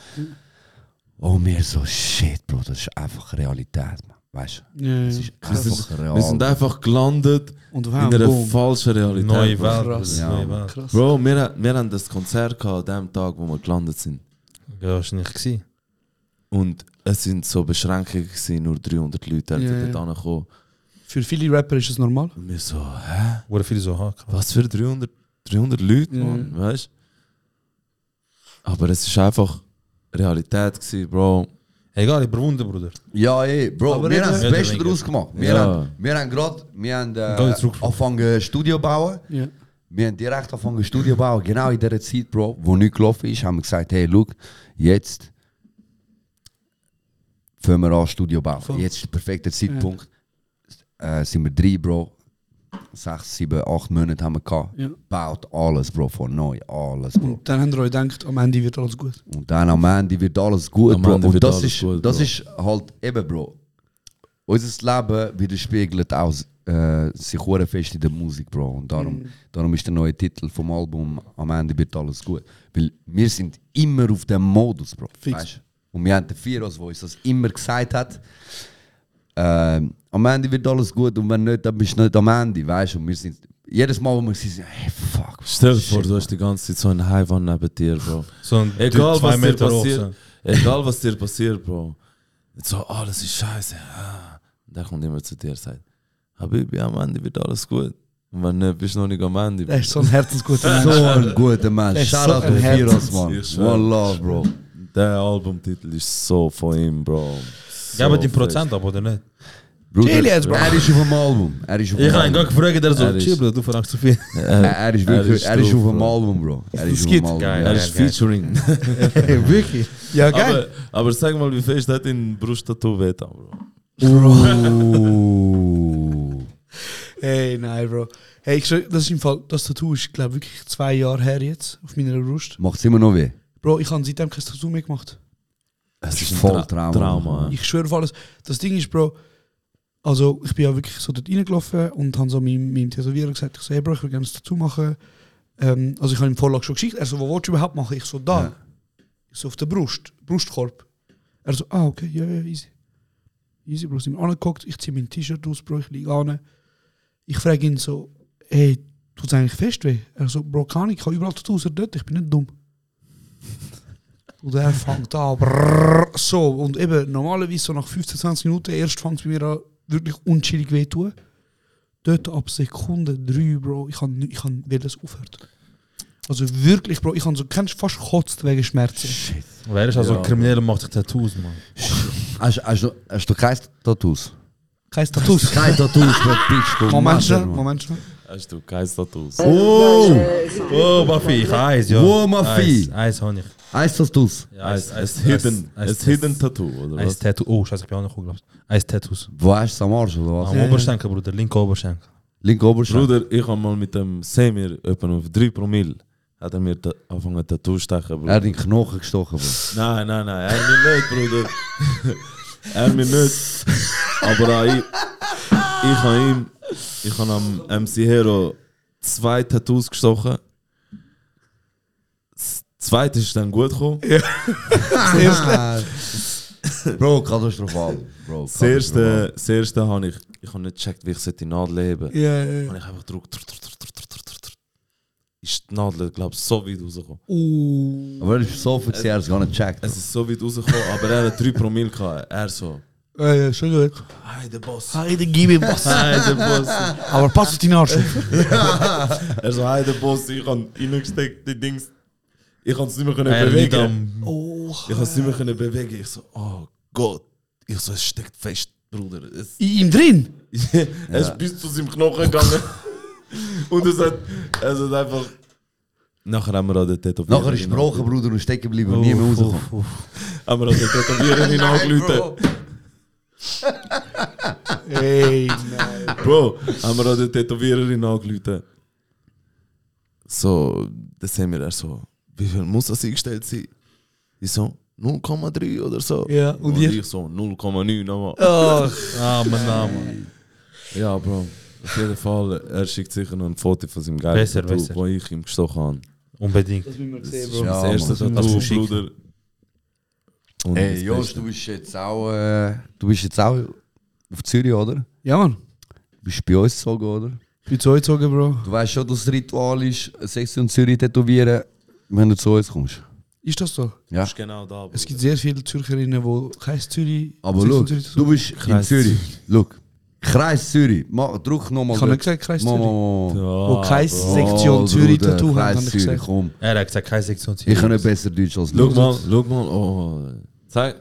Und wir so, shit, Bro, das ist einfach Realität, man. Weißt du?
Ja,
Das
ja.
ist einfach real.
Wir sind einfach gelandet
Und
in
wir
einer
Ah, boom.
falschen Realität.
Neue
Bro.
Welt.
Krass.
Ja. Neue
Ja.
Welt.
Krass.
Bro, wir, ha- wir haben das Konzert gehabt an dem Tag, wo wir gelandet sind.
Ja, hast du nicht gesehen.
Und es sind so Beschränkungen, gewesen, nur 300 Leute dürfen
Ja, ja.
dort ankommen.
Für viele Rapper ist es normal.
Und wir so, hä?
Wurde viele so, e ha, krass.
Was für 300, 300 Leute,
Ja.
Mann, weißt du? Aber es ist einfach Realität, gewesen, Bro.
Egal, überwunden, Bruder.
Ja, ey, Bro,
Aber
wir
eben-
haben das
Ja,
Beste
denke
daraus gemacht. Wir
Ja.
haben, wir haben gerade, wir haben
Geh jetzt
äh,
zurück.
angefangen Studio bauen.
Ja.
Wir haben direkt angefangen Studio zu bauen, genau in dieser Zeit, Bro, wo nichts gelaufen ist, haben wir gesagt, hey, schau, jetzt fangen wir an Studio zu bauen. Jetzt ist der perfekte Zeitpunkt. Äh, sind wir drei, Bro. Sechs, sieben, acht Monate haben wir gehabt.
Ja.
Baut alles, Bro, von neu, alles, Bro.
Und dann haben wir euch gedacht, am Ende wird alles gut.
Und dann am Ende wird alles gut,
Am
Bro.
Ende
Und
Oh wird
das,
alles
ist,
gut,
das
Bro.
ist halt eben, Bro. Unser Leben widerspiegelt auch äh, sich hure fest in der Musik, Bro. Und darum, darum ist der neue Titel vom Album «Am Ende wird alles gut». Weil wir sind immer auf dem Modus, Bro.
Fix.
Weißt? Und wir haben den Virus, der uns das immer gesagt hat. Ähm, am Ende wird alles gut und wenn nicht, dann bist du nicht am Ende, weißt du? Und wir sind... Jedes Mal, wo wir sind, hey, fuck.
Stell dir vor,
shit,
du hast die ganze Zeit so einen Haiwan neben dir, Bro.
So ein
Egal
Typ,
was dir
hoch,
passiert,
so.
egal was dir passiert, Bro. So, alles ist scheiße. Ah. Der kommt immer zu dir und sagt, Habibi, am Ende wird alles gut. Und wenn nicht, bist du noch nicht am Ende.
Er ist so ein herzensguter
So
Mensch.
ein guter Mann.
Der ist
Shout
so
out
ein
to Heroes,
Herzens-
man.
Ich schwör.
One love, Bro.
Der Albumtitel ist so von ihm, Bro. So
Geben die
fest.
Prozent ab, oder nicht?
Bruder,
Chill jetzt, Bro.
Er ist auf dem Album. Er ist auf
Ich
dem
habe ihn
Album.
gerade gefragt, der
Er
so,
ist-
chill, Bruder, du verlangst zu viel.
Er, er ist wirklich,
Er
er ist
ist
auf dem
drauf,
Album, Bro. Er ist auf
Skit.
dem Album.
Geil.
ja.
Er ist Featuring.
Wirklich. Ja, geil.
aber, aber sag mal, wie fest hat ihn Brust-Tattoo wehtan, Bro?
Uh.
Hey, nein, Bro. Hey, ich, schwör- das ist im Fall, das Tattoo ist, glaube wirklich zwei Jahre her jetzt auf meiner Brust.
Macht's immer noch weh.
Bro, ich habe seitdem kein Tattoo mehr gemacht.
Es
ist
ein
voll
Tra-
Trauma.
Trauma. ja.
Ich schwöre auf alles. Das Ding ist, Bro, also ich bin ja wirklich so dort reingelaufen und habe so meinem, meinem Tätowierer gesagt, ich so, hey, Bro, ich will gerne ein Tattoo machen. Ähm, also ich habe ihm Vorlage schon geschickt. Er so, wo willst du überhaupt machen? Ich so, da.
Ja.
Ich so, auf der Brust, Brustkorb. Er so, ah, okay, ja, ja, easy. Easy, Bro, sind wir angeguckt. Ich ziehe mein T-Shirt aus, Bro, ich liege an. Ich frage ihn so, hey, tut's eigentlich fest weh? Er so, Bro, kann ich, ich habe überall Tattoos, er dort, ich bin nicht dumm. Und er fängt an, brrrr, so. Und eben, normalerweise so nach 15, 20 Minuten erst fängt es bei mir an, wirklich unschillig weh zu tun. Dort ab Sekunde 3, Bro, ich kann ich kann will das aufhört. Also wirklich, Bro, ich habe so kennst, du, fast gekotzt wegen Schmerzen.
Wer ist also
Ja.
ein Krimineller, macht sich Tattoos, Mann.
Hast, hast, du, hast du keine Tattoos?
Kein Tattoos.
Keine Tattoos, Bro. Bitch, du
Moment
Mascher,
schnell,
Mann.
Moment schnell.
Hast du kein Tattoo?
Oh! Oh, Buffy, ich habe Eis, ja.
Wo, Buffy?
Eis, Eis habe ich.
Eins Tattoos.
Ja,
Es
Eis,
ist
Eis,
Hidden,
Eis,
es
Eis,
Hidden Tattoo, oder
Eis
was?
Tattoo. Oh, scheiße, ich bin auch noch gut, glaubst du. Eis Tattoos.
Wo hast du am Arsch, oder was?
Am Oberschenkel, Bruder, linker Oberschenkel.
Linke Oberschenkel.
Bruder, ich habe mal mit dem Semir, etwa auf 3 Promille, hat er mir ta- angefangen Tattoo zu stechen,
Er
Bruder.
hat in den Knochen gestochen, Bro.
Nein, nein, nein, er mir nicht, Bruder. er mir nicht. Aber auch ich, ich habe ihm, ich habe am MC Hero zwei Tattoos gestochen. Das zweite ist dann gut gekommen.
Ah. Bro, katastrophal. Bro,
Das
eh,
erste, das erste habe ich, ich habe nicht gecheckt, wie ich sollte die Nadel heben sollte.
Ja, ja.
Habe ich einfach gedrückt. drrr, drrr, drrr, drrr, drrr, drrr, drrr. Ist die Nadel, glaube ich, so weit rausgekommen.
Uh.
Aber das ist so offiziell, das gar nicht checkt.
Es ist so weit rausgekommen, aber er hat 3 Promille gehabt. Er so,
Ja, ja, schon gut.
hey, der Boss.
Heide, gib ihm was.
Hey, der Boss.
Aber pass auf deinen Arsch.
Er so, hey, der Boss, ich habe reingesteckt, die Dings. Ich kann es nicht mehr können
Er liegt
bewegen.
am-
Ich kann es nicht mehr können bewegen. Ich so, oh Gott. Ich so, es steckt fest, Bruder. Es,
In ihm drin?
es ist bis zu seinem Knochen gegangen. Und es hat, es hat einfach... Nachher haben wir an der Tätowierung...
Nachher ist gebrochen, Bruder, und stecken geblieben
Oh,
und nie mehr rausgekommen.
Haben wir an der Tätowierung angelötet.
Ey,
Bro, haben wir an der Tätowiererin angerufen. So, dann sehen wir er so, wie viel muss das eingestellt sein? Ich so, 0,3 oder so.
Ja, und ihr?
ich so, 0,9 nochmal.
Ah, Mann, ah, Mann.
Ja, Bro. Auf jeden Fall, er schickt sicher noch ein Foto von seinem geilen
Besser,
Tattoo,
besser.
wo ich ihm gestochen habe.
Unbedingt.
Ja,
das erste
Mann.
Tattoo,
Das musst du schicken.
Bruder. Und
Ey,
das
Josh,
Beste.
du bist jetzt auch, äh, du bist jetzt auch auf Zürich, oder? Du
Ja, Mann.
bist bei uns gezogen, oder?
Ich bin zu euch gezogen, Bro.
Du weißt schon, dass das Ritual ist, Sex und Zürich tätowieren, wenn du zu uns kommst.
Ist das so?
Du
Ja.
bist genau da, Bruder.
Es gibt sehr viele Zürcherinnen, die kein Zürich.
Aber
Sechs
schau,
und Zürich-
du bist
Kreis
in Zürich. Schau. Kreis Zürich. Ma, drück nochmal.
Ich habe nicht gesagt, Kreis Zürich.
Ah.
Wo
Oh,
keine
Oh,
Sektion
Sektion
Zürich Tattoo haben, habe
Kreis
ich
Zürich,
gesagt.
komm.
Er hat gesagt, keine Sektion.
Ich kann nicht besser Deutsch als
Schau
du.
mal, schau mal. Oh. Zeig.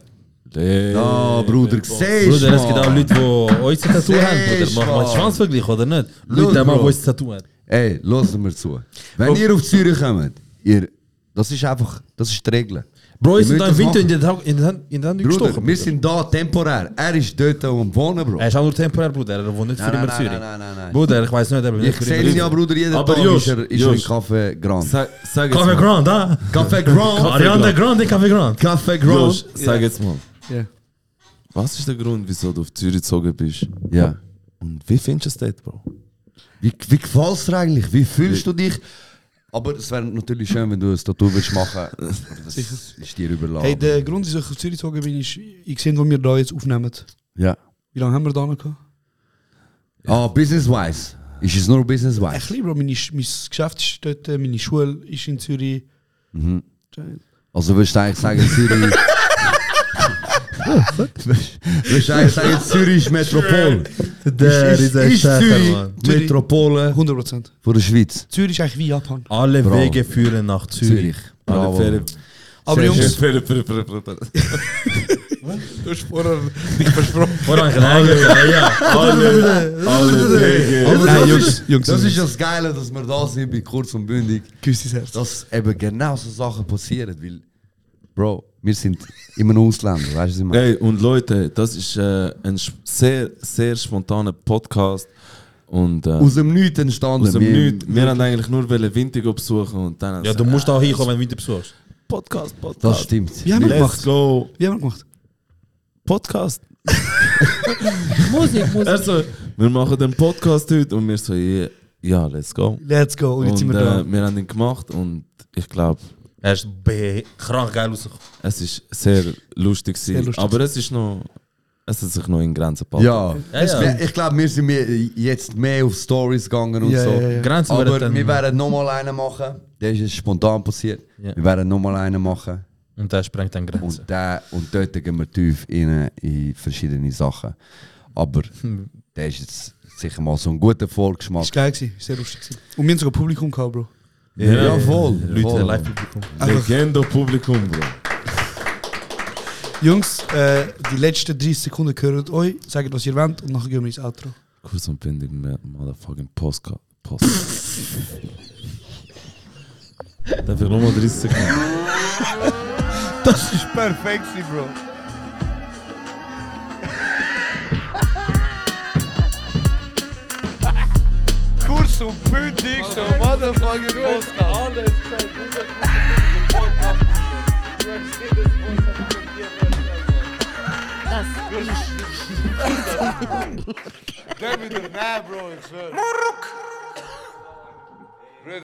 Ja, Bruder, siehst
Bruder, es gibt auch
Mann.
Leute, die unsere Tattoo
Siehst
haben, Bruder. Mach mal
mal.
einen Schwanzvergleich, oder nicht?
Schau,
Leute, die
Bro.
unsere Tattoo haben.
Ey, hört mir zu. Wenn ihr auf Zürich kommt, ihr, das ist einfach, das ist die Regel.
Bro,
Ihr
ich bin
müsst
da
das
im Winter in
machen.
den Hand in die Hand- in die Hand
Bruder,
gestochen.
wir
Bruder.
sind da temporär. Er ist dort am Wohnen, Bro.
Er ist auch nur temporär, Bruder. Er wohnt nicht für
Nein,
immer
nein,
Zürich.
nein, nein, nein, nein.
Bruder, ich weiß nicht, aber
Ich sehe ihn ja, Bruder, jeden
Aber
Tag
Josh,
ist er, ist er im
Josh.
Café Grand.
Sag, sag jetzt
Café
mal.
Grand, ah!
Café Grand?
Ariana Grande, Café Grand.
Café
Josh,
Grand?
sag jetzt mal.
Ja.
Was ist der Grund, wieso du auf Zürich gezogen bist?
Ja.
Und wie findest du das, Bro?
Wie, wie gefällt dir eigentlich? Wie fühlst du dich? Aber es wäre natürlich schön, wenn du ein Tattoo würdest machen. Das ist dir überlassen.
Hey, der Grund, wieso ich auf Zürich gezogen bin, ist, ich sehe, wo wir da jetzt aufnehmen.
ja.
Wie lange haben wir da noch gehabt?
Ah, business-wise. Ist es nur
Ein
business-wise?
bisschen, Bro. Meine, Sch- mein Geschäft eh, ist dort, meine Schule ist in Zürich.
Also würdest du eigentlich sagen, Zürich... Würdest- Würdest du eigentlich sagen, Zürich ist Metropole?
Der
ist, ist, ist Zürich Metropole
100%.
von der Schweiz?
Zürich ist eigentlich wie Japan.
Alle
Bravo.
Wege führen nach Zürich.
Bravo.
Aber
Sehr
Jungs,
Oder ein Gelegenheit, e ja.
Alle, alle Wege.
Aber
Nein,
das,
Jungs,
ist,
Jungs,
das
Jungs.
ist das Geile, dass wir da sind bei Kurz und Bündig,
küss dein Herz.
dass eben genau so Sachen passieren, weil, Bro, wir sind immer noch Ausländer, weißt du, was ich meine?
Hey, und Leute, das ist äh, ein sch- sehr, sehr spontaner Podcast. Und äh, aus,
Aus dem Nichts entstanden.
dem
Wir-
Nichts. Wir haben eigentlich nur wollen Windigo besuchen und dann.
Ja, du musst auch hinkommen, wenn du Winter besuchst.
Podcast, Podcast.
Das stimmt.
Wie haben wir
"Ah, Let's
gemacht?
go.
Wie haben wir gemacht?
Podcast. Musik, Musik. Also, wir machen den Podcast heute und wir so, yeah, ja, let's go.
Let's go. Oh, Und
Und
jetzt sind wir
äh,
da.
wir haben ihn gemacht und ich glaube,
Er ist be- krank geil rausgekommen.
es ist sehr lustig, gewesen.
Sehr lustig.
aber es ist noch, es hat sich noch in Grenzen gehalten.
Ja,
Ja,
Es
ja.
wär- ich glaube, wir sind mehr, jetzt mehr auf Stories gegangen und
Ja,
so.
ja, ja.
Grenzen
Aber
werden dann-
wir werden nochmal einen machen. Der ist jetzt spontan passiert.
Ja.
Wir werden nochmal einen machen.
Und er sprengt dann Grenzen.
Und, der, und dort gehen wir tief rein in verschiedene Sachen. Aber der ist jetzt sicher mal so ein guter Vorgeschmack.
Ist geil gewesen. Ist sehr lustig gewesen. Und wir haben sogar Publikum gehabt, Bro.
Ja,
voll.
Leute,
voll.
Live-Publikum.
Legendo-Publikum, Bro.
Jungs, äh, die letzten 30 Sekunden gehören euch. Sagt, was ihr wollt und nachher gehen wir ins Outro.
Kurz und bündig, mehr motherfucking Postcard. Post. Darf ich nochmal 30 Sekunden?
Das ist perfekt, Bro.
Kurz und bündig, so motherfucking Podcast. Alles Das ist. Der wieder, nein, Bro, ich schwör. Muruk!